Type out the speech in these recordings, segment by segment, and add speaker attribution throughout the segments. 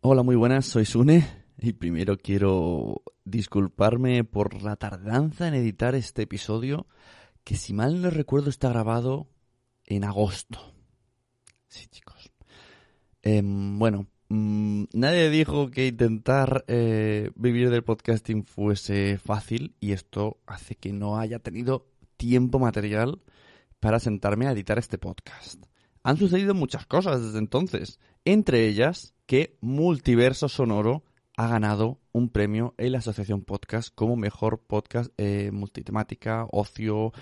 Speaker 1: Hola, muy buenas, soy Sune y primero quiero disculparme por la tardanza en editar este episodio que si mal no recuerdo está grabado en agosto. Sí, chicos. Em, bueno, mm, nadie dijo que intentar eh, vivir del podcasting fuese fácil y esto hace que no haya tenido tiempo material para sentarme a editar este podcast. Han sucedido muchas cosas desde entonces, entre ellas que Multiverso Sonoro ha ganado un premio en la Asociación Podcast como mejor podcast eh, multitemática, ocio,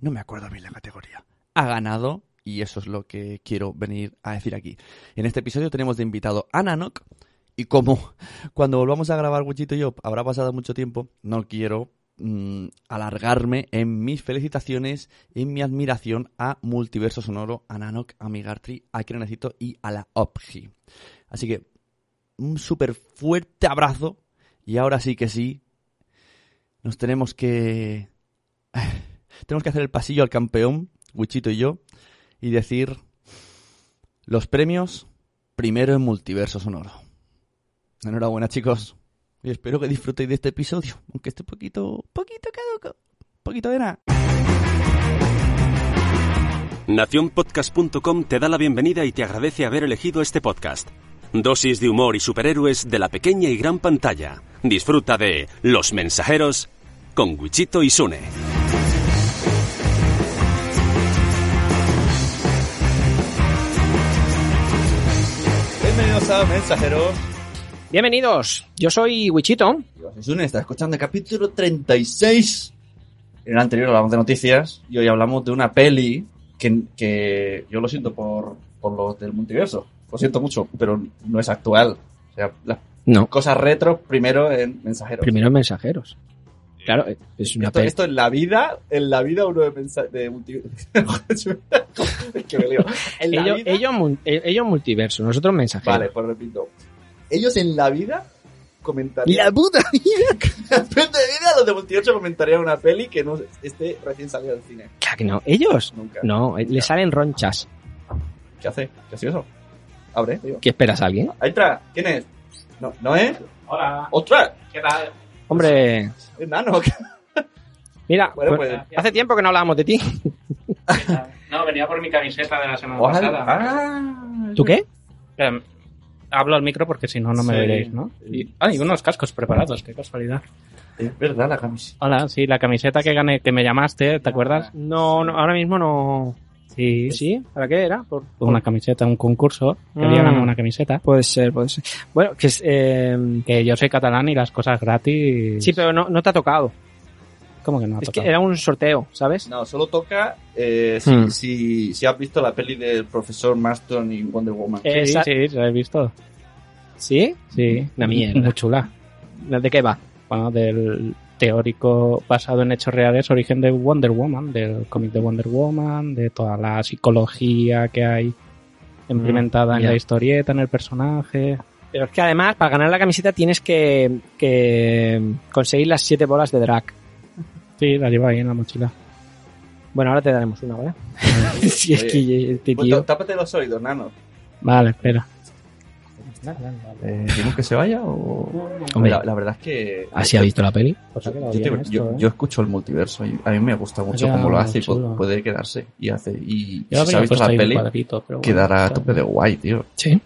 Speaker 1: no me acuerdo bien la categoría. Ha ganado y eso es lo que quiero venir a decir aquí. En este episodio tenemos de invitado a Nanok y como cuando volvamos a grabar Wichito y yo habrá pasado mucho tiempo, no quiero mm, alargarme en mis felicitaciones, en mi admiración a Multiverso Sonoro, a Nanok, a Migartri, a Kiranecito y a la OPGI. Así que un súper fuerte abrazo y ahora sí que sí, nos tenemos que... tenemos que hacer el pasillo al campeón, Wichito y yo, y decir los premios primero en Multiverso Sonoro. Enhorabuena chicos y espero que disfrutéis de este episodio, aunque esté poquito, poquito caduco, poquito de nada.
Speaker 2: Nacionpodcast.com te da la bienvenida y te agradece haber elegido este podcast. Dosis de humor y superhéroes de la pequeña y gran pantalla. Disfruta de Los Mensajeros con Wichito y Sune.
Speaker 1: Bienvenidos a Mensajeros.
Speaker 3: Bienvenidos, yo soy Wichito.
Speaker 1: Sune está escuchando el capítulo 36. En el anterior hablamos de noticias y hoy hablamos de una peli que, que yo lo siento por, por los del multiverso. Lo siento mucho, pero no es actual. O sea, las
Speaker 3: No,
Speaker 1: cosas retro primero en mensajeros.
Speaker 3: primero mensajeros. Claro, es una
Speaker 1: Esto,
Speaker 3: peli.
Speaker 1: esto en la vida, en la vida uno de mensaje de multiverso. es que me lío. En la
Speaker 3: Ellos,
Speaker 1: vida-
Speaker 3: ellos mun- eh, ellos multiverso, nosotros mensajeros.
Speaker 1: Vale, pues repito. Ellos en la vida comentarían.
Speaker 3: puta
Speaker 1: En vez de vida, los de multiverso comentarían una peli que no esté recién salida del cine.
Speaker 3: Claro que no, ellos.
Speaker 1: Nunca.
Speaker 3: No, eh, le salen ronchas.
Speaker 1: ¿Qué hace? ¿Qué ha sido eso? Abre, digo.
Speaker 3: ¿Qué esperas a alguien?
Speaker 1: Entra, ¿quién es? No, ¿no es?
Speaker 4: Hola,
Speaker 1: ¡Ostras!
Speaker 4: ¿qué tal?
Speaker 3: pues Hombre,
Speaker 1: Es Nano.
Speaker 3: mira,
Speaker 1: Bueno,
Speaker 3: pues,
Speaker 1: pues.
Speaker 3: hace tiempo que no hablábamos de ti.
Speaker 4: ¿Qué tal? No, venía por mi camiseta de la semana
Speaker 1: Ojalá.
Speaker 4: pasada.
Speaker 1: Ah,
Speaker 3: ¿Tú qué?
Speaker 4: Eh, hablo al micro porque si no, no me
Speaker 1: Sí.
Speaker 4: veréis, ¿no? Y, ah, y unos cascos preparados, qué casualidad.
Speaker 1: Es verdad la camisa.
Speaker 4: Hola, sí, la camiseta que gané, que me llamaste, ¿te acuerdas?
Speaker 3: No, no, ahora mismo no.
Speaker 4: Sí,
Speaker 3: Ah, pues ¿Sí? ¿Para qué era? Por, por-
Speaker 4: Una camiseta, un concurso, que
Speaker 3: Ah.
Speaker 4: había ganado una camiseta.
Speaker 3: Puede ser, puede ser. Bueno, que es, eh,
Speaker 4: Que yo soy catalán y las cosas gratis.
Speaker 3: sí, pero no, no te ha tocado.
Speaker 4: ¿Cómo que no ha
Speaker 3: es
Speaker 4: tocado?
Speaker 3: que era un sorteo, ¿sabes?
Speaker 1: No, solo toca eh, si,
Speaker 3: Hmm.
Speaker 1: si, si has visto la peli del profesor Marston y Wonder Woman.
Speaker 3: Eh,
Speaker 4: Sí,
Speaker 3: Esa-
Speaker 4: sí, lo he visto.
Speaker 3: ¿Sí?
Speaker 4: Sí.
Speaker 3: Una mierda.
Speaker 4: Muy chula.
Speaker 3: ¿De qué va?
Speaker 4: Bueno, del teórico basado en hechos reales, origen de Wonder Woman, del cómic de Wonder Woman, de toda la psicología que hay implementada en
Speaker 3: Mm, ya.
Speaker 4: la historieta, en el personaje.
Speaker 3: Pero es que además, para ganar la camiseta tienes que, que conseguir las siete bolas de drag.
Speaker 4: Sí, la lleva ahí en la mochila.
Speaker 3: Bueno, ahora te daremos una, ¿verdad? si es que este
Speaker 1: Pues
Speaker 3: tío...
Speaker 1: tó- tápate los oídos, Nano.
Speaker 4: Vale, espera. Pues
Speaker 1: ¿Decimos que se vaya o.?
Speaker 3: Hombre,
Speaker 1: la, la verdad es que.
Speaker 3: ¿Así ha visto la peli?
Speaker 4: Pues ha
Speaker 1: Yo,
Speaker 4: quedado
Speaker 1: te-
Speaker 4: bien
Speaker 1: yo-
Speaker 4: esto, ¿eh?
Speaker 1: yo escucho el multiverso y a mí me gusta mucho
Speaker 4: Ya,
Speaker 1: cómo lo hace y
Speaker 4: chulo.
Speaker 1: pu- puede quedarse y hace y,
Speaker 4: Yo
Speaker 1: si se
Speaker 4: habría
Speaker 1: ha visto
Speaker 4: puesto
Speaker 1: la
Speaker 4: ahí un
Speaker 1: peli
Speaker 4: cuadrito, pero bueno,
Speaker 1: quedará a
Speaker 4: está-
Speaker 1: tope de guay tío
Speaker 3: Sí.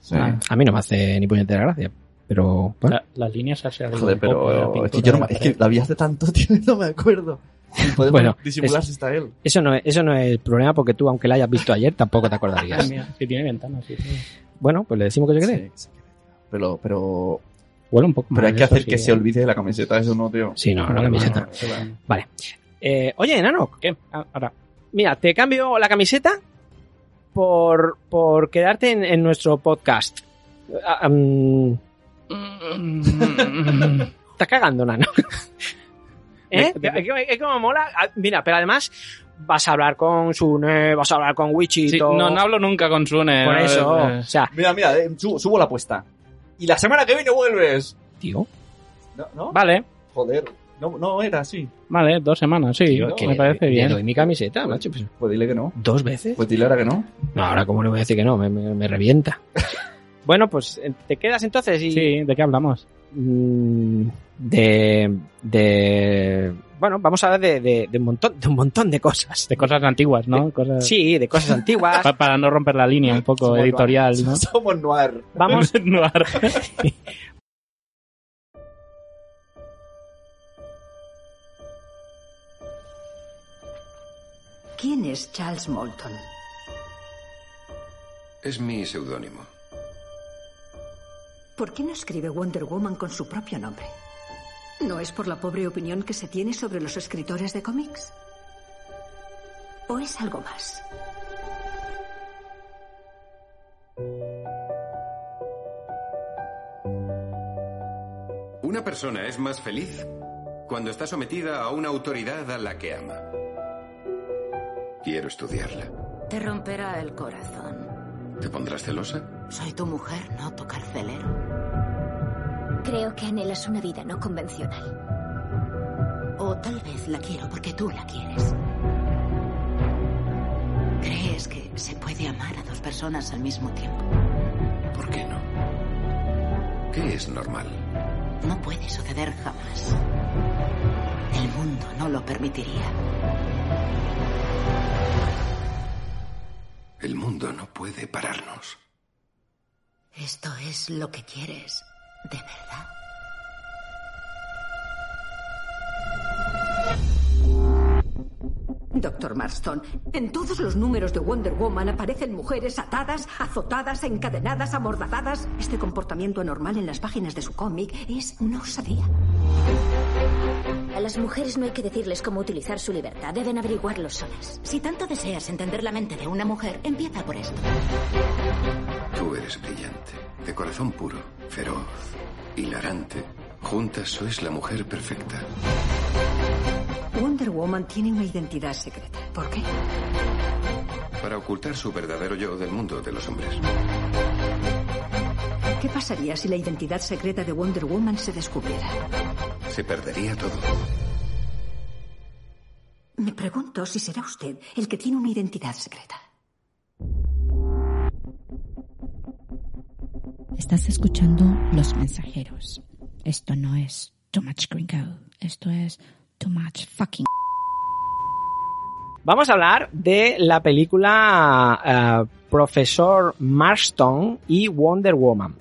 Speaker 1: Sí.
Speaker 4: Ah,
Speaker 3: A mí no me hace ni puñetera gracia, pero... Bueno.
Speaker 4: la- las líneas se han
Speaker 1: Joder, pero es que, yo no, me- es que la vi hace tanto tío y no me acuerdo Y podemos
Speaker 3: Bueno,
Speaker 1: disimular si está él
Speaker 3: Eso no, es, eso no es el problema porque tú, aunque la hayas visto ayer, tampoco te acordarías.
Speaker 4: Sí, tiene ventanas. Sí, sí.
Speaker 3: bueno, pues le decimos que se cree.
Speaker 1: Sí, sí. pero pero
Speaker 4: Huele un poco.
Speaker 1: pero hay
Speaker 4: mal,
Speaker 1: que
Speaker 4: eso
Speaker 1: hacer
Speaker 4: sí,
Speaker 1: que
Speaker 4: ¿eh?
Speaker 1: se olvide de la camiseta eso no tío
Speaker 3: Sí, no, no,
Speaker 4: Vale,
Speaker 3: la
Speaker 4: vale,
Speaker 3: camiseta.
Speaker 4: vale, vale.
Speaker 3: Eh, oye, Nano,
Speaker 4: ¿Qué? Ah, Ahora.
Speaker 3: mira, te cambio la camiseta por, por quedarte en, en nuestro podcast. Ah, mm, estás cagando, Nano. ¿Eh?
Speaker 4: Me-
Speaker 3: Es que- es que me mola. Ah, Mira, pero además vas a hablar con Sune, vas a hablar con Wichito.
Speaker 4: Sí, no, no hablo nunca con Sune.
Speaker 3: Por
Speaker 4: ¿no?
Speaker 3: eso, o
Speaker 4: Es-
Speaker 3: sea,
Speaker 5: Mira, mira, eh, subo, subo la apuesta. Y la semana que viene vuelves.
Speaker 3: tío,
Speaker 5: No, no,
Speaker 4: Vale,
Speaker 5: joder. No, no era así.
Speaker 4: vale, dos semanas, sí,
Speaker 5: Tío,
Speaker 3: que
Speaker 4: me
Speaker 3: le-
Speaker 4: parece
Speaker 3: le
Speaker 4: bien.
Speaker 3: doy mi camiseta, macho, pues,
Speaker 5: Pues dile que no.
Speaker 3: dos veces.
Speaker 5: Pues dile ahora que no.
Speaker 3: No, ahora cómo le voy a decir que no, me, me- me revienta. bueno, pues eh, te quedas entonces y
Speaker 4: Sí, ¿de qué hablamos?
Speaker 3: mm, de, de bueno, vamos a hablar de, de- de un montón, de un montón de cosas.
Speaker 4: De cosas antiguas, ¿no? Cosas...
Speaker 3: Sí, de cosas antiguas.
Speaker 4: Pa- para no romper la línea un poco
Speaker 5: Somos
Speaker 4: editorial,
Speaker 5: noir.
Speaker 4: ¿no?
Speaker 5: Somos noir.
Speaker 3: Vamos,
Speaker 4: Noir.
Speaker 6: ¿Quién es Charles Moulton?
Speaker 7: Es mi seudónimo.
Speaker 6: ¿Por qué no escribe Wonder Woman con su propio nombre? ¿No es por la pobre opinión que se tiene sobre los escritores de cómics? ¿O es algo más?
Speaker 7: Una persona es más feliz cuando está sometida a una autoridad a la que ama. Quiero estudiarla.
Speaker 6: Te romperá el corazón.
Speaker 7: ¿Te pondrás celosa?
Speaker 6: Soy tu mujer, no tu carcelero.
Speaker 8: Creo que anhelas una vida no convencional.
Speaker 6: O tal vez la quiero porque tú la quieres. ¿Crees que se puede amar a dos personas al mismo tiempo?
Speaker 7: ¿Por qué no? ¿Qué es normal?
Speaker 6: No puede suceder jamás. El mundo no lo permitiría.
Speaker 7: El mundo no puede pararnos.
Speaker 6: Esto es lo que quieres, de verdad. Doctor Marston, en todos los números de Wonder Woman aparecen mujeres atadas, azotadas, encadenadas, amordazadas. Este comportamiento anormal en las páginas de su cómic es una osadía.
Speaker 8: A las mujeres no hay que decirles cómo utilizar su libertad, deben averiguarlo solas.
Speaker 6: Si tanto deseas entender la mente de una mujer, empieza por esto.
Speaker 7: Tú eres brillante, de corazón puro, feroz, hilarante. Juntas sois la mujer perfecta.
Speaker 6: Wonder Woman tiene una identidad secreta. ¿Por qué?
Speaker 7: Para ocultar su verdadero yo del mundo de los hombres.
Speaker 6: ¿Qué pasaría si la identidad secreta de Wonder Woman se descubriera?
Speaker 7: Se perdería todo.
Speaker 6: Me pregunto si será usted el que tiene una identidad secreta.
Speaker 9: Estás escuchando Los Mensajeros. Esto no es Too Much Gringo. Esto es Too Much Fucking.
Speaker 3: vamos a hablar de la película eh, Profesor Marston y Wonder Woman.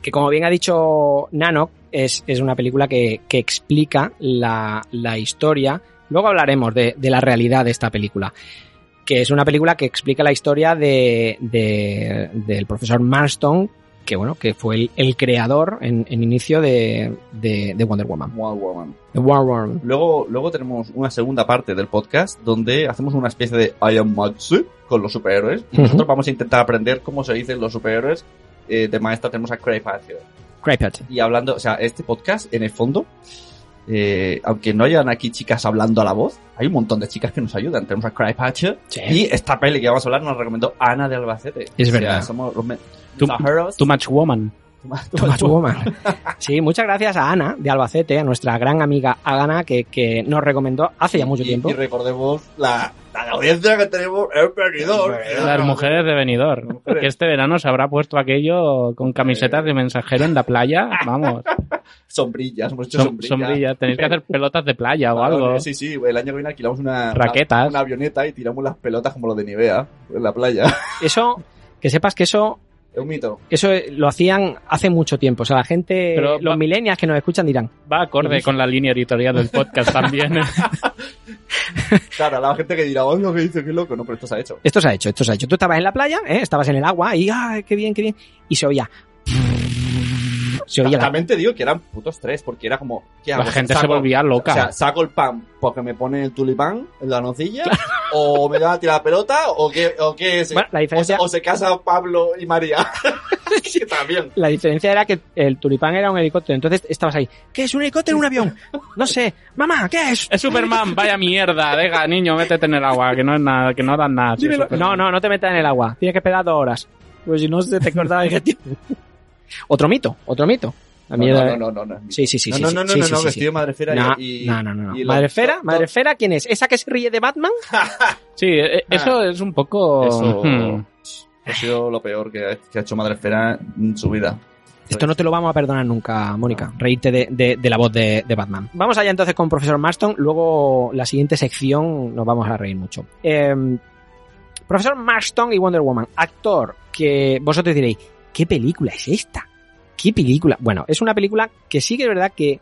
Speaker 3: Que como bien ha dicho Nano, es, es una película que, que explica la, la historia. Luego hablaremos de, de la realidad de esta película. Que es una película que explica la historia de, de- del profesor Marston, que bueno, que fue el, el creador en, en inicio de, de- de Wonder Woman.
Speaker 5: Wild Woman.
Speaker 3: De Wonder Woman.
Speaker 5: Luego, luego tenemos una segunda parte del podcast donde hacemos una especie de I am Max con los superhéroes. Y
Speaker 3: Ujú.
Speaker 5: nosotros vamos a intentar aprender cómo se dicen los superhéroes. Eh, de maestra tenemos a Craig Hatfield.
Speaker 3: Craighead.
Speaker 5: y hablando, o sea, este podcast en el fondo, eh, aunque no hayan aquí chicas hablando a la voz, hay un montón de chicas que nos ayudan. Tenemos a Cry Patcher
Speaker 3: Sí.
Speaker 5: y esta peli que vamos a hablar nos recomendó Ana de Albacete.
Speaker 3: Es
Speaker 5: O sea,
Speaker 3: verdad.
Speaker 5: somos los men-
Speaker 4: Tú-
Speaker 5: los heroes.
Speaker 4: Too Much Woman.
Speaker 3: Too Much Woman. Sí, muchas gracias a Ana de Albacete, a nuestra gran amiga Ana, que, que nos recomendó hace ya mucho
Speaker 5: Y-
Speaker 3: tiempo.
Speaker 5: Y recordemos la, la audiencia que tenemos en Benidorm.
Speaker 4: Las mujeres de Benidorm. Que este verano se habrá puesto aquello
Speaker 5: Eh.
Speaker 4: con camisetas de mensajero en la playa. Vamos,
Speaker 5: Sombrillas, hemos hecho
Speaker 4: som-
Speaker 5: sombrillas.
Speaker 4: sombrillas. Tenéis que hacer pelotas de playa o algo.
Speaker 5: eh, Sí, sí, el año que viene alquilamos una,
Speaker 4: Raquetas.
Speaker 5: una avioneta y tiramos las pelotas como lo de Nivea en la playa.
Speaker 3: Eso, que sepas que eso,
Speaker 5: Es un mito.
Speaker 3: eso eh, lo hacían hace mucho tiempo. O sea, la gente,
Speaker 4: Pero
Speaker 3: los
Speaker 4: va-
Speaker 3: millennials que nos escuchan dirán,
Speaker 4: Va acorde con la línea editorial del podcast también.
Speaker 5: Claro, la gente que dirá, oh, lo que dice, qué loco. No, pero esto se ha hecho.
Speaker 3: esto se ha hecho, esto se ha hecho. Tú estabas en la playa, ¿eh? estabas en el agua y, ¡ay, qué bien, qué bien! Y se oía.
Speaker 4: Se oía la-
Speaker 5: Exactamente digo que eran putos tres, porque era como... ¿qué hago?
Speaker 4: La gente se
Speaker 5: pues, Saco-
Speaker 4: volvía loca.
Speaker 5: O sea, saco el pan porque me pone el tulipán en la nocilla, o me da a tirar la pelota, o qué, o qué es.
Speaker 3: Bueno, la diferencia-
Speaker 5: o, se, o se casa Pablo y María. que también.
Speaker 3: La diferencia era que el tulipán era un helicóptero, entonces estabas ahí. ¿Qué es un helicóptero en un avión? No sé. Mamá, ¿qué es?
Speaker 4: Es Superman, vaya mierda, venga, niño, métete en el agua, que no es nada, que no dan nada. sí,
Speaker 3: Dímelo.
Speaker 4: Superman.
Speaker 3: No, no, no te metas en el agua. Tienes que esperar dos horas. Pues si no se te cortaba el genio. Otro mito, otro mito. La
Speaker 5: No,
Speaker 3: mierda-
Speaker 5: no, no, no, no.
Speaker 3: Sí, sí, sí.
Speaker 5: No,
Speaker 3: sí,
Speaker 5: no,
Speaker 3: sí,
Speaker 5: no,
Speaker 3: sí,
Speaker 5: no,
Speaker 3: sí,
Speaker 5: no,
Speaker 3: sí,
Speaker 5: que
Speaker 3: sí.
Speaker 5: estoy en Madrefera
Speaker 3: No,
Speaker 5: y, y-
Speaker 3: no, no, no.
Speaker 5: y la-
Speaker 3: ¿Madrefera?
Speaker 5: to-
Speaker 3: ¿Madrefera quién es? ¿Esa que se ríe de Batman?
Speaker 4: Sí, eh, eso es un poco.
Speaker 5: Ah. Eso
Speaker 4: Hmm.
Speaker 5: ha sido lo peor que ha, que ha hecho Madrefera en su vida.
Speaker 3: Esto no te lo vamos a perdonar nunca, Mónica. Reírte de, de- de la voz de, de Batman. Vamos allá entonces con Profesor Marston. Luego la siguiente sección nos vamos a reír mucho. Eh, Profesor Marston y Wonder Woman. Actor que vosotros diréis, ¿qué película es esta? ¿Qué película? Bueno, es una película que sí que es verdad que,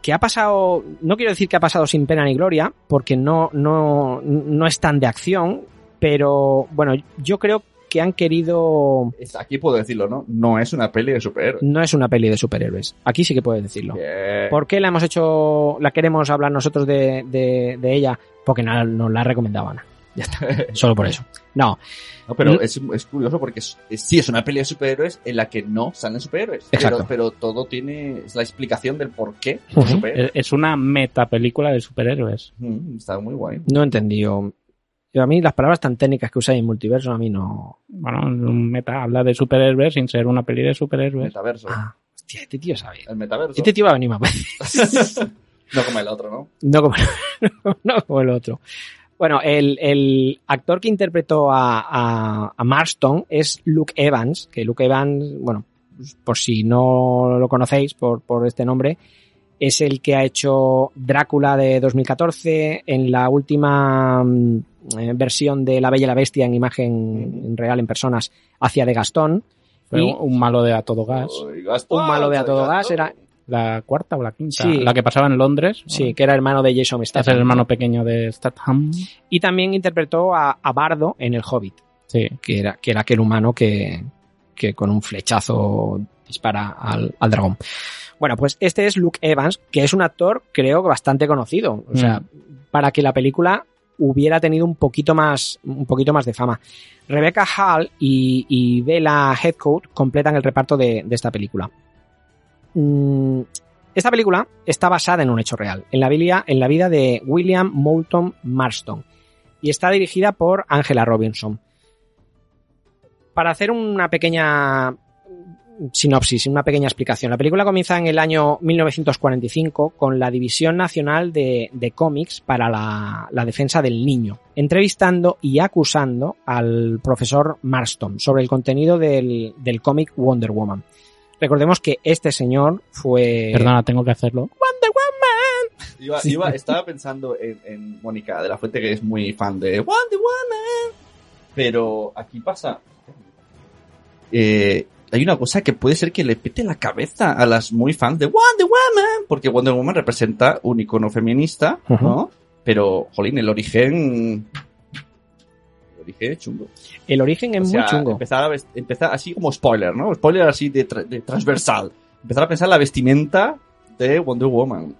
Speaker 3: que ha pasado, no quiero decir que ha pasado sin pena ni gloria, porque no, no, no es tan de acción, pero bueno, yo creo que han querido
Speaker 5: Es- Aquí puedo decirlo, ¿no? No es una peli de superhéroes.
Speaker 3: no es una peli de superhéroes. Aquí sí que puedes decirlo.
Speaker 5: Bien.
Speaker 3: ¿Por qué la hemos hecho, la queremos hablar nosotros de, de- de ella? Porque no- nos la recomendaban. Ya está. Solo por eso. No,
Speaker 5: No, pero
Speaker 3: Mm.
Speaker 5: es, es curioso porque es- es- sí es una peli de superhéroes en la que no salen superhéroes.
Speaker 3: Exacto.
Speaker 5: Pero, pero todo tiene es la explicación del por qué.
Speaker 3: Ujú.
Speaker 5: superhéroes.
Speaker 4: Es- e, Es una metapelícula de superhéroes.
Speaker 5: Mm, está muy guay.
Speaker 3: no he entendido. Yo a mí las palabras tan técnicas que usáis en multiverso a mí no.
Speaker 4: Bueno, un meta habla de superhéroes sin ser una peli de superhéroes.
Speaker 5: Metaverso.
Speaker 3: Ah, hostia, este tío sabe.
Speaker 5: El metaverso.
Speaker 3: Este tío va a venir más veces.
Speaker 5: no como el otro, ¿no?
Speaker 3: No como, no como el otro. Bueno, el, el actor que interpretó a, a- a Marston es Luke Evans, que Luke Evans, bueno, por si no lo conocéis por, por este nombre, es el que ha hecho Drácula de 2014 en la última mm, eh, versión de La Bella y la Bestia en imagen en real, en personas, hacia de Gastón.
Speaker 4: Fue
Speaker 3: Y-
Speaker 4: un- un malo de a todo gas.
Speaker 5: Uy, Gastón,
Speaker 3: Un malo de a todo
Speaker 5: Gastón.
Speaker 3: gas era-
Speaker 4: La cuarta o la quinta.
Speaker 3: Sí.
Speaker 4: La que pasaba en Londres.
Speaker 3: Sí, que era hermano de Jason
Speaker 4: Es
Speaker 3: Statham.
Speaker 4: el hermano pequeño de Statham.
Speaker 3: Y también interpretó a- a Bardo en El Hobbit.
Speaker 4: Sí.
Speaker 3: que era, que era aquel humano que, que con un flechazo dispara al, al dragón. Bueno, pues este es Luke Evans, que es un actor, creo, que bastante conocido. O
Speaker 4: Mm.
Speaker 3: sea, para que la película hubiera tenido un poquito más, un poquito más de fama. Rebecca Hall y, y Bella Headcoat completan el reparto de, de esta película. Mm, Esta película está basada en un hecho real, en la, bilia- en la vida de William Moulton Marston, y está dirigida por Angela Robinson. Para hacer una pequeña sinopsis, una pequeña explicación. La película comienza en el año 1945 con la División Nacional de, de Cómics para la, la Defensa del Niño, entrevistando y acusando al profesor Marston sobre el contenido del, del cómic Wonder Woman. Recordemos que este señor fue...
Speaker 4: Perdona, tengo que hacerlo.
Speaker 5: Iba- iba- estaba pensando en, en Mónica de la Fuente, que es muy fan de Wonder Woman. Pero aquí pasa. Eh, hay una cosa que puede ser que le pete la cabeza a las muy fans de Wonder Woman. Porque Wonder Woman representa un icono feminista, ¿no? Pero, jolín, el origen. El origen es chungo.
Speaker 3: El origen es
Speaker 5: O sea,
Speaker 3: muy chungo.
Speaker 5: Empezar, a vest- empezar así como spoiler, ¿no? Spoiler así de, tra- de transversal. Empezar a pensar la vestimenta de Wonder Woman.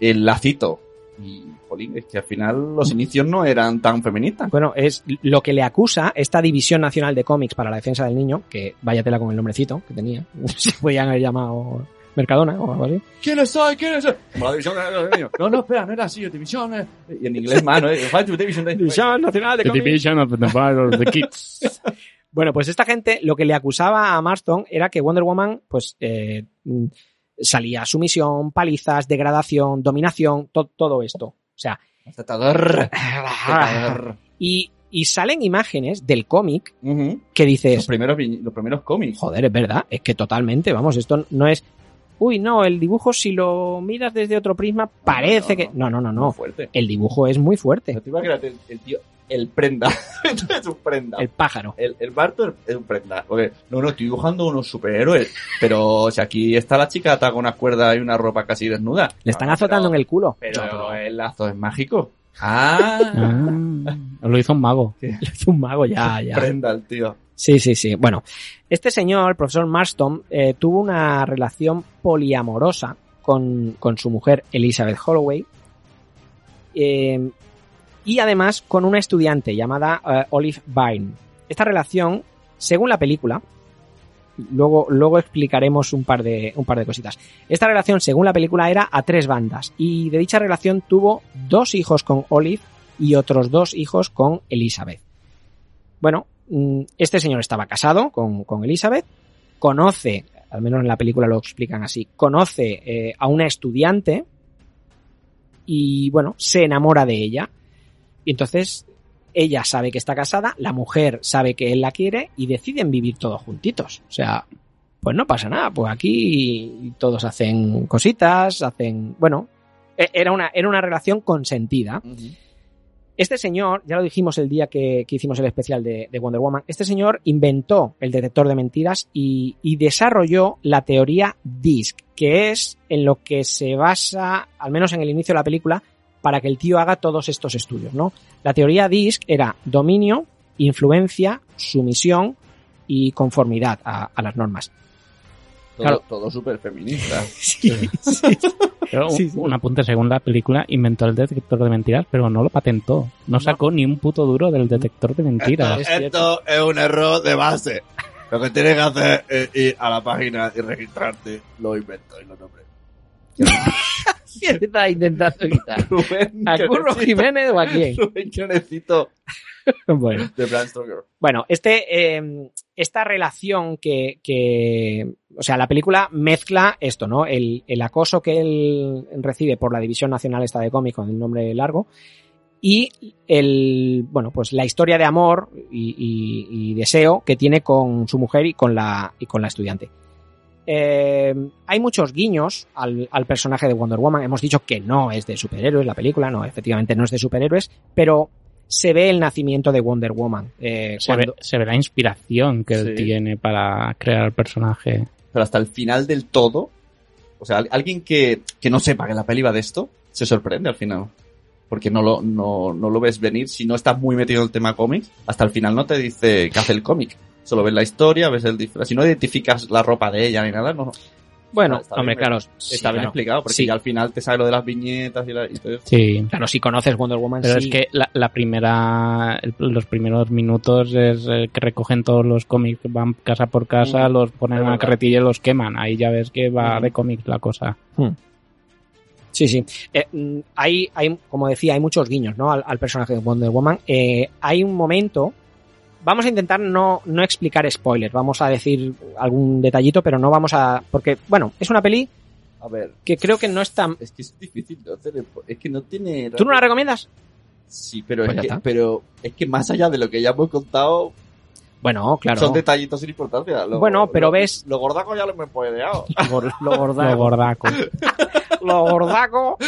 Speaker 5: El lacito. Y, jolín, es que al final los inicios no eran tan feministas.
Speaker 3: Bueno, es lo que le acusa esta División Nacional de Cómics para la Defensa del Niño, que vaya tela con el nombrecito que tenía. Se podían haber llamado Mercadona o algo así.
Speaker 5: ¿Quién soy? ¿Quién soy? Como la división de los niños. No, no, espera, no era así, división. eh. Y en inglés más, ¿no? Eh, Fight with Division.
Speaker 3: Nacional de
Speaker 4: of the Kids.
Speaker 3: Bueno, pues esta gente lo que le acusaba a Marston era que Wonder Woman, pues, eh, mm, salía sumisión, palizas, degradación, dominación, to- todo esto. O sea,
Speaker 5: Tratador. Tratador.
Speaker 3: y, y salen imágenes del cómic
Speaker 5: Ujú.
Speaker 3: que
Speaker 5: Los
Speaker 3: dices,
Speaker 5: primeros, vi- los primeros cómics.
Speaker 3: joder, es verdad, es que totalmente, vamos, esto no es, uy, no, el dibujo si lo miras desde otro prisma parece
Speaker 5: no,
Speaker 3: que, no, no, no,
Speaker 5: Muy
Speaker 3: no,
Speaker 5: Fuerte.
Speaker 3: el dibujo es muy
Speaker 5: No
Speaker 3: fuerte,
Speaker 5: te imaginas el, el tío, el prenda. es un prenda.
Speaker 3: el pájaro.
Speaker 5: El, el Barto es un prenda. Porque, no, no, estoy dibujando unos superhéroes. Pero si aquí está la chica atada con unas cuerdas y una ropa casi desnuda.
Speaker 3: Le están azotando en el culo.
Speaker 5: Pero el lazo es mágico. Ah,
Speaker 4: Ah. lo hizo un mago.
Speaker 3: Es un mago, ya, ya.
Speaker 5: prenda el tío.
Speaker 3: Sí, sí, sí. Bueno, este señor, el profesor Marston, eh, tuvo una relación poliamorosa con, con su mujer Elizabeth Holloway eh, y además con una estudiante llamada eh, Olive Byrne. Esta relación, según la película, luego, luego explicaremos un par, de, un par de cositas. Esta relación, según la película, era a tres bandas y de dicha relación tuvo dos hijos con Olive y otros dos hijos con Elizabeth. Bueno, mm, este señor estaba casado con, con Elizabeth, conoce, al menos en la película lo explican así, conoce eh, a una estudiante y bueno, se enamora de ella. Y entonces ella sabe que está casada, la mujer sabe que él la quiere y deciden vivir todos juntitos. O sea, pues no pasa nada, pues aquí todos hacen cositas, hacen, bueno, e- era una, era una relación consentida. Este señor, ya lo dijimos el día que, que hicimos el especial de, de Wonder Woman, este señor inventó el detector de mentiras y, y desarrolló la teoría DISC, que es en lo que se basa, al menos en el inicio de la película, para que el tío haga todos estos estudios, ¿no? La teoría DISC era dominio, influencia, sumisión y conformidad a- a las normas.
Speaker 5: Todo,
Speaker 4: Claro.
Speaker 5: todo súper feminista.
Speaker 4: Pero un,
Speaker 3: Sí, sí.
Speaker 4: un apunte, según la película, inventó el detector de mentiras, pero no lo patentó. No sacó ni un puto duro del detector de mentiras.
Speaker 3: es cierto.
Speaker 5: es un error de base. Lo que tienes que hacer es ir Eh, a la página y registrarte los inventos y los nombres.
Speaker 3: Sí, está intentando quitar.
Speaker 5: Rubén,
Speaker 3: ¿A
Speaker 5: que
Speaker 3: Curro
Speaker 5: necesito-
Speaker 3: Jiménez o a quién?
Speaker 5: Rubén, que necesito
Speaker 3: Bueno.
Speaker 5: de Bram Stoker.
Speaker 3: Bueno, este, eh, esta relación que, que- O sea, la película mezcla esto, ¿no? El, el acoso que él recibe por la División Nacional esta de Cómics con el nombre largo. Y el. Bueno, pues la historia de amor y, y- y deseo que tiene con su mujer y con la, y con la estudiante. Eh, hay muchos guiños al, al personaje de Wonder Woman. Hemos dicho que no es de superhéroes la película, no, efectivamente no es de superhéroes, pero se ve el nacimiento de Wonder Woman. eh,
Speaker 4: Se ve,
Speaker 3: cuando-
Speaker 4: se ve la inspiración que él
Speaker 5: Sí.
Speaker 4: tiene para crear el personaje.
Speaker 5: Pero hasta el final del todo, o sea, al- alguien que, que no sepa que la peli va de esto, se sorprende al final. Porque no lo, no, no lo ves venir si no estás muy metido en el tema cómics. Hasta el final no te dice qué hace el cómic. Solo ves la historia, ves el disfraz. Si no identificas la ropa de ella ni nada, no.
Speaker 3: Bueno,
Speaker 5: Está
Speaker 4: Hombre,
Speaker 5: bien,
Speaker 4: claro.
Speaker 3: sí,
Speaker 5: Está bien
Speaker 3: claro.
Speaker 5: explicado, porque
Speaker 3: Sí.
Speaker 5: ya al final te sale lo de las viñetas y la. y todo eso.
Speaker 4: Sí.
Speaker 3: Claro, si conoces Wonder Woman,
Speaker 4: Pero
Speaker 3: sí.
Speaker 4: es que la, la primera, el- los primeros minutos es eh, que recogen todos los cómics, van casa por casa, los ponen en una carretilla y los queman. Ahí ya ves que va de cómics la cosa.
Speaker 3: Sí, sí. Eh, mm, hay, hay, como decía, hay muchos guiños, ¿no? Al, al personaje de Wonder Woman. Eh, hay un momento. Vamos a intentar no, no explicar spoilers. Vamos a decir algún detallito, pero no vamos a. Porque, bueno, es una peli
Speaker 5: A ver,
Speaker 3: que creo que no es tan.
Speaker 5: es que es difícil de hacer. Es que no tiene.
Speaker 3: ¿Tú no la recomiendas?
Speaker 5: Sí, pero,
Speaker 3: Pues ya
Speaker 5: es que,
Speaker 3: está.
Speaker 5: pero es que más allá de lo que ya hemos contado,
Speaker 3: Bueno, claro.
Speaker 5: son detallitos sin importancia. Lo-
Speaker 3: Bueno, pero
Speaker 5: lo-
Speaker 3: ves-
Speaker 5: Lo gordaco ya lo hemos spoileado.
Speaker 3: Lo
Speaker 4: Lo
Speaker 3: gordaco.
Speaker 4: gordaco.
Speaker 3: Lo gordaco.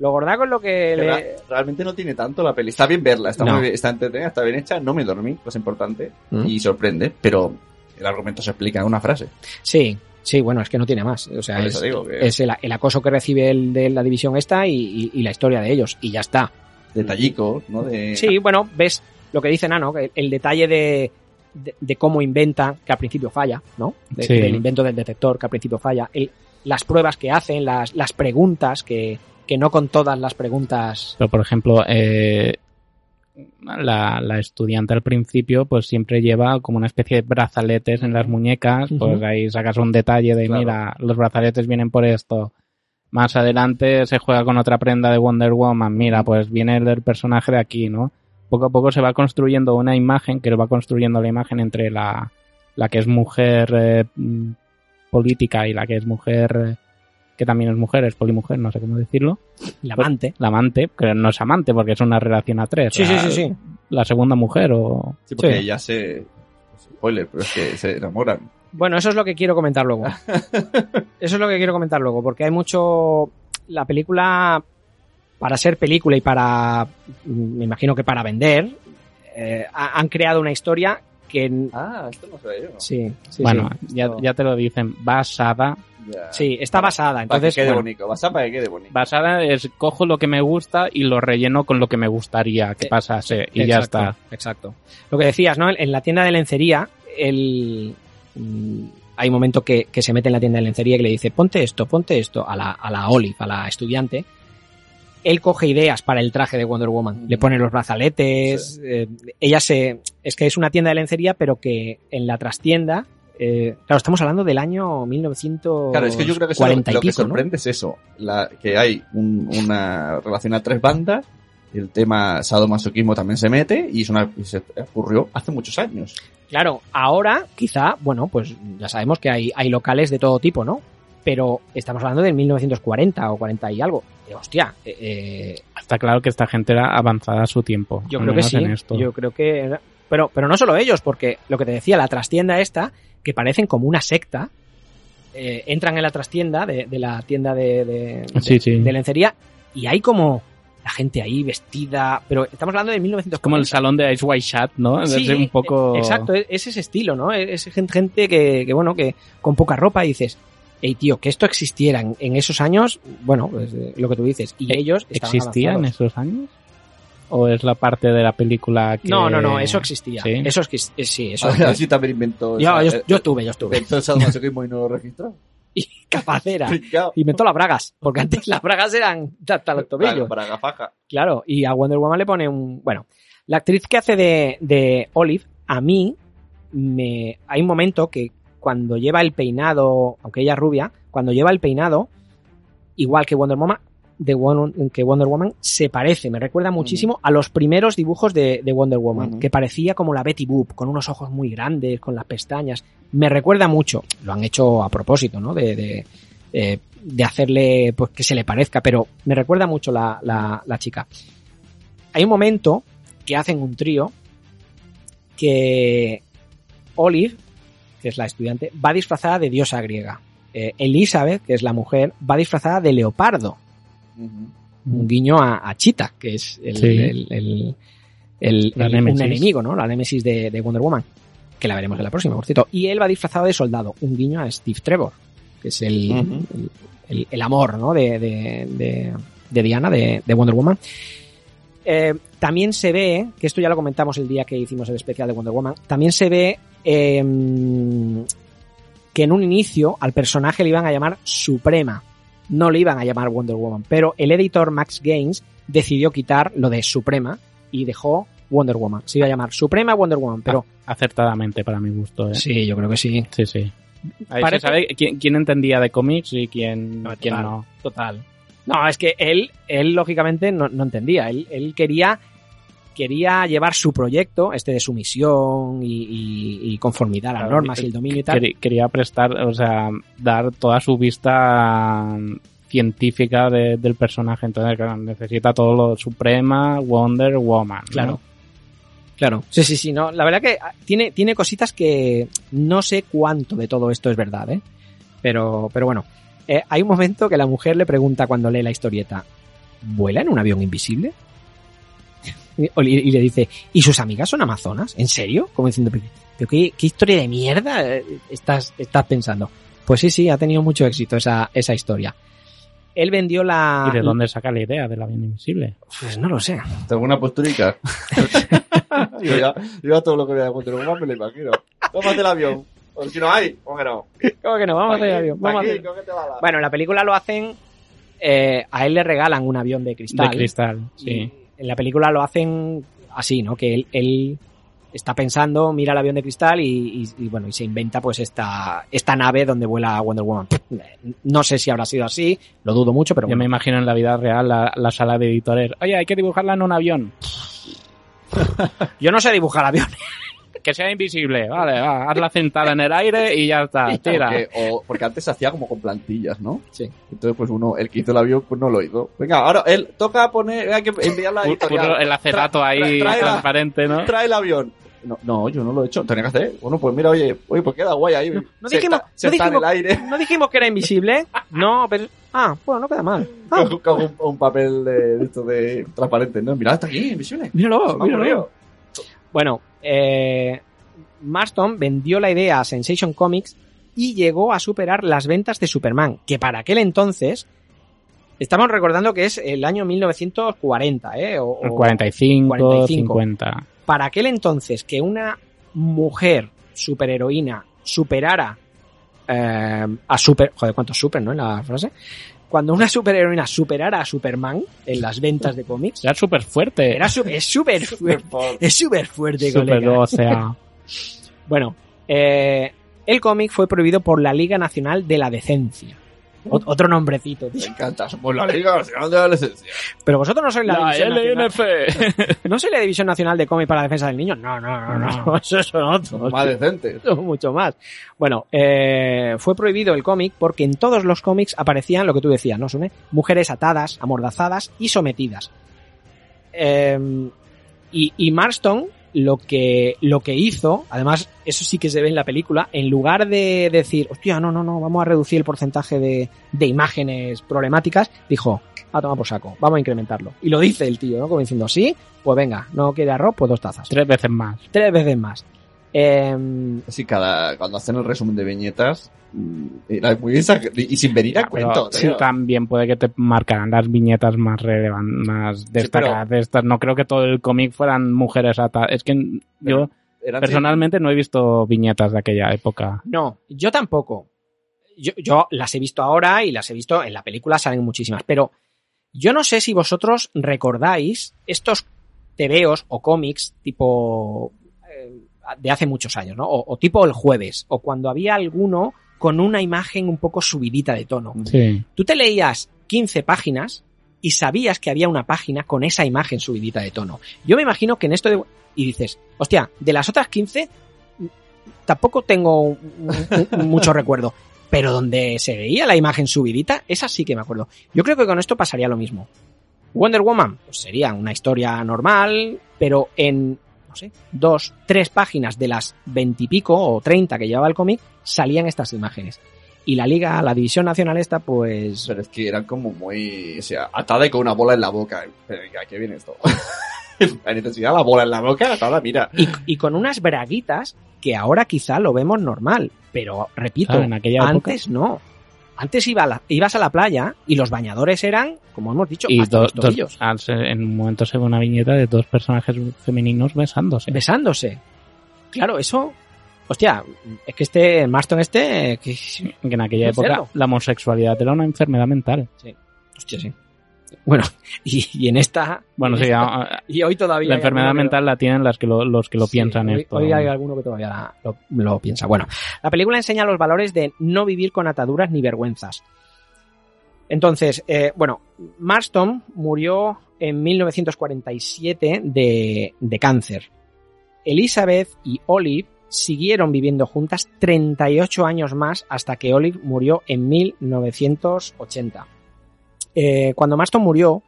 Speaker 3: Lo gordaco es lo que
Speaker 5: Pero
Speaker 3: le.
Speaker 5: ra- Realmente no tiene tanto la peli. Está bien verla, está,
Speaker 3: No.
Speaker 5: muy bien- está entretenida, está bien hecha. No me dormí, lo es importante.
Speaker 3: Mm.
Speaker 5: Y sorprende, pero el argumento se explica en una frase.
Speaker 3: Sí, sí, bueno, es que no tiene más. O sea,
Speaker 5: Por
Speaker 3: es,
Speaker 5: eso digo que-
Speaker 3: es el, el acoso que recibe el de la división esta y, y- y la historia de ellos. Y ya está.
Speaker 5: Detallicos, ¿no? De...
Speaker 3: Sí, bueno, ves lo que dice Nano, que el, el detalle de, de, de cómo inventa, que al principio falla, ¿no? De-
Speaker 4: Sí.
Speaker 3: Del invento del detector, que al principio falla. el- las pruebas que hacen, las, las preguntas, que, que no con todas las preguntas.
Speaker 4: Pero, por ejemplo, eh, la, la estudiante al principio, pues siempre lleva como una especie de brazaletes en las muñecas.
Speaker 3: Ujú.
Speaker 4: Pues ahí sacas un detalle de,
Speaker 5: Claro.
Speaker 4: mira, los brazaletes vienen por esto. Más adelante se juega con otra prenda de Wonder Woman. Mira, pues viene el del personaje de aquí, ¿no? Poco a poco se va construyendo una imagen, que va construyendo la imagen entre la, la que es mujer eh, mm, política y la que es mujer, eh, que también es mujer, es polimujer, no sé cómo decirlo
Speaker 3: El amante.
Speaker 4: la amante, que no es amante porque es una relación a tres.
Speaker 3: Pues Sí, sí, sí,
Speaker 4: la,
Speaker 3: sí.
Speaker 4: La segunda mujer o...
Speaker 5: Sí, porque
Speaker 4: Sí.
Speaker 5: ya se. Spoiler, pero es que se enamoran.
Speaker 3: Bueno, eso es lo que quiero comentar luego. Eso es lo que quiero comentar luego, porque hay mucho. La película, para ser película y para. Me imagino que para vender, eh, ha- han creado una historia que.
Speaker 5: Ah, esto no se yo.
Speaker 3: Sí, sí.
Speaker 4: bueno, ya,
Speaker 5: Esto-
Speaker 4: ya te lo dicen, basada.
Speaker 5: Ya.
Speaker 3: sí. Sí, está basada.
Speaker 5: Para que
Speaker 3: Entonces,
Speaker 5: quede
Speaker 3: bueno,
Speaker 5: bonito. Vas a para que quede bonito.
Speaker 4: Basada es cojo lo que me gusta y lo relleno con lo que me gustaría que
Speaker 3: Eh,
Speaker 4: pasase y ya
Speaker 3: exacto,
Speaker 4: está.
Speaker 3: Exacto. Lo que decías, ¿no? En la tienda de lencería, el, mm, hay un momento que, que se mete en la tienda de lencería y le dice, ponte esto, ponte esto a la, a la Olive, a la estudiante. Él coge ideas para el traje de Wonder Woman. Le pone los brazaletes. eh, ella se. Es que es una tienda de lencería, pero que en la trastienda. eh, claro, estamos hablando del año 1940
Speaker 5: Claro, es que yo creo que eso lo, lo
Speaker 3: y
Speaker 5: que
Speaker 3: pico, ¿no?
Speaker 5: sorprende es eso, la, que hay un- una relación a tres bandas, el tema sadomasoquismo también se mete y, es una, y se ocurrió hace muchos años.
Speaker 3: Claro, ahora quizá, bueno, pues ya sabemos que hay, hay locales de todo tipo, ¿no? Pero estamos hablando de 1940 o 40 y algo. Eh, hostia, eh, eh,
Speaker 4: Está claro que esta gente era avanzada a su tiempo.
Speaker 3: yo
Speaker 4: al
Speaker 3: creo que
Speaker 4: menos
Speaker 3: sí.
Speaker 4: en esto.
Speaker 3: Yo creo que... era- Pero, pero no solo ellos, porque lo que te decía, la trastienda esta, que parecen como una secta, eh, entran en la trastienda de, de la tienda de, de- de-
Speaker 4: Ah, Sí, sí.
Speaker 3: de lencería y hay como la gente ahí vestida, pero estamos hablando de 1940.
Speaker 4: Como el salón de Ice White Chat, ¿no?
Speaker 3: Sí,
Speaker 4: es un poco...
Speaker 3: eh, Exacto, es, es ese estilo, ¿no? E-, Es gen- gente que, que, bueno, que con poca ropa dices, hey tío, que esto existiera en, en esos años, bueno, pues, eh, lo que tú dices, y
Speaker 4: Eh,
Speaker 3: ellos estaban
Speaker 4: ¿Existía en
Speaker 3: avanzados.
Speaker 4: esos años? ¿O es la parte de la película que...
Speaker 3: No, no, no, eso existía.
Speaker 4: Sí. Ah,
Speaker 3: Eso es que eh, sí, eso.
Speaker 5: Así también inventó
Speaker 3: yo,
Speaker 5: esa-
Speaker 3: yo,
Speaker 5: eh,
Speaker 3: yo estuve, yo estuve.
Speaker 5: inventó el sadomasoquismo y no lo registró.
Speaker 3: Y capacera.
Speaker 5: Pringao.
Speaker 3: Inventó las bragas, porque antes las bragas eran hasta los tobillos.
Speaker 5: Para, para gafaja.
Speaker 3: Claro, y a Wonder Woman le pone un. Bueno, la actriz que hace de, de Olive, a mí, me, hay un momento que cuando lleva el peinado, aunque ella es rubia, cuando lleva el peinado, igual que Wonder Woman, de Won- que Wonder Woman, se parece, me recuerda muchísimo a los primeros dibujos de, de Wonder Woman,
Speaker 5: Ujú.
Speaker 3: que parecía como la Betty Boop, con unos ojos muy grandes, con las pestañas. Me recuerda mucho, lo han hecho a propósito, ¿no? De, de, eh, de hacerle pues, que se le parezca, pero me recuerda mucho la, la- la chica. Hay un momento que hacen un trío que Olive, que es la estudiante, va disfrazada de diosa griega. Eh, Elizabeth, que es la mujer, va disfrazada de leopardo. Un guiño a, a Cheetah, que es el,
Speaker 4: Sí.
Speaker 3: el- el- el-
Speaker 4: La
Speaker 3: el-
Speaker 4: némesis.
Speaker 3: un enemigo, ¿no? La némesis de, de Wonder Woman, que la veremos en la próxima, por cierto. Y él va disfrazado de soldado. Un guiño a Steve Trevor, que es el, el- el- el amor, ¿no? De, de- de- de Diana, de, de Wonder Woman. Eh, también se ve, que esto ya lo comentamos el día que hicimos el especial de Wonder Woman, también se ve eh, que en un inicio al personaje le iban a llamar Suprema, no le iban a llamar Wonder Woman, pero el editor Max Gaines decidió quitar lo de Suprema y dejó Wonder Woman. Se iba a llamar Suprema Wonder Woman, pero
Speaker 4: Acertadamente para mi gusto, ¿eh?
Speaker 3: Ah, sí, yo creo que sí.
Speaker 4: Sí, sí. Ahí
Speaker 3: Parece-
Speaker 4: se sabe quién, quién entendía de cómics y quién
Speaker 3: No,
Speaker 4: no.
Speaker 3: total.
Speaker 4: Quién no. Total.
Speaker 3: No, es que él, él lógicamente no, no entendía. Él, él quería, quería llevar su proyecto, este de sumisión y, y- y conformidad a las
Speaker 4: Claro,
Speaker 3: normas y el dominio y tal.
Speaker 4: Queri- Quería prestar, o sea, dar toda su vista mm, científica de- del personaje. Entonces, claro, necesita todo lo Suprema, Wonder Woman. ¿no?
Speaker 3: Claro. Claro. Sí, sí, sí. No, la verdad que ah, tiene, tiene cositas que no sé cuánto de todo esto es verdad, ¿eh? Pero, pero bueno. Eh, hay un momento que la mujer le pregunta cuando lee la historieta: ¿vuela en un avión invisible? Y, y le dice: ¿Y sus amigas son amazonas? ¿En serio? Como diciendo: "Pero- ¿Pero qué, qué historia de mierda eh, estás, estás pensando? Pues sí, sí, ha tenido mucho éxito esa, esa historia. Él vendió la.
Speaker 4: ¿Y de dónde saca la idea del avión invisible?
Speaker 3: Pues no lo sé.
Speaker 5: ¿Tengo una posturica? yo, ya, yo ya todo lo que vea de Wonder Woman me lo imagino. Tómate el avión. O si no hay, cógelo.
Speaker 3: ¿Cómo que no? Vamos a hacer el avión. Vamos a
Speaker 5: Aquí,
Speaker 3: hacer.
Speaker 5: cógete la ala.
Speaker 3: Bueno, en la película lo hacen. eh, a él le regalan un avión de cristal.
Speaker 4: De cristal, sí.
Speaker 3: Y En la película lo hacen así, ¿no? Que él, él está pensando, mira el avión de cristal y, y- y, bueno, y se inventa pues esta, esta nave donde vuela Wonder Woman. No sé si habrá sido así, lo dudo mucho, pero
Speaker 4: Yo me
Speaker 3: bueno.
Speaker 4: imagino en la vida real la, la sala de editores. Oye, hay que dibujarla en un avión.
Speaker 3: yo no sé dibujar aviones.
Speaker 4: Que sea invisible. Vale, va, hazla sentada en el aire y ya está. Tira.
Speaker 5: Porque, o- porque antes se hacía como con plantillas, ¿no?
Speaker 3: Sí.
Speaker 5: Entonces, pues uno, el que hizo el avión, pues no lo hizo. Venga, ahora él toca poner, hay que enviarla a la
Speaker 4: Pu- puso
Speaker 5: editorial.
Speaker 4: el acetato ahí
Speaker 5: Ah, tra- trae la-
Speaker 4: transparente, ¿no?
Speaker 5: Trae el avión. No, no, yo no lo he hecho. Tenía que hacer. Bueno, pues mira, oye, oye, pues queda guay ahí.
Speaker 3: no
Speaker 5: Se
Speaker 3: dijimos-
Speaker 5: está- se
Speaker 3: no
Speaker 5: está en el
Speaker 3: dijimos-
Speaker 5: aire.
Speaker 3: No dijimos que era invisible. No, pero. Ah, bueno, no queda mal. Ah,
Speaker 5: Cojo- cojo un, un papel de, de esto de transparente, ¿no? Mira, está aquí, invisible.
Speaker 4: Oh,
Speaker 3: míralo,
Speaker 5: Vamos,
Speaker 3: míralo.
Speaker 5: río.
Speaker 3: Bueno, eh, Marston vendió la idea a Sensation Comics y llegó a superar las ventas de Superman, que para aquel entonces, estamos recordando que es el año 1940, ¿eh? O, o-
Speaker 4: 45,
Speaker 3: 45.
Speaker 4: 50.
Speaker 3: Para aquel entonces que una mujer superheroína superara eh, a super. Joder, ¿cuántos super, no? En la frase. Cuando una superheroína superara a Superman en las ventas de cómics,
Speaker 4: Era súper fuerte.
Speaker 3: era su- es súper fuerte. Es súper fuerte,
Speaker 4: súper,
Speaker 3: colega.
Speaker 4: o sea,
Speaker 3: Bueno, eh, el cómic fue prohibido por la Liga Nacional de la Decencia. Ot- otro nombrecito, tío.
Speaker 5: Me encanta, somos la Liga Nacional de la Adolescencia.
Speaker 3: Pero vosotros no sois la,
Speaker 4: la
Speaker 3: División Nacional-
Speaker 4: LNF.
Speaker 3: ¿No soy la División Nacional de Cómic para la Defensa del Niño? No, no, no, no. Eso son otros.
Speaker 5: Más decentes.
Speaker 3: Eso es Mucho más. Bueno, eh, fue prohibido el cómic porque en todos los cómics aparecían lo que tú decías, ¿no, Sune? Mujeres atadas, amordazadas y sometidas. Eh, y, y Marston lo que, lo que hizo, además, eso sí que se ve en la película, en lugar de decir, hostia, no, no, no, vamos a reducir el porcentaje de, de imágenes problemáticas, dijo, a tomar por saco, vamos a incrementarlo. Y lo dice el tío, ¿no? Como diciendo, sí, pues venga, no quiere arroz, pues dos tazas.
Speaker 4: Tres veces más.
Speaker 3: Tres veces más. Eh,
Speaker 5: Así cada, cuando hacen el resumen de viñetas, mm, era muy exager- y sin venir a
Speaker 4: Ah, Pero
Speaker 5: cuento.
Speaker 4: sí,
Speaker 5: tío.
Speaker 4: también puede que te marcarán las viñetas más relevantes, más destacadas de estas. No creo que todo el cómic fueran mujeres atadas. Es que yo
Speaker 5: Eran
Speaker 4: personalmente no he visto viñetas de aquella época.
Speaker 3: No, yo tampoco. Yo, yo las he visto ahora y las he visto en la película, salen muchísimas. Pero yo no sé si vosotros recordáis estos tebeos o cómics tipo eh, de hace muchos años, ¿no? O, o tipo el jueves, o cuando había alguno con una imagen un poco subidita de tono.
Speaker 4: Sí.
Speaker 3: Tú te leías 15 páginas y sabías que había una página con esa imagen subidita de tono. Yo me imagino que en esto de... Y dices, hostia, de las otras 15 mm, tampoco tengo un- un- mucho recuerdo. Pero donde se veía la imagen subidita, esa sí que me acuerdo. Yo creo que con esto pasaría lo mismo. Wonder Woman pues sería una historia normal, pero en, no sé, dos, tres páginas de las veintipico o treinta que llevaba el cómic, salían estas imágenes. Y la liga, la división nacional esta, pues
Speaker 5: Pero es que eran como muy. O sea, atada y con una bola en la boca. Pero, ¿A qué viene esto? la necesidad de la bola en la boca, atada, mira.
Speaker 3: y, y con unas braguitas que ahora quizá lo vemos normal, pero repito,
Speaker 4: Claro, en aquella época.
Speaker 3: antes no. Antes iba a la- ibas a la playa y los bañadores eran, como hemos dicho,
Speaker 4: Y
Speaker 3: hasta
Speaker 4: do-
Speaker 3: los
Speaker 4: dos-
Speaker 3: tobillos,
Speaker 4: al ser- en un momento se ve una viñeta de dos personajes femeninos besándose.
Speaker 3: besándose. Claro, eso, hostia, es que este Marston este, eh, que, hostia,
Speaker 4: que en aquella
Speaker 3: Un
Speaker 4: época
Speaker 3: cerdo.
Speaker 4: la homosexualidad era una enfermedad mental.
Speaker 3: sí. Bueno, y, y en esta,
Speaker 4: Bueno,
Speaker 3: en
Speaker 4: sí,
Speaker 3: esta-
Speaker 4: a-
Speaker 3: y hoy todavía
Speaker 4: la
Speaker 3: hay
Speaker 4: enfermedad
Speaker 3: alguno que-
Speaker 4: mental la tienen las que lo- los que lo piensan
Speaker 3: Sí, hoy,
Speaker 4: esto.
Speaker 3: hoy hay alguno que todavía la- lo, lo piensa. Bueno, la película enseña los valores de no vivir con ataduras ni vergüenzas. Entonces, eh, bueno, Marston murió en 1947 de, de cáncer. Elizabeth y Olive siguieron viviendo juntas 38 años más hasta que Olive murió en 1980. Eh, cuando Marston murió,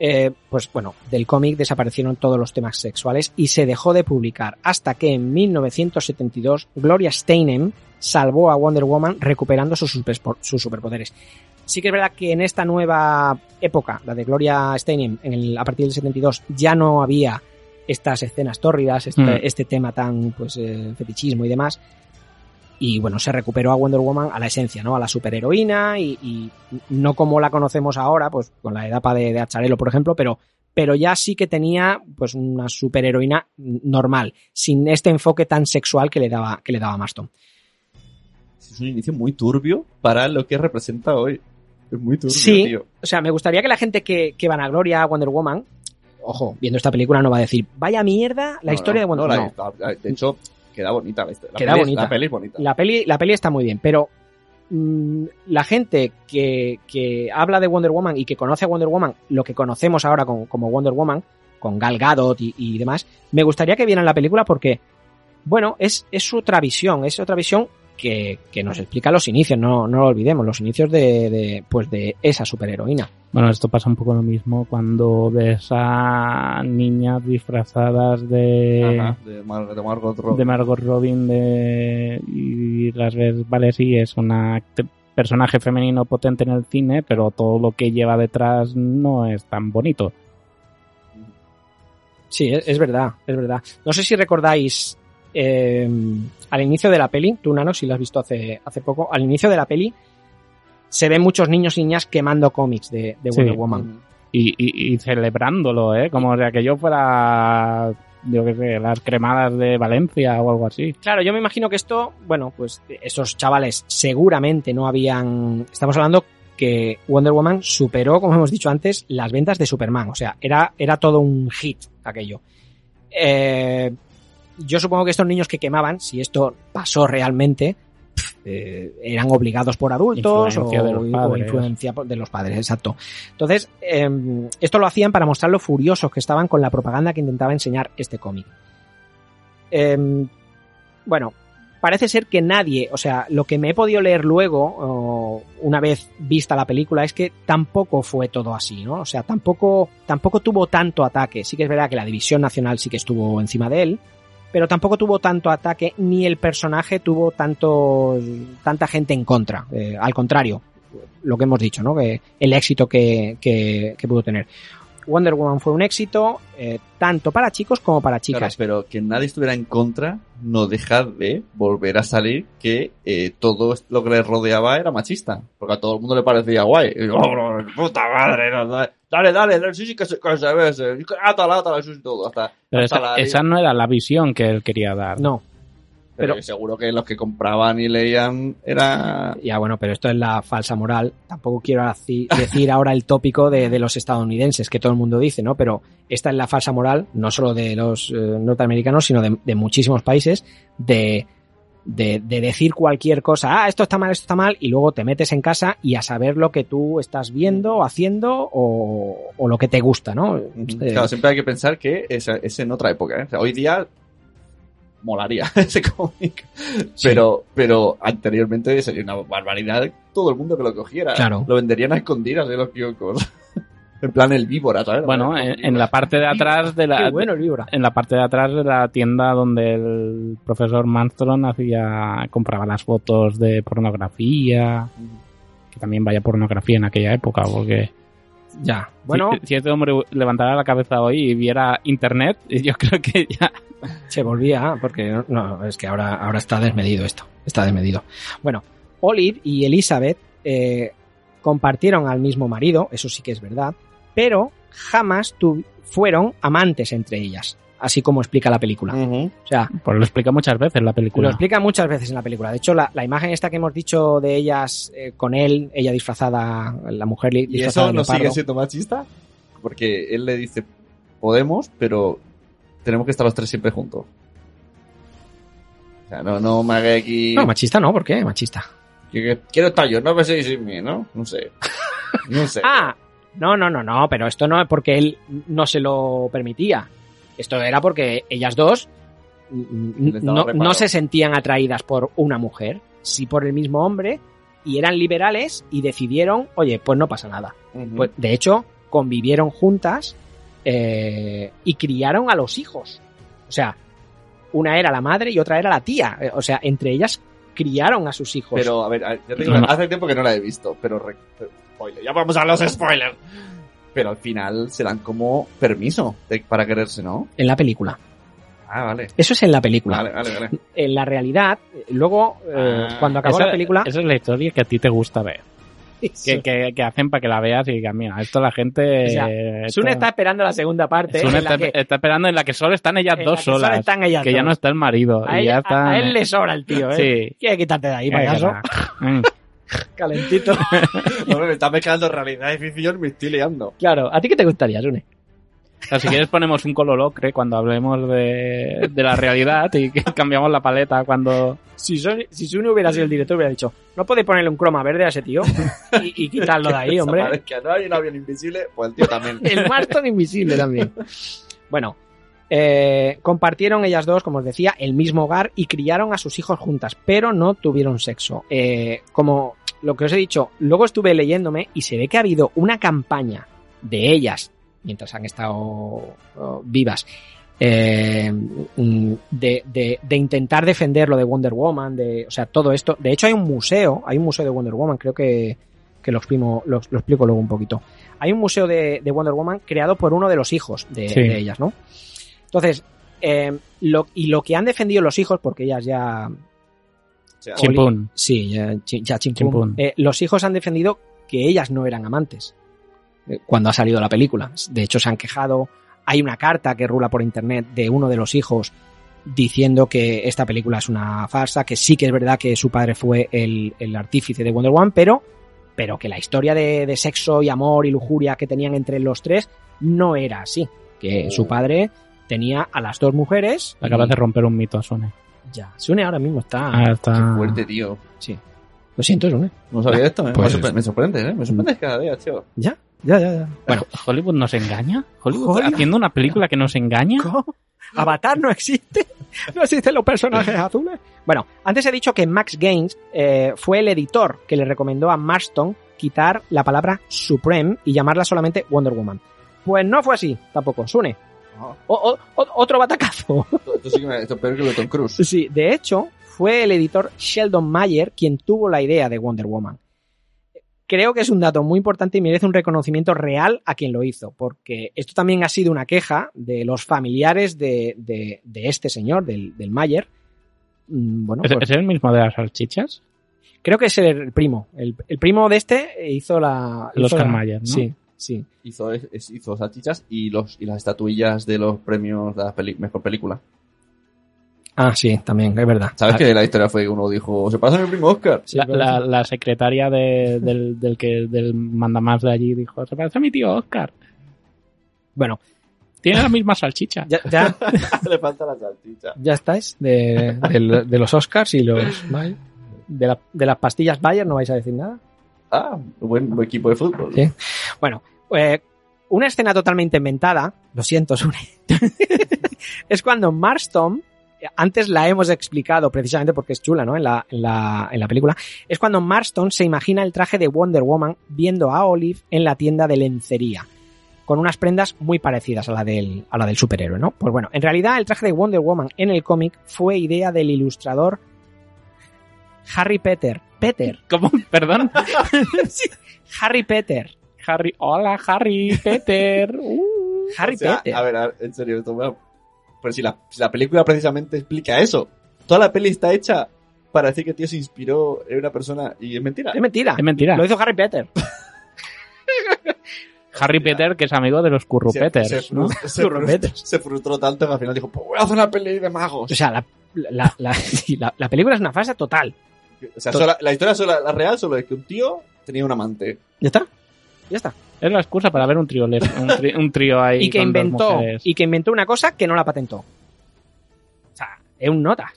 Speaker 3: eh, pues bueno, del cómic desaparecieron todos los temas sexuales y se dejó de publicar hasta que en 1972 Gloria Steinem salvó a Wonder Woman recuperando sus, superpo- sus superpoderes. Sí que es verdad que en esta nueva época, la de Gloria Steinem, en el- a partir del 72, ya no había estas escenas tórridas, este,
Speaker 4: Mm.
Speaker 3: este tema tan pues eh, fetichismo y demás. Y bueno, se recuperó a Wonder Woman a la esencia, ¿no? A la superheroína y, y no como la conocemos ahora, pues con la etapa de, de Acharelo, por ejemplo, pero, pero ya sí que tenía pues una superheroína normal, sin este enfoque tan sexual que le daba, que le daba Marston.
Speaker 5: Es un inicio muy turbio para lo que representa hoy. Es muy turbio,
Speaker 3: Sí.
Speaker 5: tío.
Speaker 3: O sea, me gustaría que la gente que, que van a Gloria a Wonder Woman, ojo, viendo esta película no va a decir, vaya mierda la
Speaker 5: No, no,
Speaker 3: historia de Wonder
Speaker 5: no,
Speaker 3: Woman.
Speaker 5: la- la- de hecho, queda bonita la historia. La
Speaker 3: Queda
Speaker 5: peli es-
Speaker 3: bonita.
Speaker 5: La peli es bonita.
Speaker 3: la peli, la peli está muy bien, pero mm, la gente que, que habla de Wonder Woman y que conoce a Wonder Woman, lo que conocemos ahora con- como Wonder Woman, con Gal Gadot y, y demás, me gustaría que vieran la película porque, bueno, es, es otra visión, es otra visión que, que nos explica los inicios, no, no lo olvidemos, los inicios de, de, pues de esa superheroína.
Speaker 4: Bueno, esto pasa un poco lo mismo cuando ves a niñas disfrazadas de,
Speaker 5: Ajá, de, Mar- de Margot Robbie.
Speaker 4: de Margot Robin de, y las ves, vale, sí, es una act- personaje femenino potente en el cine, pero todo lo que lleva detrás no es tan bonito.
Speaker 3: Sí, es, es verdad, es verdad. No sé si recordáis eh, al inicio de la peli, tú Nano, si lo has visto hace, hace poco, al inicio de la peli se ven muchos niños y niñas quemando cómics de, de Wonder
Speaker 5: Mm,
Speaker 4: Sí.
Speaker 3: Woman.
Speaker 4: Y, y- y celebrándolo, ¿eh? Como si aquello fuera yo qué sé, las cremadas de Valencia o algo así.
Speaker 3: Claro, yo me imagino que esto, bueno, pues esos chavales seguramente no habían. Estamos hablando que Wonder Woman superó, como hemos dicho antes, las ventas de Superman. O sea, era, era todo un hit aquello. Eh, yo supongo que estos niños que quemaban, si esto pasó realmente, eh, eran obligados por adultos
Speaker 4: Influencia
Speaker 3: o,
Speaker 4: de los
Speaker 3: o
Speaker 4: padres.
Speaker 3: influencia por- de los padres, exacto. Entonces, eh, esto lo hacían para mostrar lo furiosos que estaban con la propaganda que intentaba enseñar este cómic. Eh, bueno, parece ser que nadie, o sea, lo que me he podido leer luego, o una vez vista la película, es que tampoco fue todo así, ¿no? O sea, tampoco, tampoco tuvo tanto ataque. Sí que es verdad que la División Nacional sí que estuvo encima de él, pero tampoco tuvo tanto ataque ni el personaje tuvo tanto, tanta gente en contra. Eh, al contrario, lo que hemos dicho, ¿no? Que el éxito que, que- que pudo tener. Wonder Woman fue un éxito, eh, tanto para chicos como para
Speaker 5: Claro,
Speaker 3: chicas.
Speaker 5: pero que nadie estuviera en contra no deja de volver a salir que eh, todo lo que le rodeaba era machista. Porque a todo el mundo le parecía guay. Y, "Oh, no, puta madre, no, dale, dale, dale, dale, sí, sí, que se, que se bese, átala, átala, sí, sí, todo, hasta,
Speaker 4: Pero
Speaker 5: hasta
Speaker 4: esa,
Speaker 5: la-
Speaker 4: esa no era la visión que él quería dar.
Speaker 3: No,
Speaker 5: Pero
Speaker 3: pero-
Speaker 5: seguro que los que compraban y leían era...
Speaker 3: Ya bueno, pero esto es la falsa moral. Tampoco quiero aci- decir ahora el tópico de, de los estadounidenses, que todo el mundo dice, ¿no? Pero esta es la falsa moral, no solo de los eh, norteamericanos, sino de, de muchísimos países, de, de, de decir cualquier cosa, ah, esto está mal, esto está mal, y luego te metes en casa y a saber lo que tú estás viendo, haciendo o, o lo que te gusta, ¿no? Eh,
Speaker 5: Claro, siempre hay que pensar que es, es en otra época. ¿eh? O sea, hoy día molaría ese cómic. Pero, pero anteriormente sería una barbaridad todo el mundo que lo cogiera.
Speaker 3: Claro.
Speaker 5: Lo venderían a escondidas de los kioscos. en plan el víbora, ¿sabes?
Speaker 4: Bueno, en, en la parte de atrás de la
Speaker 3: qué bueno el Vibra.
Speaker 4: en la parte de atrás de la tienda donde el profesor Manstron hacía compraba las fotos de pornografía, que también vaya pornografía en aquella época, porque
Speaker 3: Ya. Bueno,
Speaker 4: si, si este hombre levantara la cabeza hoy y viera internet, yo creo que ya
Speaker 3: se volvía, porque no, no, es que ahora, ahora está desmedido esto, está desmedido. Bueno, Olive y Elizabeth eh, compartieron al mismo marido, eso sí que es verdad, pero jamás tu- fueron amantes entre ellas, así como explica la película.
Speaker 5: Mm.
Speaker 3: O sea,
Speaker 4: pues lo explica muchas veces la
Speaker 3: lo
Speaker 4: película.
Speaker 3: explica muchas veces en la película. De hecho, la, la imagen esta que hemos dicho de ellas eh, con él, ella disfrazada, la mujer li-
Speaker 5: ¿Y
Speaker 3: disfrazada
Speaker 5: eso
Speaker 3: de
Speaker 5: no sigue
Speaker 3: leopardo.
Speaker 5: siendo machista? Porque él le dice, podemos, pero tenemos que estar los tres siempre juntos. O sea, no, no me haga aquí...
Speaker 3: No, machista no, ¿por qué? Machista.
Speaker 5: Yo que- quiero estar yo, no me sé sin mí, ¿no? No sé. No sé.
Speaker 3: Ah, no, no, no, no, pero esto no es porque él no se lo permitía. Esto era porque ellas dos mm,
Speaker 5: Les daba
Speaker 3: no,
Speaker 5: reparo.
Speaker 3: no se sentían atraídas por una mujer, sí por el mismo hombre, y eran liberales y decidieron, oye, pues no pasa nada.
Speaker 5: Ujú.
Speaker 3: Pues, de hecho, convivieron juntas eh, y criaron a los hijos. O sea, una era la madre y otra era la tía. Eh, O sea, entre ellas criaron a sus hijos.
Speaker 5: Pero, a ver, a- ya te digo,
Speaker 4: No, no.
Speaker 5: hace tiempo que pues. no la he visto, pero, re- pero- spoiler, ya vamos a los spoilers. Pero al final se dan como permiso de- para quererse, ¿no?
Speaker 3: en la película.
Speaker 5: Ah, vale.
Speaker 3: Eso es en la película.
Speaker 5: Vale, vale, vale.
Speaker 3: en la realidad, eh, luego, eh,
Speaker 5: Ah,
Speaker 3: cuando acabó
Speaker 4: Esa-
Speaker 3: la película,
Speaker 4: Esa es la historia que a ti te gusta ver. Que,
Speaker 3: Sune
Speaker 4: que- que hacen para que la veas y digas, mira, esto la gente...
Speaker 3: O sea,
Speaker 4: eh, esto-
Speaker 3: está esperando la segunda parte.
Speaker 4: Sune
Speaker 3: en la
Speaker 4: está,
Speaker 3: que-
Speaker 4: está esperando en la que solo están ellas
Speaker 3: en la
Speaker 4: dos
Speaker 3: que solo
Speaker 4: solas.
Speaker 3: están ellas
Speaker 4: que ya
Speaker 3: dos.
Speaker 4: no está el marido.
Speaker 3: a,
Speaker 4: y
Speaker 3: ella-
Speaker 4: ya
Speaker 3: a-
Speaker 4: está.
Speaker 3: a él le sobra el tío, ¿eh?
Speaker 4: Sí.
Speaker 3: Quiere quitarte de ahí, payaso.
Speaker 4: Mm.
Speaker 3: Calentito.
Speaker 5: Hombre, me está mezclando realidad y ficción, me estoy liando.
Speaker 3: claro, ¿a ti qué te gustaría, Sune?
Speaker 4: O sea, si quieres ponemos un cololocre cuando hablemos de, de la realidad y que cambiamos la paleta cuando...
Speaker 3: Si, Sune- si Sune hubiera sido el director, hubiera dicho: No podéis ponerle un croma verde a ese tío y, y quitarlo de ahí, hombre.
Speaker 5: Que no hay un avión invisible, pues el tío también.
Speaker 3: El Marston invisible también. Bueno, eh, compartieron ellas dos, como os decía, el mismo hogar y criaron a sus hijos juntas, pero no tuvieron sexo. Eh, como lo que os he dicho, luego estuve leyéndome y se ve que ha habido una campaña de ellas, mientras han estado oh, vivas, eh, mm, de, de- de intentar defender lo de Wonder Woman, de, o sea, todo esto. De hecho, hay un museo, hay un museo de Wonder Woman, creo que, que lo, exprimo- lo- lo explico luego un poquito. Hay un museo de, de Wonder Woman creado por uno de los hijos de,
Speaker 4: Sí.
Speaker 3: de ellas, ¿no? Entonces, eh, lo- y lo que han defendido los hijos, porque ellas ya
Speaker 5: O sea,
Speaker 3: Sí.
Speaker 4: Chimpún.
Speaker 3: Sí, ya, chi- ya chimpún.
Speaker 4: Chimpún.
Speaker 3: Eh, los hijos han defendido que ellas no eran amantes eh, cuando ha salido la película. De hecho, se han quejado, Hay una carta que rula por internet de uno de los hijos diciendo que esta película es una farsa, que sí que es verdad que su padre fue el, el artífice de Wonder Woman, pero, pero que la historia de, de sexo y amor y lujuria que tenían entre los tres no era así. Que su padre tenía a las dos mujeres.
Speaker 4: Acabas de romper un mito, Sune.
Speaker 3: Ya, Sune ahora mismo está.
Speaker 4: Ah, está...
Speaker 5: Qué fuerte, tío.
Speaker 3: Sí. Lo siento, Sune.
Speaker 5: No sabía esto, ¿eh?
Speaker 10: pues-
Speaker 5: me, sorpre- me sorprende, ¿eh? Me sorprende cada día, tío.
Speaker 3: Ya, ya, ya, ya.
Speaker 4: Bueno, Hollywood nos engaña. Hollywood,
Speaker 3: Hollywood.
Speaker 4: haciendo una película que nos engaña.
Speaker 3: ¿Cómo? Avatar no existe. No existen los personajes azules. Bueno, antes he dicho que Max Gaines eh, fue el editor que le recomendó a Marston quitar la palabra Supreme y llamarla solamente Wonder Woman. Pues no fue así, tampoco. Sune.
Speaker 5: Ah.
Speaker 3: O- o- o- otro batacazo.
Speaker 5: Esto, esto sí que me- esto es peor que lo de Tom Cruise.
Speaker 3: Sí, de hecho, fue el editor Sheldon Mayer quien tuvo la idea de Wonder Woman. Creo que es un dato muy importante y merece un reconocimiento real a quien lo hizo, porque esto también ha sido una queja de los familiares de, de- de este señor, del, del Mayer. Mm, Bueno,
Speaker 4: ¿Es,
Speaker 3: pues,
Speaker 4: es el mismo de las salchichas?
Speaker 3: creo que es el primo. El, el primo de este hizo la.
Speaker 4: El
Speaker 3: hizo
Speaker 4: Oscar
Speaker 3: la-
Speaker 4: Mayer, ¿no?
Speaker 3: Sí, sí.
Speaker 5: Hizo, es- es- hizo salchichas y, los, y las estatuillas de los premios de la peli- mejor película.
Speaker 3: Ah, sí, también, es verdad. Ah,
Speaker 5: ¿Sabes que la historia fue que uno dijo, se pasa mi primo Oscar?
Speaker 4: La, la- la secretaria de- del, del que del mandamás de allí dijo, se parece a mi tío Oscar.
Speaker 3: Bueno,
Speaker 4: Tiene la misma salchicha.
Speaker 3: ya, ya,
Speaker 5: Le falta la salchicha.
Speaker 3: ya estáis de, del- de los Oscars y los. ¿vale? De, la- de las pastillas Bayer no vais a decir nada.
Speaker 5: Ah, buen, buen equipo de fútbol.
Speaker 3: Sí. Bueno, eh, una escena totalmente inventada, lo siento, Sune, es cuando Marston, antes la hemos explicado precisamente porque es chula, ¿no? En la, en la, en la película, es cuando Marston se imagina el traje de Wonder Woman viendo a Olive en la tienda de lencería con unas prendas muy parecidas a la, del, a la del superhéroe, ¿no? Pues bueno, en realidad el traje de Wonder Woman en el cómic fue idea del ilustrador Harry Peter. Peter.
Speaker 4: ¿Cómo? Perdón.
Speaker 3: Harry Peter.
Speaker 4: Harry. Hola, Harry. Peter. Uh.
Speaker 3: Harry
Speaker 5: O sea,
Speaker 3: Peter.
Speaker 5: A ver, a ver, en serio, esto, bueno, pero si la, si la película precisamente explica eso, toda la peli está hecha para decir que tío se inspiró en una persona y es mentira.
Speaker 3: Es mentira.
Speaker 4: Es mentira.
Speaker 3: Lo hizo Harry Potter.
Speaker 4: Harry Peter, que es amigo de los
Speaker 5: Se-
Speaker 4: Currupeters.
Speaker 5: se,
Speaker 4: ¿no?
Speaker 5: frus- se frustró,
Speaker 3: Currupeters.
Speaker 5: se frustró tanto que al final dijo, pues voy a hacer una peli de magos.
Speaker 3: O sea, la, la, la- sí, la- la película es una farsa total.
Speaker 5: O sea, solo- la historia solo, la real solo es que un tío tenía un amante.
Speaker 3: ¿Ya está? Ya está.
Speaker 4: Es la excusa para ver un trío, les- un tri- un trío ahí.
Speaker 3: Y que
Speaker 4: con dos
Speaker 3: inventó,
Speaker 4: mujeres.
Speaker 3: y que inventó una cosa que no la patentó. O sea, es un nota.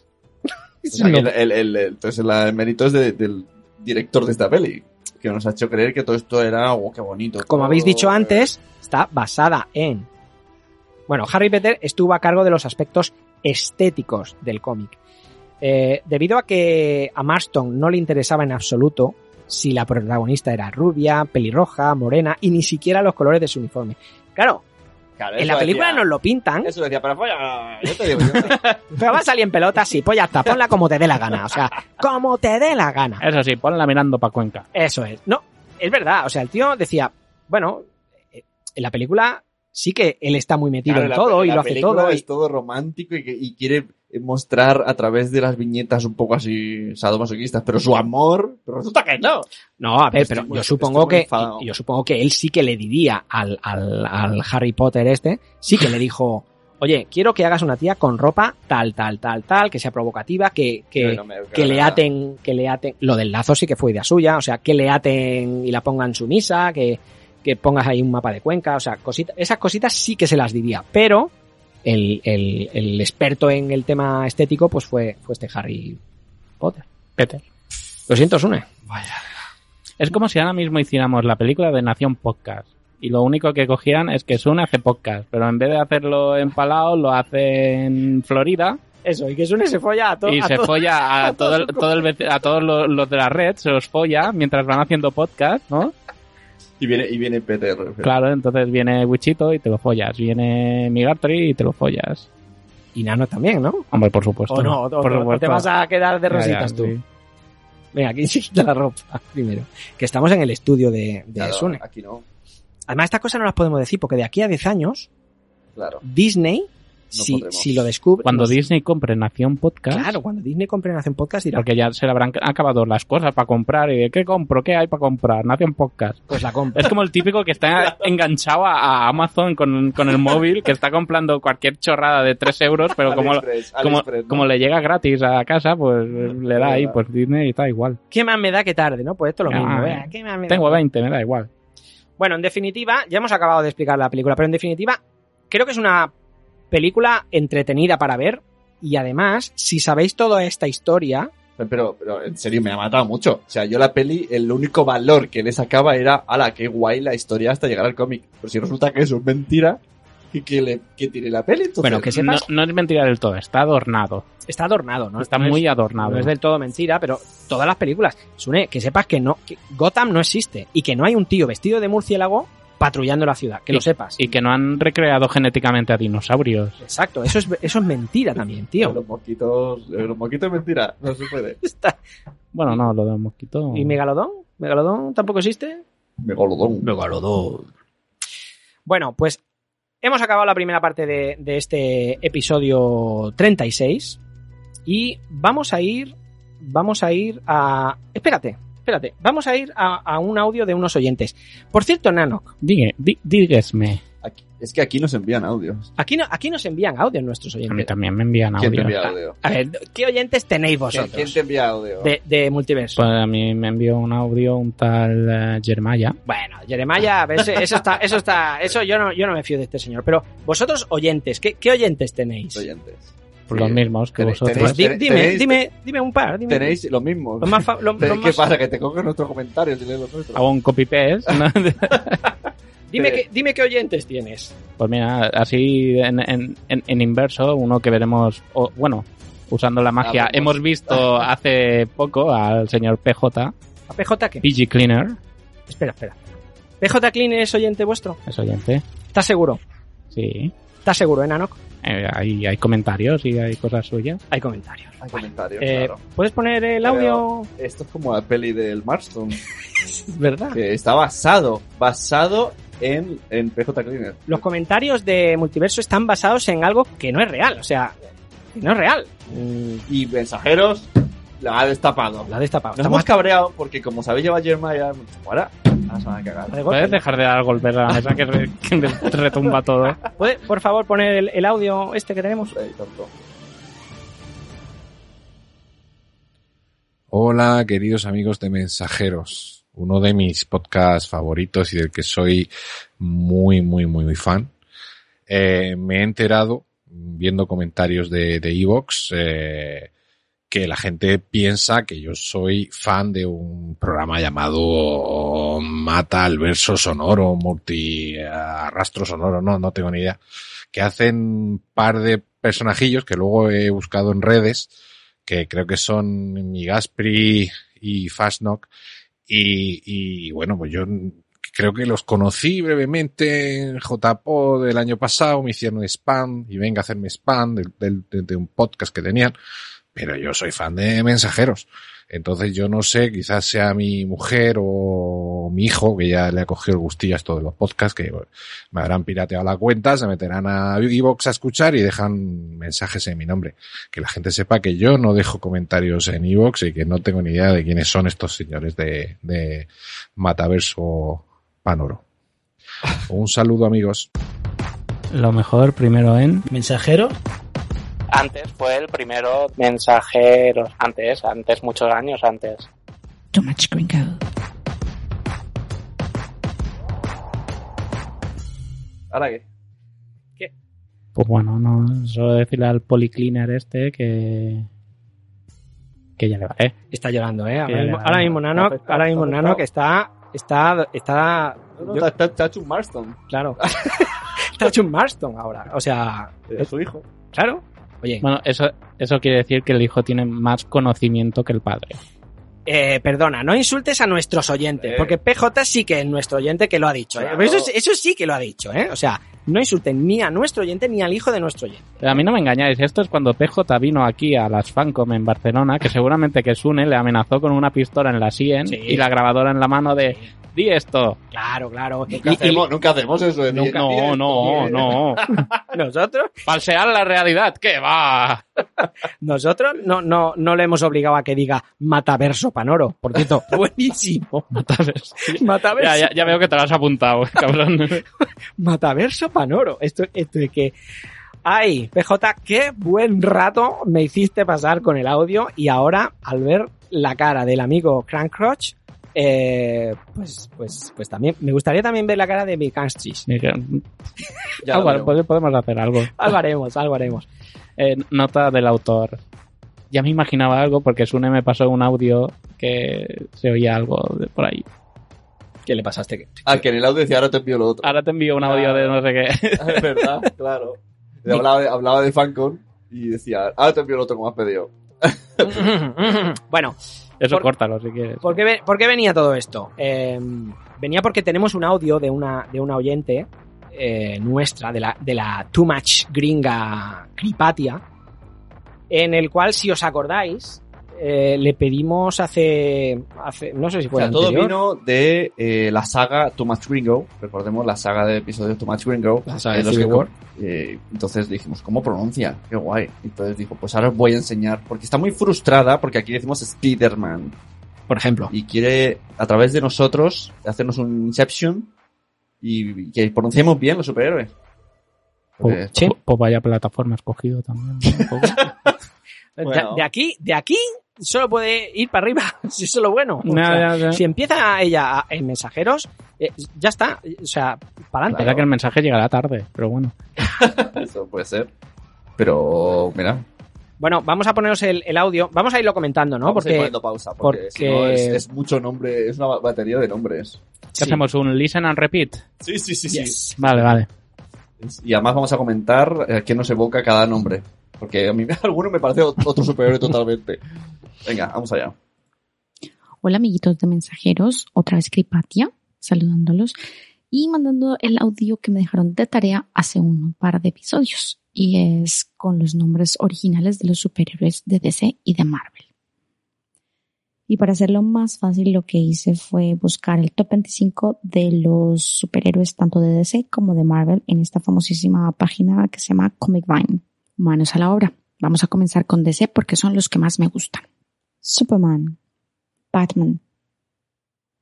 Speaker 5: O sea, que el- el- el- el- entonces la- el mérito es de- del director de esta peli, que nos ha hecho creer que todo esto era, oh, qué bonito.
Speaker 3: Como
Speaker 5: todo,
Speaker 3: habéis dicho
Speaker 5: eh,
Speaker 3: antes, está basada en. Bueno, Harry Potter estuvo a cargo de los aspectos estéticos del cómic. Eh, debido a que a Marston no le interesaba en absoluto si la protagonista era rubia, pelirroja, morena y ni siquiera los colores de su uniforme. Claro,
Speaker 5: claro,
Speaker 3: en
Speaker 5: eso
Speaker 3: la película
Speaker 5: decía-
Speaker 3: nos lo pintan,
Speaker 5: Eso decía, para follar, yo te digo, yo-
Speaker 3: pero va a salir en pelotas y pues ya está, ponla como te dé la gana, o sea, como te dé la gana.
Speaker 4: Eso sí, ponla mirando para Cuenca.
Speaker 3: Eso es. No, es verdad. O sea, el tío decía, bueno, eh, en la película sí que él está muy metido
Speaker 5: Claro,
Speaker 3: en
Speaker 5: la-
Speaker 3: todo y
Speaker 5: la
Speaker 3: lo hace
Speaker 5: película
Speaker 3: todo. y-
Speaker 5: Es todo romántico y, que- y quiere mostrar a través de las viñetas un poco así sadomasoquistas, pero su amor, pero resulta que no.
Speaker 3: No, a ver,
Speaker 5: Estoy
Speaker 3: pero
Speaker 5: muy-
Speaker 3: yo
Speaker 5: estoy
Speaker 3: supongo
Speaker 5: muy
Speaker 3: que
Speaker 5: enfadado.
Speaker 3: yo supongo que él sí que le diría al, al- al Harry Potter este, sí que le dijo, oye, quiero que hagas una tía con ropa tal, tal, tal, tal, que sea provocativa, que, que,
Speaker 5: no me-
Speaker 3: que le
Speaker 5: nada.
Speaker 3: aten, que le aten, lo del lazo sí que fue idea suya, o sea, que le aten y la pongan sumisa, que, que pongas ahí un mapa de Cuenca, o sea, cositas, esas cositas sí que se las diría, pero el, el- el experto en el tema estético pues fue, fue este Harry Potter.
Speaker 4: Peter.
Speaker 3: Lo siento, Sune.
Speaker 4: Es como si ahora mismo hiciéramos la película de Nación Podcast. Y lo único que cogieran es que Sun hace podcast, pero en vez de hacerlo en Palau, lo hace en Florida
Speaker 3: Eso, y que Sune se folla a, todo
Speaker 4: y se folla a, todo, el- todo el vece- a todos los, los de la red, se los folla mientras van haciendo podcast, ¿no?
Speaker 5: Y viene, y viene Peter. pero-
Speaker 4: Claro, entonces viene Wichito y te lo follas, viene Migartri y te lo follas.
Speaker 3: Y Nano también, ¿no?
Speaker 4: Hombre, por supuesto.
Speaker 3: O no, o,
Speaker 4: Pues por
Speaker 3: o- o te
Speaker 4: supuesto.
Speaker 3: vas a quedar de
Speaker 4: Ya, ya,
Speaker 3: rositas tú.
Speaker 4: sí.
Speaker 3: Venga, aquí se quita la ropa primero. Que estamos en el estudio de, de
Speaker 5: Claro,
Speaker 3: Sune.
Speaker 5: Aquí no,
Speaker 3: Además, estas cosas no las podemos decir porque de aquí a 10 años
Speaker 5: claro.
Speaker 3: Disney si, si lo descubre.
Speaker 4: Cuando
Speaker 3: no sé.
Speaker 4: Disney compre Nación Podcast,
Speaker 3: Claro, cuando Disney compre Nación Podcast dirá,
Speaker 4: porque ya se le habrán acabado las cosas para comprar y de qué compro, qué hay para comprar, Nación Podcast.
Speaker 3: pues la compra.
Speaker 4: Es como el típico que está enganchado a, a Amazon con, con el móvil, que está comprando cualquier chorrada de 3 euros, pero como,
Speaker 5: AliExpress,
Speaker 4: como,
Speaker 5: AliExpress, ¿no?
Speaker 4: como le llega gratis a casa, pues le da ahí, pues Disney está igual.
Speaker 3: ¿Qué más me da que tarde, no? Pues esto es lo
Speaker 4: Ah,
Speaker 3: mismo.
Speaker 4: eh.
Speaker 3: ¿eh? ¿Qué más me da?
Speaker 4: Tengo 20, me da igual.
Speaker 3: Bueno, en definitiva, ya hemos acabado de explicar la película, pero en definitiva, creo que es una película entretenida para ver. Y además, si sabéis toda esta historia,
Speaker 5: Pero, pero en serio, me ha matado mucho. O sea, yo la peli, el único valor que le sacaba era, ala, qué guay la historia hasta llegar al cómic. Pero si resulta que eso es mentira, ¿y que, le, que tiene la peli? Entonces,
Speaker 3: Bueno, que
Speaker 4: No,
Speaker 3: sepas,
Speaker 4: no es mentira del todo, está adornado.
Speaker 3: está adornado, ¿no?
Speaker 4: está
Speaker 3: No es-
Speaker 4: muy adornado.
Speaker 3: No es del todo mentira, pero todas las películas. Sune, que sepas que no, que Gotham no existe y que no hay un tío vestido de murciélago patrullando la ciudad, que lo sepas.
Speaker 4: Y que no han recreado genéticamente a dinosaurios.
Speaker 3: Exacto, eso es, eso es mentira también, tío.
Speaker 5: Los moquitos, eh, los moquitos es mentira, no se puede.
Speaker 3: Está-
Speaker 4: Bueno, no, lo de un mosquito.
Speaker 3: ¿Y Megalodón? ¿Megalodón tampoco existe?
Speaker 5: Megalodón.
Speaker 3: Bueno, pues hemos acabado la primera parte de, de este episodio 36 y vamos a ir, vamos a ir a... Espérate, espérate, vamos a ir a, a un audio de unos oyentes. Por cierto, Nanok,
Speaker 4: Digue, di- díguesme.
Speaker 5: Aquí- es que aquí nos envían audios.
Speaker 3: aquí, no, aquí nos envían audios nuestros
Speaker 4: A mí
Speaker 3: oyentes.
Speaker 4: también me
Speaker 3: Ah,
Speaker 4: envían
Speaker 5: ¿Quién te
Speaker 4: audio.
Speaker 5: envía audio?
Speaker 3: A ver, ¿qué oyentes tenéis
Speaker 5: ¿Quién,
Speaker 3: vosotros
Speaker 5: quién te envía audio?
Speaker 3: de, de multiverso?
Speaker 4: Pues a mí me envió un audio un tal eh, Jeremiah.
Speaker 3: Bueno, Jeremiah, a ver, ese- eso está, eso está, eso yo no, yo no me fío de este señor. Pero vosotros oyentes, ¿qué, qué oyentes tenéis?
Speaker 5: Oyentes.
Speaker 4: Los
Speaker 5: Sí.
Speaker 4: mismos que
Speaker 5: Tenéis-
Speaker 3: Pues
Speaker 4: vosotros.
Speaker 3: di-
Speaker 5: Tenéis-
Speaker 3: dime,
Speaker 5: tenéis-
Speaker 3: dime, dime un par, dime.
Speaker 5: Tenéis lo mismo.
Speaker 3: Los más fa- los-
Speaker 5: Pero,
Speaker 3: los
Speaker 5: ¿Qué
Speaker 3: más-
Speaker 5: pasa? ¿Que te coges nuestros comentarios y lees los nuestros?
Speaker 4: Hago un copy-paste. ¿no?
Speaker 3: dime, que, dime qué oyentes tienes.
Speaker 4: Pues mira, así en, en- en- en inverso, uno que veremos, o, bueno, usando la magia,
Speaker 5: Ah, pues,
Speaker 4: hemos visto hace poco al señor PJ,
Speaker 3: ¿A PJ qué?
Speaker 4: PG Cleaner,
Speaker 3: Espera, espera. ¿PJ Clean es oyente vuestro?
Speaker 4: es oyente,
Speaker 3: ¿Estás seguro?
Speaker 4: sí.
Speaker 3: ¿Estás seguro, eh, Nanok?
Speaker 4: Eh, hay, hay comentarios y hay cosas suyas.
Speaker 3: Hay comentarios.
Speaker 5: Hay comentarios,
Speaker 3: Eh,
Speaker 5: claro.
Speaker 3: ¿Puedes poner el audio?
Speaker 5: Esto es como la peli del Marston,
Speaker 3: ¿Verdad?
Speaker 5: que está basado, basado en, en PJ Cleaner.
Speaker 3: Los comentarios de multiverso están basados en algo que no es real. O sea, que no es real. Mm,
Speaker 5: Y mensajeros la ha destapado.
Speaker 3: La ha destapado.
Speaker 5: Nos
Speaker 3: Estamos
Speaker 5: hemos cabreado porque como sabéis lleva Jeremiah, ahora ah, se van a cagar.
Speaker 3: hasta de
Speaker 4: ¿Puedes
Speaker 3: golpe.
Speaker 4: dejar de dar golpes a la mesa que, re- que me retumba todo?
Speaker 3: ¿Puede, por favor, poner el, el audio este que tenemos?
Speaker 5: Ahí, tonto.
Speaker 10: Hola, queridos amigos de Mensajeros, uno de mis podcasts favoritos y del que soy muy, muy, muy, muy fan. Eh, me he enterado, viendo comentarios de Evox, eh, que la gente piensa que yo soy fan de un programa llamado Mata al verso sonoro, multi eh, arrastro sonoro, no, no tengo ni idea, que hacen un par de personajillos que luego he buscado en redes, que creo que son mi Gaspri y Fastnock. Y, y bueno, pues yo creo que los conocí brevemente en JPO del año pasado, me hicieron spam y venga a hacerme spam del- del- de, de un podcast que tenían, pero yo soy fan de mensajeros. Entonces yo no sé, quizás sea mi mujer o mi hijo, que ya le ha cogido el gustillo a esto de los podcasts, que bueno, me habrán pirateado la cuenta, se meterán a Evox a escuchar y dejan mensajes en mi nombre que la gente sepa que yo no dejo comentarios en iVoox y que no tengo ni idea de quiénes son estos señores de, de Mataverso Panoro. Un saludo amigos.
Speaker 4: Lo mejor primero en...
Speaker 11: ¿Mensajero?
Speaker 4: Antes fue el primero mensajeros, antes, antes, muchos años antes.
Speaker 6: Too much gringo.
Speaker 5: ¿Ahora qué?
Speaker 4: Pues bueno, no, solo decirle al policleaner este que. que ya le vale.
Speaker 3: Está llorando, ¿eh? Ahora
Speaker 4: Sí,
Speaker 3: mismo,
Speaker 4: vale.
Speaker 3: ahora mismo Nano,
Speaker 5: Está
Speaker 3: ahora mismo
Speaker 5: afectado.
Speaker 3: Nano que está, está, está,
Speaker 5: No, no,
Speaker 3: yo-
Speaker 5: está- está- está hecho un Marston,
Speaker 3: claro, está hecho un Marston ahora, o sea,
Speaker 5: es eh, su hijo.
Speaker 3: claro, oye,
Speaker 4: Bueno, eso, eso quiere decir que el hijo tiene más conocimiento que el padre.
Speaker 3: Eh, perdona, no insultes a nuestros oyentes, porque PJ sí que es nuestro oyente que lo ha dicho. ¿eh?
Speaker 4: Claro.
Speaker 3: Eso, eso sí que lo ha dicho, ¿eh? O sea, no insulten ni a nuestro oyente ni al hijo de nuestro oyente.
Speaker 4: Pero a mí no me engañáis, esto es cuando PJ vino aquí a las Fancom en Barcelona, que seguramente que Sune le amenazó con una pistola en la sien y la grabadora en la mano de di esto.
Speaker 3: Claro, claro.
Speaker 5: Nunca, hacemos, nunca hacemos eso. de-
Speaker 4: Nunca- no, no, no.
Speaker 3: Nosotros.
Speaker 4: Falsear la realidad, que va.
Speaker 3: Nosotros no, no, no le hemos obligado a que diga mataverso panoro. Por cierto, buenísimo.
Speaker 4: mataverso.
Speaker 3: Mataverso.
Speaker 4: Ya, ya- ya veo que te lo has apuntado, cabrón.
Speaker 3: Mataverso Panoro. Esto, esto de que. Ay, PJ, qué buen rato me hiciste pasar con el audio y ahora, al ver la cara del amigo Crank Crotch, eh, pues, pues, pues también, me gustaría también ver la cara de mi Canstris.
Speaker 4: Ah, bueno, pues podemos hacer algo.
Speaker 3: Algo haremos, algo haremos.
Speaker 4: Eh, nota del autor. Ya me imaginaba algo porque Sune me pasó un audio que se oía algo de por ahí.
Speaker 3: ¿Qué le pasaste?
Speaker 5: Ah, que en el audio decía, ahora te envío lo otro.
Speaker 4: Ahora te envío un audio de no sé qué.
Speaker 5: Ah, Es verdad, claro. Le hablaba, de- hablaba de Fancon y decía, ahora te envío lo otro como has pedido.
Speaker 3: bueno.
Speaker 4: Eso
Speaker 3: por-
Speaker 4: córtalo si quieres.
Speaker 3: ¿Por qué, ve- por qué venía todo esto? Eh, venía porque tenemos un audio de una, de una oyente eh, nuestra, de la, de la Too Much Gringa Cripatia, en el cual, si os acordáis, eh, le pedimos hace, hace. No sé si
Speaker 5: O
Speaker 3: fue
Speaker 5: sea,
Speaker 3: el
Speaker 5: todo
Speaker 3: anterior.
Speaker 5: vino de eh, la saga Too Much Gringo. Recordemos la saga de episodios Too Much Gringo.
Speaker 4: La saga
Speaker 5: en
Speaker 4: de
Speaker 5: los
Speaker 4: Civil
Speaker 5: que-
Speaker 4: War.
Speaker 5: eh, entonces dijimos, ¿cómo pronuncia? Qué guay. Entonces dijo, pues ahora os voy a enseñar. Porque está muy frustrada porque aquí decimos Spider-Man.
Speaker 3: Por ejemplo.
Speaker 5: Y quiere, a través de nosotros, hacernos un Inception y, y que pronunciemos bien los superhéroes.
Speaker 3: Oh,
Speaker 5: Porque-
Speaker 4: Pues, pues- pues vaya plataforma has cogido también. ¿no? Un poco.
Speaker 3: De-
Speaker 4: Bueno.
Speaker 3: De aquí, de aquí solo puede ir para arriba, si eso es lo bueno. O
Speaker 4: Ya,
Speaker 3: sea,
Speaker 4: ya, ya.
Speaker 3: Si empieza ella a- en mensajeros, eh, ya está. O sea, para adelante.
Speaker 4: Será que el mensaje llegará tarde, pero bueno.
Speaker 5: Eso puede ser. Pero, mira.
Speaker 3: Bueno, vamos a poneros el, el audio. Vamos a irlo comentando, ¿no?
Speaker 5: Vamos a ir
Speaker 3: porque
Speaker 5: poniendo pausa, porque, si no
Speaker 3: porque-
Speaker 5: es, es mucho nombre, es una ba- batería de nombres.
Speaker 4: ¿Qué hacemos? ¿Un listen and repeat?
Speaker 5: Sí, sí, sí, sí.
Speaker 4: Vale, vale.
Speaker 5: Y además vamos a comentar eh, qué nos evoca cada nombre. Porque a mí alguno me parece ot- otro superhéroe totalmente. Venga, vamos allá.
Speaker 6: Hola amiguitos de mensajeros, otra vez Cripatia, saludándolos y mandando el audio que me dejaron de tarea hace un par de episodios y es con los nombres originales de los superhéroes de DC y de Marvel. Y para hacerlo más fácil lo que hice fue buscar el top 25 de los superhéroes tanto de DC como de Marvel en esta famosísima página que se llama Comic Vine. Manos a la obra. Vamos a comenzar con DC porque son los que más me gustan. Superman, Batman,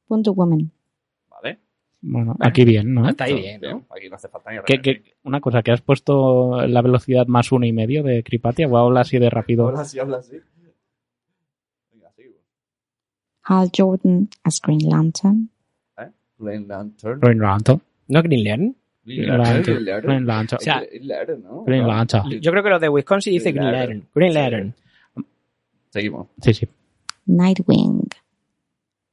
Speaker 6: Wonder Woman,
Speaker 5: Vale.
Speaker 4: Bueno, aquí bien, ¿no?
Speaker 3: Está ahí bien, ¿no?
Speaker 5: Aquí no hace falta ni
Speaker 4: ¿Qué- qué- una cosa, que has puesto la velocidad más uno y medio de Cripatia o habla así de rápido.
Speaker 5: Habla así, habla así.
Speaker 6: Hal Jordan as Green Lantern,
Speaker 5: Green Lantern.
Speaker 4: Green Lantern.
Speaker 3: ¿No Green Lantern?
Speaker 5: Green
Speaker 4: Green Lantern.
Speaker 5: Lantern.
Speaker 4: Green Lantern.
Speaker 5: O sea, Green Lantern, ¿no?
Speaker 4: Green Lantern.
Speaker 3: Yo creo que los de Wisconsin dice
Speaker 5: Green
Speaker 3: Green
Speaker 5: Lantern.
Speaker 3: Lantern. Green Lantern.
Speaker 5: Seguimos.
Speaker 4: Sí, sí.
Speaker 6: Nightwing,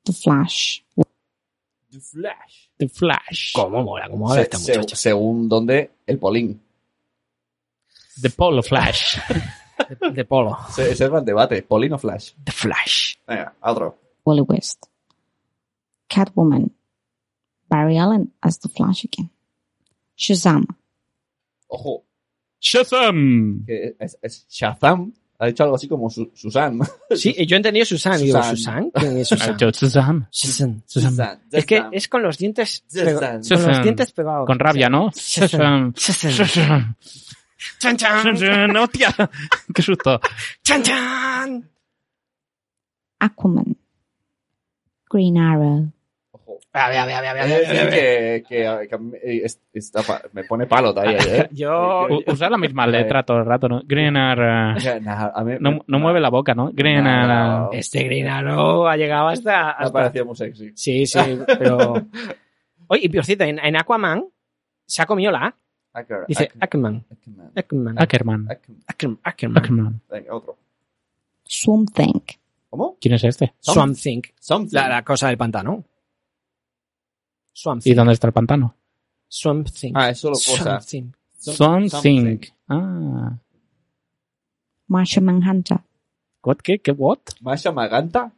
Speaker 6: The Flash,
Speaker 5: The Flash.
Speaker 4: The Flash.
Speaker 3: ¿Cómo mola? ¿Cómo mola este muchacho?
Speaker 5: según donde el Polín.
Speaker 4: The Polo Flash.
Speaker 3: De Polo.
Speaker 5: Ese ese era el debate. Polín o Flash.
Speaker 3: The Flash.
Speaker 5: Venga, a otro.
Speaker 6: Wally West, Catwoman, Barry Allen as The Flash again, Shazam,
Speaker 5: Ojo,
Speaker 4: Shazam.
Speaker 5: que es, es Shazam. Ha dicho algo así como Su- Susan.
Speaker 3: Sí, y yo he entendido Susan. Y digo,
Speaker 5: Susan.
Speaker 3: ¿Susan? ¿Quién es Susan?
Speaker 4: Yo, Shazam.
Speaker 3: Susan.
Speaker 5: Susan.
Speaker 3: Es que es con los dientes, pego-
Speaker 5: Susan.
Speaker 3: con los
Speaker 4: Susan.
Speaker 3: dientes pegados.
Speaker 4: Con rabia, ¿no?
Speaker 3: Shazam.
Speaker 4: Shazam.
Speaker 3: Susan.
Speaker 4: Shazam.
Speaker 3: Chan, chan,
Speaker 4: Shazam. ¡Hostia! ¡Qué susto!
Speaker 3: chan, chan.
Speaker 6: Aquaman, Green Arrow,
Speaker 5: Ojo.
Speaker 3: A ver, a ver, a ver, a ver, a ver, a ver.
Speaker 5: Eh, que, que, que a mí, eh, es- está pa- me pone palo todavía. ¿eh?
Speaker 3: Yo,
Speaker 4: U- Usa la misma letra todo el rato, ¿no? Green Arrow.
Speaker 5: O sea, nah, a mí,
Speaker 4: No, no mueve la boca, ¿no? Green uh,
Speaker 5: No.
Speaker 4: Arrow.
Speaker 3: este Green Arrow ha llegado hasta...
Speaker 5: me ha
Speaker 3: hasta
Speaker 5: parecido muy sexy.
Speaker 3: sí, sí, pero... Oye, y por cierto, en, en Aquaman se ha comido la A.
Speaker 5: Acker-
Speaker 3: Dice
Speaker 5: Acker-
Speaker 3: Ackerman.
Speaker 5: Ackerman.
Speaker 3: Ackerman.
Speaker 4: Ackerman.
Speaker 5: Ackerman.
Speaker 3: Ackerman. Ackerman.
Speaker 4: Ackerman.
Speaker 5: Venga, otro.
Speaker 6: Swamp Thing,
Speaker 5: ¿Cómo?
Speaker 4: ¿Quién es este?
Speaker 3: Swamp Thing.
Speaker 5: Something.
Speaker 3: La, la cosa del pantano. Swamp
Speaker 4: ¿Y
Speaker 3: Thing.
Speaker 4: dónde está el pantano?
Speaker 3: Swamp Thing.
Speaker 5: Ah, es solo
Speaker 3: Swamp
Speaker 5: cosa.
Speaker 3: Thing.
Speaker 4: Something. Ah.
Speaker 6: Martian Manhunter,
Speaker 4: What? ¿Qué? ¿Qué? ¿What?
Speaker 5: Masha Maganta.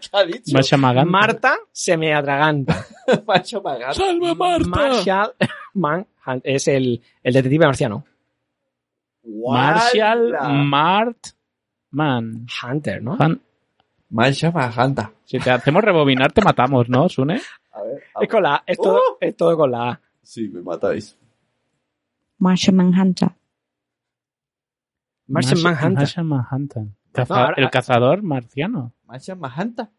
Speaker 5: ¿Qué ha dicho?
Speaker 4: Masha Maganta.
Speaker 3: Marta se me atraganta.
Speaker 5: Macho Magán.
Speaker 10: ¡Salve Marta!
Speaker 3: Marshall Manhunt es el, el detective marciano.
Speaker 4: Marshall mm.
Speaker 5: ¡Guala!
Speaker 4: Mart Man.
Speaker 3: Hunter, ¿no?
Speaker 4: Fan-
Speaker 5: Masha Maganta.
Speaker 4: Si te hacemos rebobinar, te matamos, ¿no, Sune?
Speaker 5: A ver. a-
Speaker 3: Es con la A, es todo, es todo con la A.
Speaker 5: Sí, me matáis.
Speaker 6: Marshall Manhunter.
Speaker 3: Martian Manhunter.
Speaker 4: Martian Manhunter. Caza-
Speaker 3: No, ahora-
Speaker 4: el cazador marciano.
Speaker 5: Masha Maganta.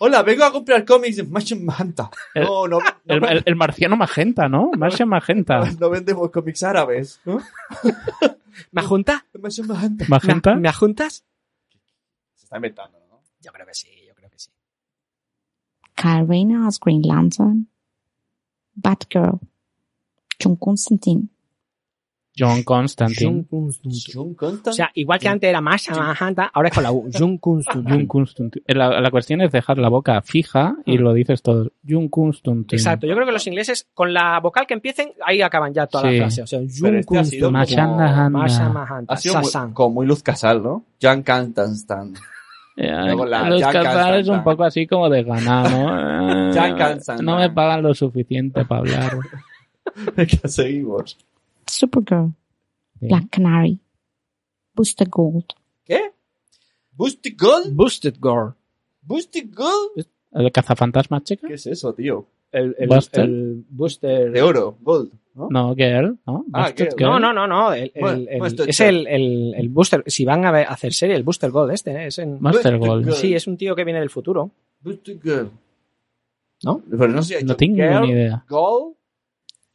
Speaker 5: Hola, vengo a comprar cómics de Masha Maganta.
Speaker 4: El-
Speaker 5: No, no, no,
Speaker 4: El, el- el marciano magenta, ¿no? Martian Magenta.
Speaker 5: no vendemos cómics árabes, ¿no?
Speaker 3: ¿Me juntas?
Speaker 5: Masha Maganta.
Speaker 4: Magenta.
Speaker 3: ¿Me juntas?
Speaker 5: Se está inventando, ¿no?
Speaker 3: Yo creo que sí, yo creo que sí.
Speaker 6: Kyle Reynolds, Green Lantern. Batgirl. John Constantine.
Speaker 4: John Constantine.
Speaker 5: John Constantine.
Speaker 3: O sea, igual que antes era Masha Manhunter, ahora es con la U. Jun Kunstun.
Speaker 4: John Constantine. La, la cuestión es dejar la boca fija y lo dices todo. John Constantine.
Speaker 3: Ah. Exacto, yo creo que los ingleses con la vocal que empiecen, ahí acaban ya toda
Speaker 4: Sí.
Speaker 3: la frase. O sea,
Speaker 5: Pero este
Speaker 3: Jun
Speaker 5: ha sido
Speaker 3: Kunstun.
Speaker 4: Masha
Speaker 5: como-
Speaker 4: Magenta.
Speaker 3: Masha Manhunter,
Speaker 5: ha sido muy,
Speaker 3: Sasan.
Speaker 5: como muy Luz Casal, ¿no? John Constantine.
Speaker 4: Eh,
Speaker 5: Luego la
Speaker 4: los
Speaker 5: Jack
Speaker 4: cazares
Speaker 5: Constantine.
Speaker 4: un poco así como de ganar, ¿no? Eh,
Speaker 5: Jack Constantine.
Speaker 4: no me pagan lo suficiente para hablar.
Speaker 5: ¿Qué seguimos?
Speaker 6: Supergirl.
Speaker 4: Sí.
Speaker 6: Black Canary. Booster Gold.
Speaker 5: ¿Qué? ¿Boosted Gold?
Speaker 3: Boosted Girl.
Speaker 5: ¿Boosted Gold?
Speaker 4: ¿El cazafantasmas, chica?
Speaker 5: ¿Qué es eso, tío?
Speaker 3: El, el,
Speaker 4: Buster.
Speaker 3: el Booster.
Speaker 5: De oro, Gold, ¿no?
Speaker 4: No, Girl, ¿no?
Speaker 5: Ah,
Speaker 4: Busted
Speaker 5: Girl.
Speaker 3: No, no, no, no. el- el-
Speaker 5: Bueno,
Speaker 3: el-
Speaker 5: Buster
Speaker 3: es
Speaker 5: Gold.
Speaker 3: el, el, el Booster. Si van a ver- a hacer serie, el Booster Gold este, ¿eh? Es en-
Speaker 4: Master
Speaker 5: Boosted
Speaker 4: Gold.
Speaker 5: Gold.
Speaker 3: sí, es un tío que viene del futuro.
Speaker 5: Boosted Gold.
Speaker 3: ¿No?
Speaker 5: Pero no sé.
Speaker 4: No tengo
Speaker 5: Girl,
Speaker 4: ni idea.
Speaker 5: Gold.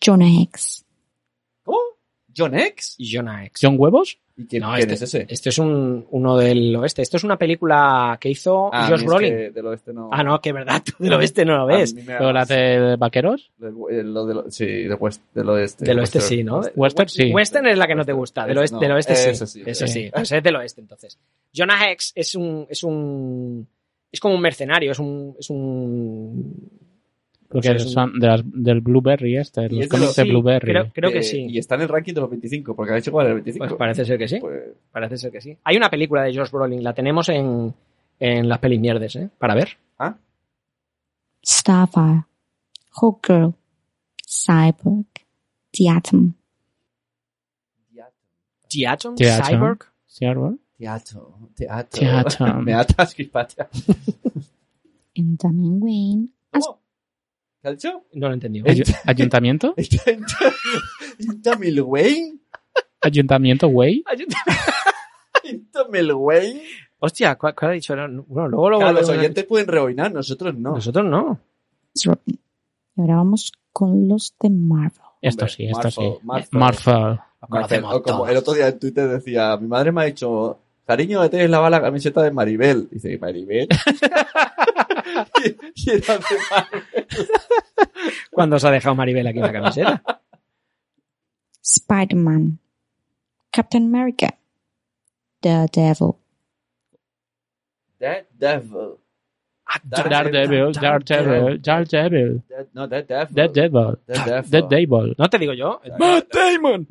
Speaker 6: Jonah Hex.
Speaker 5: ¿Cómo? ¿John X?
Speaker 3: Y Jonah X.
Speaker 4: ¿John Huevos?
Speaker 5: ¿Y quién,
Speaker 3: No,
Speaker 5: quién
Speaker 3: este-
Speaker 5: es ese?
Speaker 3: Este es un, uno del oeste. Esto es una película que hizo
Speaker 5: Ah, a
Speaker 3: Josh
Speaker 5: mí es
Speaker 3: Brolin.
Speaker 5: que Ah, del oeste no.
Speaker 3: Ah, no, que verdad, tú del oeste no lo ves.
Speaker 5: A mí me
Speaker 4: ¿O la de vaqueros?
Speaker 5: de... Lo del- sí, del oest- del oeste.
Speaker 3: Del oeste
Speaker 5: Western.
Speaker 3: sí, ¿no?
Speaker 4: Western sí.
Speaker 3: Western es la que no te
Speaker 5: Western.
Speaker 3: gusta. Del
Speaker 5: Ese
Speaker 3: oeste,
Speaker 5: no.
Speaker 3: del oeste sí.
Speaker 5: Ese sí.
Speaker 3: Eso
Speaker 4: Sí.
Speaker 3: sí. Pues es del oeste, entonces. Jonah Hex es un, es un, es como un mercenario, es un, es un,
Speaker 4: Porque
Speaker 3: Sí, es un-
Speaker 4: son de las, del Blueberry este,
Speaker 5: Y es
Speaker 4: los
Speaker 5: de
Speaker 4: cómics
Speaker 5: los-
Speaker 4: de
Speaker 3: sí,
Speaker 4: Blueberry.
Speaker 3: creo, creo que
Speaker 5: Eh,
Speaker 3: sí.
Speaker 5: Y está en el ranking de los 25, porque ha hecho igual el 25.
Speaker 3: Pues parece ser que sí.
Speaker 5: Pues,
Speaker 3: Parece ser que sí. Hay una película de Josh Brolin, la tenemos en, en las pelis mierdes, ¿eh? Para ver.
Speaker 5: ¿ah?
Speaker 6: Starfire. Hawkgirl. Cyborg. The Atom.
Speaker 3: The Atom,
Speaker 4: The Atom.
Speaker 3: Cyborg.
Speaker 4: ¿Sí, árbol?
Speaker 5: Teatro, teatro.
Speaker 4: Teatro.
Speaker 5: Me atas, Crispatia.
Speaker 6: And Damian Wayne. as
Speaker 5: ¿Cómo? ¿Qué ha dicho?
Speaker 3: No lo entendí.
Speaker 4: Ayu- ¿Ayuntamiento?
Speaker 5: ¿Está en- ¿Está Milwaukee?
Speaker 4: ¿Ayuntamiento, güey?
Speaker 5: ¿Está Milwaukee?
Speaker 3: Hostia, ¿cuál, cuál ha dicho? Bueno, luego lo
Speaker 5: Claro, los
Speaker 3: volvemos a-
Speaker 5: oyentes pueden reoinar, nosotros no.
Speaker 3: Nosotros no.
Speaker 6: Robin. Y ahora vamos con los de Marvel.
Speaker 4: Esto
Speaker 5: Hombre,
Speaker 4: sí, esto sí.
Speaker 5: Marvel,
Speaker 4: Marvel.
Speaker 3: conocemos
Speaker 5: O como
Speaker 3: todos.
Speaker 5: el otro día en Twitter decía, mi madre me ha dicho, cariño, te tienes lavado la camiseta de Maribel. Y dice, ¿Maribel? y, y era de Marvel.
Speaker 3: ¿Cuándo se ha dejado Maribel aquí en la camiseta?
Speaker 6: Spider-Man. Captain America. Daredevil.
Speaker 5: That devil. Ah,
Speaker 4: Daredevil, Daredevil, Daredevil,
Speaker 5: That- no, that devil.
Speaker 4: Daredevil,
Speaker 5: That devil.
Speaker 4: Daredevil.
Speaker 3: No te digo yo.
Speaker 5: Matt
Speaker 4: Damon!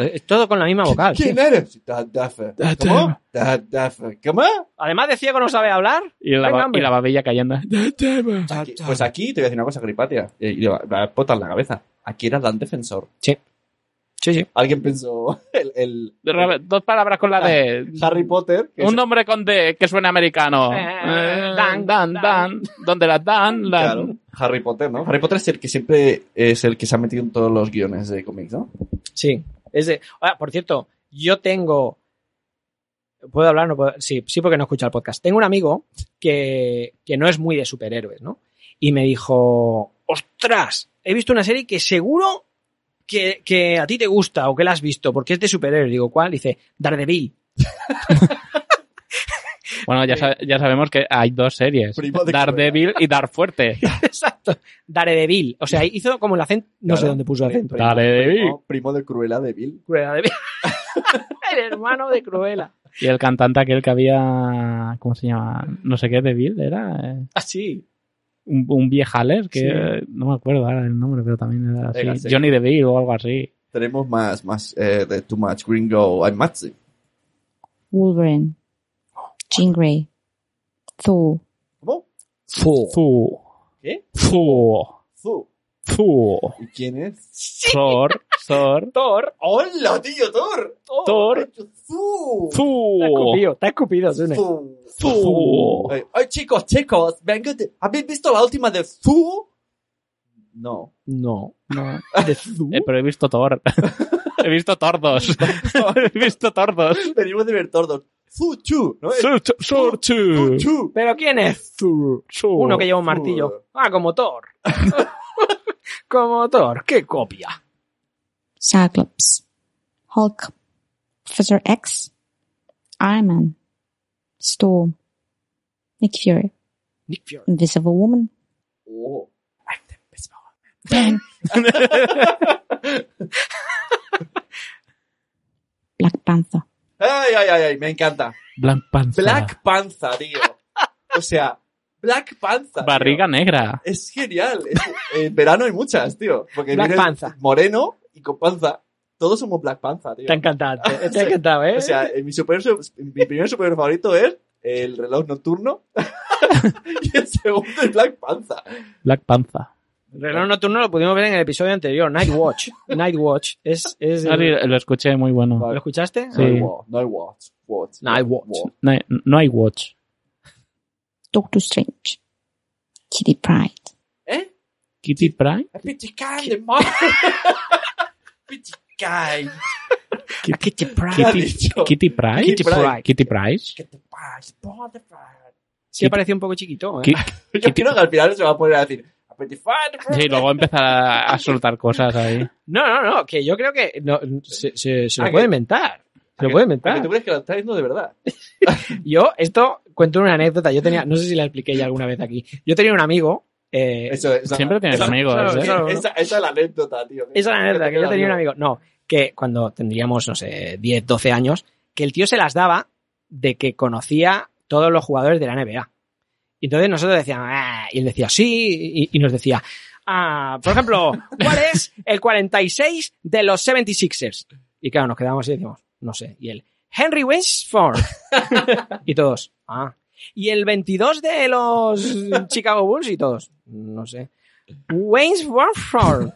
Speaker 3: Es eh, Todo con la misma vocal.
Speaker 5: ¿Quién
Speaker 3: sí.
Speaker 5: eres? That devil.
Speaker 4: That
Speaker 5: ¿Cómo? That devil. ¿Cómo?
Speaker 3: Además de ciego no sabe hablar.
Speaker 4: Y la,
Speaker 3: Venga,
Speaker 4: ba-
Speaker 3: hombre.
Speaker 4: y la babilla cayendo.
Speaker 5: Aquí- pues aquí te voy a decir una cosa, Gripatia. Y y le va- va a botar en la cabeza. Aquí era Dan Defensor.
Speaker 3: Sí, sí.
Speaker 5: Alguien pensó el, el
Speaker 4: Dos palabras con la D.
Speaker 5: Harry Potter. que
Speaker 4: Un
Speaker 5: es-
Speaker 4: nombre con D que suena americano.
Speaker 3: Eh,
Speaker 4: Eh,
Speaker 3: Dan,
Speaker 4: Dan, Dan,
Speaker 3: Dan.
Speaker 4: Donde las dan, las-
Speaker 5: claro, Harry Potter, ¿no? Harry Potter es el que siempre es el que se ha metido en todos los guiones de cómics, ¿no?
Speaker 3: Sí. Es de- Ah, por cierto, yo tengo. ¿Puedo hablar? No puedo- Sí, sí, porque no escucha el podcast. Tengo un amigo que, que no es muy de superhéroes, ¿no? Y me dijo: ¡Ostras! He visto una serie que seguro que, que a ti te gusta o que la has visto porque es de superhéroes. Digo, ¿cuál? Dice: Daredevil.
Speaker 4: Bueno, ya, sa- ya sabemos que hay dos series.
Speaker 5: Primo de
Speaker 4: Daredevil y Dar Fuerte.
Speaker 3: Exacto. Daredevil. O sea, hizo como el acento. No sé
Speaker 5: Claro.
Speaker 3: dónde puso el acento.
Speaker 5: Primo-
Speaker 4: Daredevil.
Speaker 5: primo- Primo de Cruella de Vil.
Speaker 3: Cruella de Vil. el hermano de Cruella.
Speaker 4: Y el cantante aquel que había, ¿cómo se llama? No sé qué, Devil, era eh,
Speaker 3: Así.
Speaker 4: un, un viejales que
Speaker 3: Sí.
Speaker 4: eh, no me acuerdo ahora el nombre, pero también era así.
Speaker 5: Venga, sí.
Speaker 4: Johnny Devil o algo así.
Speaker 5: Tenemos más, más eh, de Too Much Gringo I'm Maxi.
Speaker 6: Wolverine. Jean Grey. Thor.
Speaker 5: ¿Cómo?
Speaker 4: Fu. Fu.
Speaker 5: ¿Qué?
Speaker 4: Fu.
Speaker 5: Zu.
Speaker 4: Fu.
Speaker 5: ¿Y quién es?
Speaker 4: Thor. Thor.
Speaker 3: Thor.
Speaker 5: ¡Hola, tío Thor!
Speaker 4: Thor.
Speaker 5: ¡Zu!
Speaker 3: Te ha
Speaker 4: Fu.
Speaker 3: escupido, te ha escupido, Sune.
Speaker 5: ¡Zu!
Speaker 4: Fu.
Speaker 5: Ay, ay, chicos, chicos, vengo de... ¿Habéis visto la última de Zu? No.
Speaker 3: No.
Speaker 4: No.
Speaker 3: ¿De Zu?
Speaker 4: Eh, pero he visto Thor. he visto tordos. he visto tordos.
Speaker 5: Venimos de ver Tordos. Zu Chu, ¿no? Es
Speaker 4: Sorchu.
Speaker 5: Zu Chu.
Speaker 3: ¿Pero quién es Thor? Uno que lleva un martillo. Ah, como Thor. como Thor. ¡Qué copia!
Speaker 6: Cyclops. Hulk. Professor X. Iron Man. Storm. Nick Fury.
Speaker 3: Nick Fury.
Speaker 6: Invisible Woman.
Speaker 5: Oh.
Speaker 6: Black Panther.
Speaker 5: Ay, ay, ay, ay, me encanta.
Speaker 4: Black Panther.
Speaker 5: Black Panza, tío. O sea, Black Panza. tío.
Speaker 4: Barriga negra.
Speaker 5: Es genial. Es- en verano hay muchas, tío. Porque
Speaker 3: Black
Speaker 5: vienes
Speaker 3: Panza.
Speaker 5: Moreno y con panza. Todos somos Black Panza, tío. este
Speaker 3: Te ha encantado. Te, te ha encantado, ¿eh?
Speaker 5: O sea, eh, mi, super, mi primer superhéroe favorito es el reloj nocturno. y el segundo es Black Panza.
Speaker 4: Black Panther.
Speaker 3: reloj nocturno lo pudimos ver en el episodio anterior, Night Watch. Night Watch. Es, es
Speaker 4: Ah, sí, lo escuché muy bueno.
Speaker 3: ¿Lo escuchaste?
Speaker 5: No hay
Speaker 4: Sí.
Speaker 5: wa- no hay watch. watch.
Speaker 3: No hay watch.
Speaker 4: No hay, no hay Watch.
Speaker 6: Doctor Strange. Kitty Pride.
Speaker 5: ¿Eh?
Speaker 4: Kitty Pryde.
Speaker 5: Pichikai de mar. Pichikai.
Speaker 3: Kitty
Speaker 5: ¿Qué
Speaker 3: Pryde.
Speaker 5: ha
Speaker 4: Kitty-
Speaker 5: dicho?
Speaker 4: Kitty Price.
Speaker 5: Kitty Pryde.
Speaker 4: Kitty Price.
Speaker 5: Que te pases, ponte pa-
Speaker 3: Sí, parecía un poco chiquito, ¿eh?
Speaker 4: Ki-
Speaker 5: Yo creo que al final se va a poner a decir. "Apetified, bro".
Speaker 4: Sí, luego empezar a, a soltar cosas ahí.
Speaker 3: No, no, no, que yo creo que no, se, se- se
Speaker 5: Ah,
Speaker 3: lo
Speaker 5: que-
Speaker 3: puede inventar. Se lo puede
Speaker 5: Porque
Speaker 3: inventar.
Speaker 5: tú crees que lo está diciendo de verdad.
Speaker 3: Yo, esto, cuento una anécdota. Yo tenía, no sé si la expliqué ya alguna vez aquí. Yo tenía un amigo. eh,
Speaker 5: Eso, eso-
Speaker 4: Siempre tienes
Speaker 5: esa-
Speaker 4: amigos,
Speaker 5: Esa,
Speaker 3: ¿eh? Claro,
Speaker 5: esa- esa es la anécdota, tío.
Speaker 3: esa es la anécdota, que yo tenía un amigo. No, que cuando tendríamos, no sé, 10, 12 años, que el tío se las daba de que conocía todos los jugadores de la NBA. Y entonces nosotros decíamos, "Ah", y él decía, sí, y, y nos decía, ah, por ejemplo, ¿cuál es el 46 de los 76ers? Y claro, nos quedábamos así y decíamos, no sé. Y él, Henry Winsford. y todos, ah. Y el 22 de los Chicago Bulls y todos, no sé. Wayne's Warford.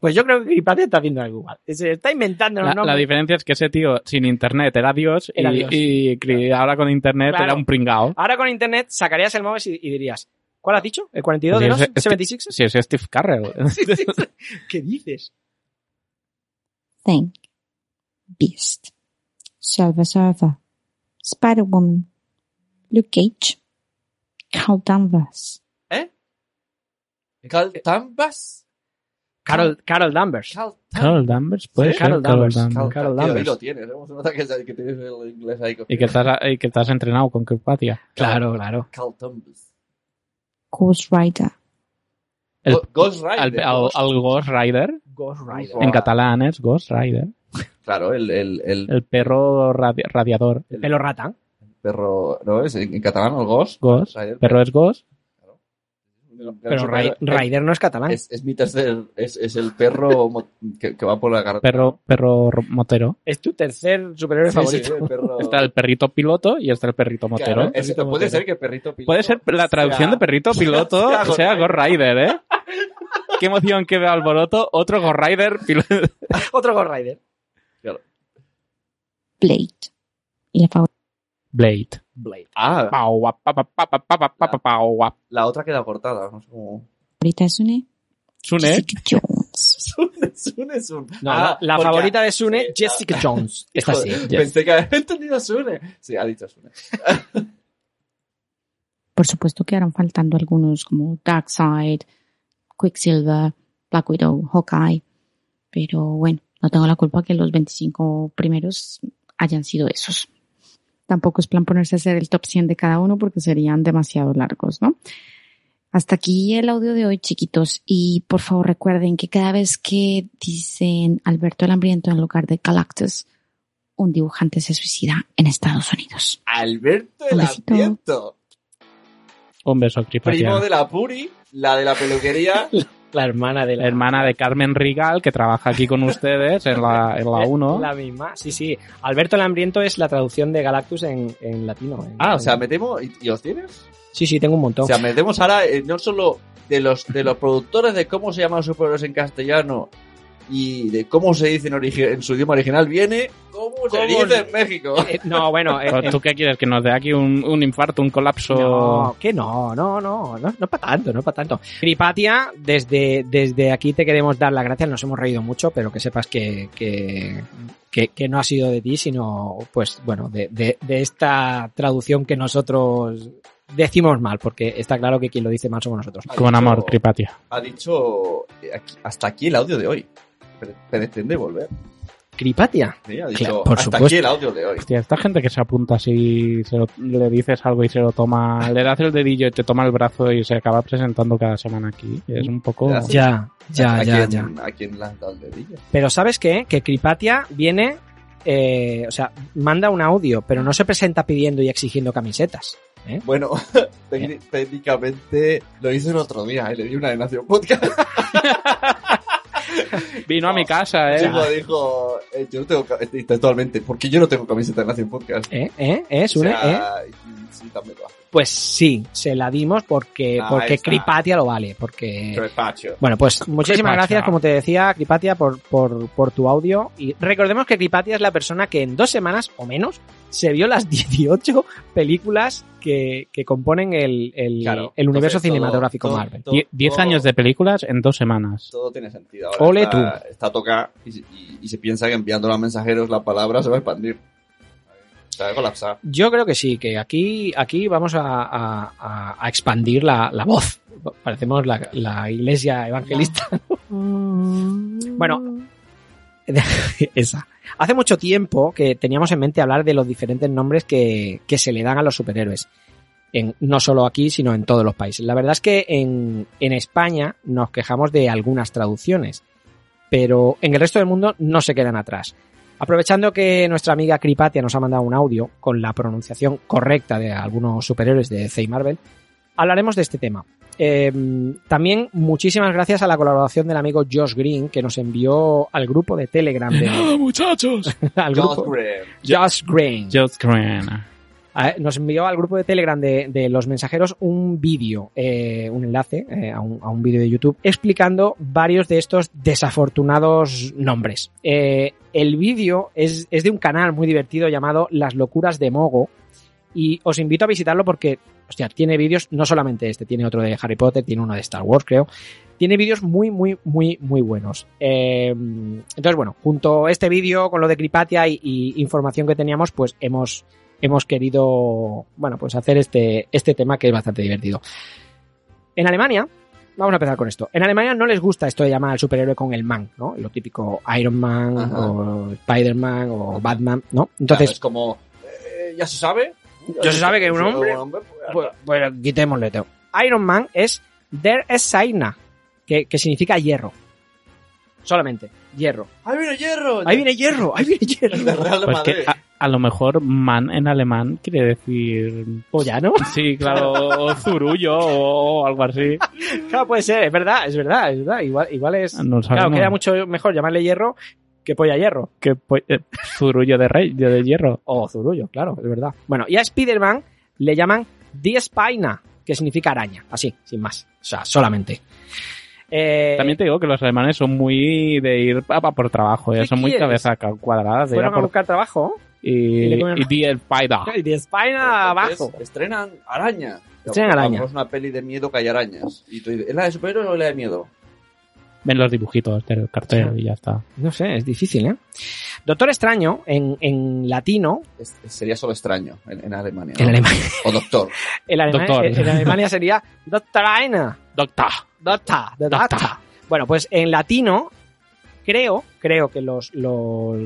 Speaker 3: Pues yo creo que Gripate está haciendo algo igual. Se está inventando los
Speaker 4: La, la
Speaker 3: nombres.
Speaker 4: diferencia es que ese tío sin internet era Dios y,
Speaker 3: Era Dios.
Speaker 4: y cri- ahora con internet
Speaker 3: Claro.
Speaker 4: era un pringao.
Speaker 3: Ahora con internet sacarías el móvil y, y dirías, ¿cuál has dicho? ¿El 42 de
Speaker 4: Sí,
Speaker 3: los
Speaker 4: es- es-
Speaker 3: 76?
Speaker 4: Si es Steve Carrell.
Speaker 3: ¿Qué dices?
Speaker 6: Thing. Beast. Silver Surfer. Spider-Woman. Luke Cage. Carl Danvers.
Speaker 5: Carl Tambas.
Speaker 3: Carol, Carol Danvers.
Speaker 5: Carl Tambas.
Speaker 4: Carol Danvers, puede
Speaker 3: Sí,
Speaker 4: ser.
Speaker 3: Carol
Speaker 4: Carol
Speaker 3: Danvers,
Speaker 4: Danvers.
Speaker 3: Carol- Carl
Speaker 5: tío, ahí
Speaker 3: Danvers.
Speaker 5: lo tienes. ¿eh? Se nota que, que tienes el inglés ahí.
Speaker 4: Y que, estás, y que estás entrenado con Kirkpatia.
Speaker 3: Claro, claro.
Speaker 5: Carl Tambas.
Speaker 6: Ghost Rider.
Speaker 4: El-
Speaker 5: Go- Ghost Rider.
Speaker 4: Al, al- al Ghost Rider,
Speaker 3: Ghost Rider.
Speaker 4: en catalán es Ghost Rider.
Speaker 5: Claro, el, el, el
Speaker 4: El perro radi- radiador,
Speaker 3: Pelo rata.
Speaker 5: perro. ¿No es? En, en catalán, el Ghost.
Speaker 4: Ghost.
Speaker 5: Rider.
Speaker 4: Perro es Ghost.
Speaker 3: Pero Ra-
Speaker 5: Rider-
Speaker 3: Rider no es catalán.
Speaker 5: Es, es mi tercer. Es, es el perro mo- que, que va por la carretera.
Speaker 4: Perro, perro ro- motero.
Speaker 3: Es tu tercer superhéroe
Speaker 5: Sí, sí,
Speaker 3: favorito.
Speaker 5: el perro.
Speaker 4: Está el perrito piloto y está el perrito motero.
Speaker 5: Claro, es-
Speaker 3: Perrito
Speaker 5: puede
Speaker 3: motero.
Speaker 5: ser que perrito piloto
Speaker 4: Puede ser la
Speaker 5: sea-
Speaker 4: traducción de perrito piloto
Speaker 5: sea
Speaker 4: o sea Ghost Rider, ¿eh? Qué emoción que veo alboroto. Otro Ghost Rider piloto.
Speaker 3: Otro Ghost Rider.
Speaker 6: Blade. Y la favorita.
Speaker 4: Blade.
Speaker 3: Blade.
Speaker 5: Ah,
Speaker 4: Pau, guap, pa, pa, pa, pa, pa, pa, pa, pa, pau, guap.
Speaker 5: la otra queda cortada. No sé cómo.
Speaker 6: es Sune.
Speaker 4: Sune,
Speaker 6: Jessica Jones.
Speaker 5: Sune, Sune, Sune.
Speaker 3: No,
Speaker 5: Ah,
Speaker 3: la, la
Speaker 5: porque-
Speaker 3: favorita de Sune,
Speaker 5: sí,
Speaker 3: Jessica Jones. Esta sí.
Speaker 5: Joder, Pensé que había entendido Sune. Sí, ha dicho Sune.
Speaker 6: Por supuesto quedaron faltando algunos como Darkseid, Quicksilver, Black Widow, Hawkeye. Pero bueno, no tengo la culpa que los 25 primeros hayan sido esos. Tampoco es plan ponerse a hacer el top 100 de cada uno porque serían demasiado largos, ¿no? Hasta aquí el audio de hoy, chiquitos. Y por favor recuerden que cada vez que dicen Alberto el Hambriento en lugar de Galactus, un dibujante se suicida en Estados Unidos.
Speaker 5: Alberto el
Speaker 6: Un
Speaker 4: Pues
Speaker 6: besito.
Speaker 5: Hambriento.
Speaker 4: un beso, Cripatia.
Speaker 5: Primo de la Puri, la de la peluquería,
Speaker 3: La hermana de la...
Speaker 4: hermana de Carmen Rigal, que trabaja aquí con ustedes en la, en la 1.
Speaker 3: La misma, sí, sí. Alberto el Hambriento es la traducción de Galactus en, en latino. en-
Speaker 5: Ah, o
Speaker 3: en-
Speaker 5: sea, metemos. ¿Y, y los tienes?
Speaker 3: Sí, sí, tengo un montón.
Speaker 5: O sea, metemos ahora eh, no solo de los, de los productores de cómo se llaman sus pueblos en castellano y de cómo se dice en, origi- en su idioma original, viene cómo se
Speaker 3: ¿Cómo
Speaker 5: dice
Speaker 3: se-
Speaker 5: en México.
Speaker 3: Eh, no, bueno, eh, eh,
Speaker 4: ¿Tú qué quieres? ¿Que nos dé aquí un, un infarto, un colapso?
Speaker 3: No, que no, no, no, no, no para tanto, no para tanto. Cripatia, desde, desde aquí te queremos dar las gracias, nos hemos reído mucho, pero que sepas que, que, que- que no ha sido de ti, sino, pues bueno, de, de- de esta traducción que nosotros decimos mal, porque está claro que quien lo dice mal somos nosotros.
Speaker 4: Con
Speaker 5: Ha dicho-
Speaker 4: amor, Cripatia.
Speaker 5: Ha dicho eh, aquí- hasta aquí el audio de hoy. Pre- Pretende volver.
Speaker 3: Cripatia.
Speaker 5: Sí, ha dicho
Speaker 3: Claro, por
Speaker 5: hasta
Speaker 3: supuesto.
Speaker 5: aquí el audio de hoy.
Speaker 4: Hostia, esta gente que se apunta así, se lo- le dices algo y se lo toma, le das el dedillo y te toma el brazo y se acaba presentando cada semana aquí. Es un poco...
Speaker 5: Gracias.
Speaker 3: Ya, ya,
Speaker 5: ¿A
Speaker 3: Ah, ya,
Speaker 5: quién-
Speaker 3: ya.
Speaker 5: ¿A quién le has dado el dedillo?
Speaker 3: Pero ¿sabes qué? Que Cripatia viene, eh, o sea, manda un audio, pero no se presenta pidiendo y exigiendo camisetas.
Speaker 5: Bueno, técnic- técnicamente lo hice el otro día, ¿eh? le di una de Nación Podcast.
Speaker 4: Vino a mi casa,
Speaker 5: El
Speaker 4: eh.
Speaker 5: chico dijo, eh, yo no tengo ca- eh, textualmente, porque yo no tengo camiseta de Nación Podcast.
Speaker 3: ¿Eh? ¿Eh? ¿Eh?
Speaker 5: O
Speaker 3: Sune, ¿eh?
Speaker 5: sea, y- sí, también lo hace.
Speaker 3: Pues sí, se la dimos porque,
Speaker 5: Ahí
Speaker 3: porque
Speaker 5: Ah, está.
Speaker 3: Cripatia lo vale. Porque.
Speaker 5: Pero es Pacho.
Speaker 3: Bueno, pues muchísimas
Speaker 4: Cripatia.
Speaker 3: gracias, como te decía, Cripatia, por, por, por tu audio. Y recordemos que Cripatia es la persona que en dos semanas o menos se vio las 18 películas que, que componen el, el,
Speaker 5: Claro.
Speaker 3: el universo
Speaker 5: Entonces, todo-
Speaker 3: cinematográfico
Speaker 5: todo-
Speaker 3: Marvel.
Speaker 5: todo-
Speaker 4: Die- diez
Speaker 5: todo-
Speaker 4: años de películas en dos semanas.
Speaker 5: Todo tiene sentido. Ahora
Speaker 3: Ole
Speaker 5: está, está toca y, se- y- y se piensa que enviando a mensajeros la palabra se va a expandir. Se va a colapsar.
Speaker 3: Yo creo que sí, que aquí, aquí vamos a, a- a- a expandir la, la voz. Parecemos la, la iglesia evangelista. Bueno, esa. Hace mucho tiempo que teníamos en mente hablar de los diferentes nombres que, que se le dan a los superhéroes. En, no solo aquí, sino en todos los países. La verdad es que en, en España nos quejamos de algunas traducciones, pero en el resto del mundo no se quedan atrás. Aprovechando que nuestra amiga Cripatia nos ha mandado un audio con la pronunciación correcta de algunos superhéroes de DC y Marvel, hablaremos de este tema. Eh, también muchísimas gracias a la colaboración del amigo Josh Green que nos envió al grupo de Telegram de,
Speaker 4: muchachos!
Speaker 3: al
Speaker 5: Josh
Speaker 3: grupo,
Speaker 5: Graham.
Speaker 3: Josh Green.
Speaker 4: Just Green.
Speaker 3: A- nos envió al grupo de Telegram de, de los mensajeros un vídeo, eh, un enlace eh, a un, a un vídeo de YouTube explicando varios de estos desafortunados nombres. Eh, el vídeo es, es de un canal muy divertido llamado Las locuras de Mogo y os invito a visitarlo porque, hostia, tiene vídeos, no solamente este, tiene otro de Harry Potter, tiene uno de Star Wars, creo. Tiene vídeos muy, muy, muy, muy buenos. Eh, entonces, bueno, junto a este vídeo con lo de Cripatia y- y información que teníamos, pues hemos hemos querido, bueno, pues hacer este, este tema que es bastante divertido. En Alemania, vamos a empezar con esto. En Alemania no les gusta esto de llamar al superhéroe con el man, ¿no? Lo típico Iron Man
Speaker 5: Ajá.
Speaker 3: o Spider-Man o Batman, ¿no?
Speaker 5: Claro,
Speaker 3: Entonces,
Speaker 5: es como, eh, ya se sabe.
Speaker 3: Ya se sabe que es un hombre. pues, bueno, quitémosle todo. Iron Man es Der Esaina, que, que significa hierro. Solamente, hierro.
Speaker 5: ¡Ahí viene hierro!
Speaker 3: Ahí viene hierro, ahí viene
Speaker 5: De
Speaker 3: hierro.
Speaker 5: Real
Speaker 4: Pues
Speaker 5: Madrid.
Speaker 4: que a, a lo mejor man en alemán quiere decir...
Speaker 3: ¿Pollano?
Speaker 4: Sí, claro, o zurullo o, o algo así.
Speaker 3: Claro, puede ser, es verdad, es verdad, es verdad. Igual, igual es,
Speaker 4: No
Speaker 3: Claro,
Speaker 4: sabemos.
Speaker 3: queda mucho mejor llamarle hierro que polla hierro.
Speaker 4: Que po- eh, zurullo de rey, de, de hierro.
Speaker 3: O zurullo, claro, es verdad. Bueno, y a Spider-Man le llaman Die Spina, que significa araña, así, sin más. O sea, solamente. Eh,
Speaker 4: También te digo que los alemanes son muy de ir a, a por trabajo, eh,
Speaker 3: ¿Qué
Speaker 4: son muy
Speaker 3: quieres?
Speaker 4: cabeza ca- cuadrada. De ir a
Speaker 3: fueron a
Speaker 4: por, Ah.
Speaker 3: buscar trabajo.
Speaker 4: y,
Speaker 3: le comen-
Speaker 4: y di el paida.
Speaker 3: Y Die Spina
Speaker 5: Entonces,
Speaker 3: abajo.
Speaker 5: Estrenan araña.
Speaker 3: Estrenan araña.
Speaker 5: Es una peli de miedo que hay arañas. Y tú dices, ¿es la de superhéroes o es la de miedo?
Speaker 4: Ven los dibujitos del cartel y ya está.
Speaker 3: No sé, es difícil, ¿eh? Doctor Extraño, en, en latino,
Speaker 5: Es- sería solo extraño en, en Alemania. ¿no?
Speaker 3: en Alemania,
Speaker 5: O doctor.
Speaker 3: en Alemania-
Speaker 4: Doctor.
Speaker 3: eh, en Alemania sería Doctor Aina.
Speaker 4: Doctor.
Speaker 3: Data, de data.
Speaker 4: Data.
Speaker 3: Bueno, pues en latino, creo, creo que los, los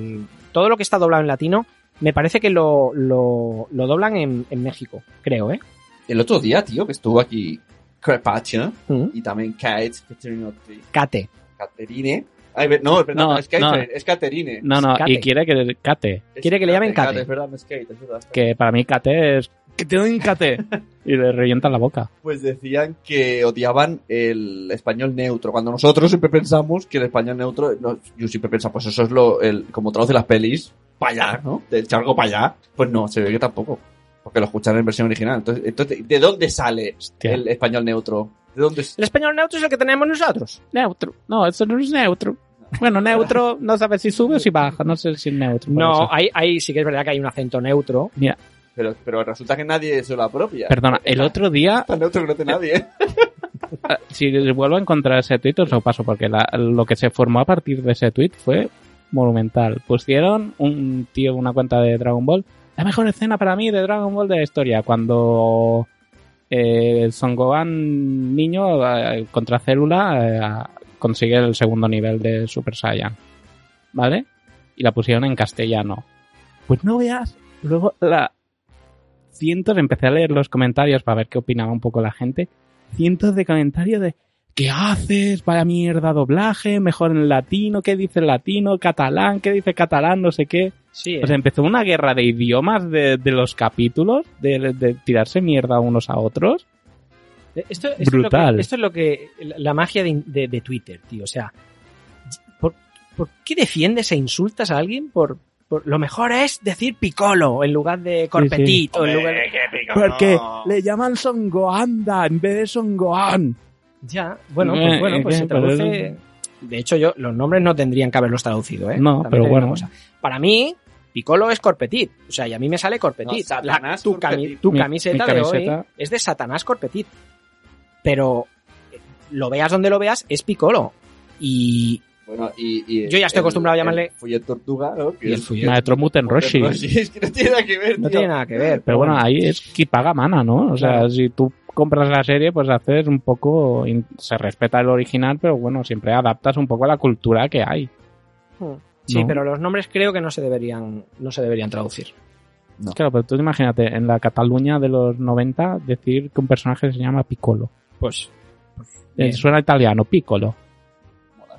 Speaker 3: todo lo que está doblado en latino, me parece que lo, lo, lo doblan en, en México, creo, ¿eh?
Speaker 5: El otro día, tío, que estuvo aquí Crepacha
Speaker 3: Mm.
Speaker 5: y también Kate, Catherine O'Tree,
Speaker 3: Cate.
Speaker 5: Caterine. Ay, ve- no, perdón,
Speaker 4: No,
Speaker 5: no, es Kate,
Speaker 4: no.
Speaker 5: es Caterine.
Speaker 4: No, no,
Speaker 3: Kate.
Speaker 4: y quiere que Kate.
Speaker 5: Es
Speaker 3: quiere que le llamen Kate.
Speaker 5: Es verdad, es Kate, es verdad.
Speaker 4: Que para mí Kate es que te doy un cate. y le revientan la boca.
Speaker 5: Pues decían que odiaban el español neutro. Cuando nosotros siempre pensamos que el español neutro, no, yo siempre pensaba, pues eso es lo, el, como traduce las pelis, para allá, ¿no? Del charco para allá. Pues no, se ve que tampoco. Porque lo escucharon en versión original. Entonces, entonces ¿de dónde sale el español neutro? ¿De dónde
Speaker 3: El español neutro es el que tenemos nosotros.
Speaker 4: Neutro. No, eso no es neutro. Bueno, neutro, no sabes si sube o si baja, no sé si es neutro.
Speaker 3: No, ahí, ahí sí que es verdad que hay un acento neutro.
Speaker 4: Mira,
Speaker 5: Pero, pero resulta que nadie se lo apropia.
Speaker 4: perdona, el otro día,
Speaker 5: Tan neutro que no hace nadie. ¿eh?
Speaker 4: ah, si vuelvo a encontrar ese tweet, os lo paso, porque la- lo que se formó a partir de ese tweet fue monumental. Pusieron un tío, una cuenta de Dragon Ball, la mejor escena para mí de Dragon Ball de la historia, cuando eh, Son Gohan, niño, eh, contra célula, eh, consigue el segundo nivel de Super Saiyan. ¿Vale? Y la pusieron en castellano. Pues no veas, luego la cientos, empecé a leer los comentarios para ver qué opinaba un poco la gente, cientos de comentarios de ¿qué haces? Vaya mierda doblaje, mejor en latino, ¿qué dice latino? Catalán, ¿qué dice catalán? No sé qué.
Speaker 3: Sí,
Speaker 4: O sea, empezó una guerra de idiomas de, de los capítulos, de, de tirarse mierda unos a otros.
Speaker 3: Eh, Esto, esto es lo que-
Speaker 4: Brutal.
Speaker 3: esto es lo que. la- La magia de, de- de Twitter, tío. O sea, ¿por, por qué defiendes e insultas a alguien por. por- Lo mejor es decir picolo en lugar de corpetito. en lugar-
Speaker 4: Porque le llaman Songoanda en vez de Songoan.
Speaker 3: Ya, bueno,
Speaker 4: Eh,
Speaker 3: pues, bueno, pues se traduce. De hecho, yo los nombres no tendrían que haberlos traducido, ¿eh?
Speaker 4: No,
Speaker 3: También
Speaker 4: pero
Speaker 3: te digo una
Speaker 4: bueno.
Speaker 3: cosa. Para mí, picolo es corpetit. O sea, y a mí me sale
Speaker 5: No,
Speaker 3: corpetit.
Speaker 5: Satanás
Speaker 3: tu, cami-
Speaker 5: Corpetit.
Speaker 3: tu
Speaker 4: Mi-
Speaker 3: camiseta,
Speaker 4: mi camiseta.
Speaker 3: de hoy es de Satanás corpetit. Pero eh, lo veas donde lo veas, es picolo. Y,
Speaker 5: Bueno, y, y
Speaker 3: Yo ya estoy acostumbrado a llamarle-
Speaker 5: el Follet Tortuga, ¿no? Que
Speaker 3: y el
Speaker 5: es-
Speaker 3: folleto.
Speaker 4: Maestro Muten Roshi.
Speaker 5: Pues Sí, es que no tiene nada que ver,
Speaker 3: No
Speaker 5: tío.
Speaker 3: tiene nada que ver.
Speaker 4: Pero bueno, ahí es que paga mana, ¿no? O sea,
Speaker 3: Claro.
Speaker 4: si tú compras la serie, pues haces un poco. in- Se respeta el original, pero bueno, siempre adaptas un poco a la cultura que hay.
Speaker 3: Sí,
Speaker 4: ¿no?
Speaker 3: pero los nombres creo que no se deberían, no se deberían traducir.
Speaker 4: Claro, pero tú imagínate, en la Cataluña de los 90, decir que un personaje se llama Piccolo.
Speaker 3: Pues
Speaker 4: Eh,
Speaker 3: Bien.
Speaker 4: Suena italiano, Piccolo.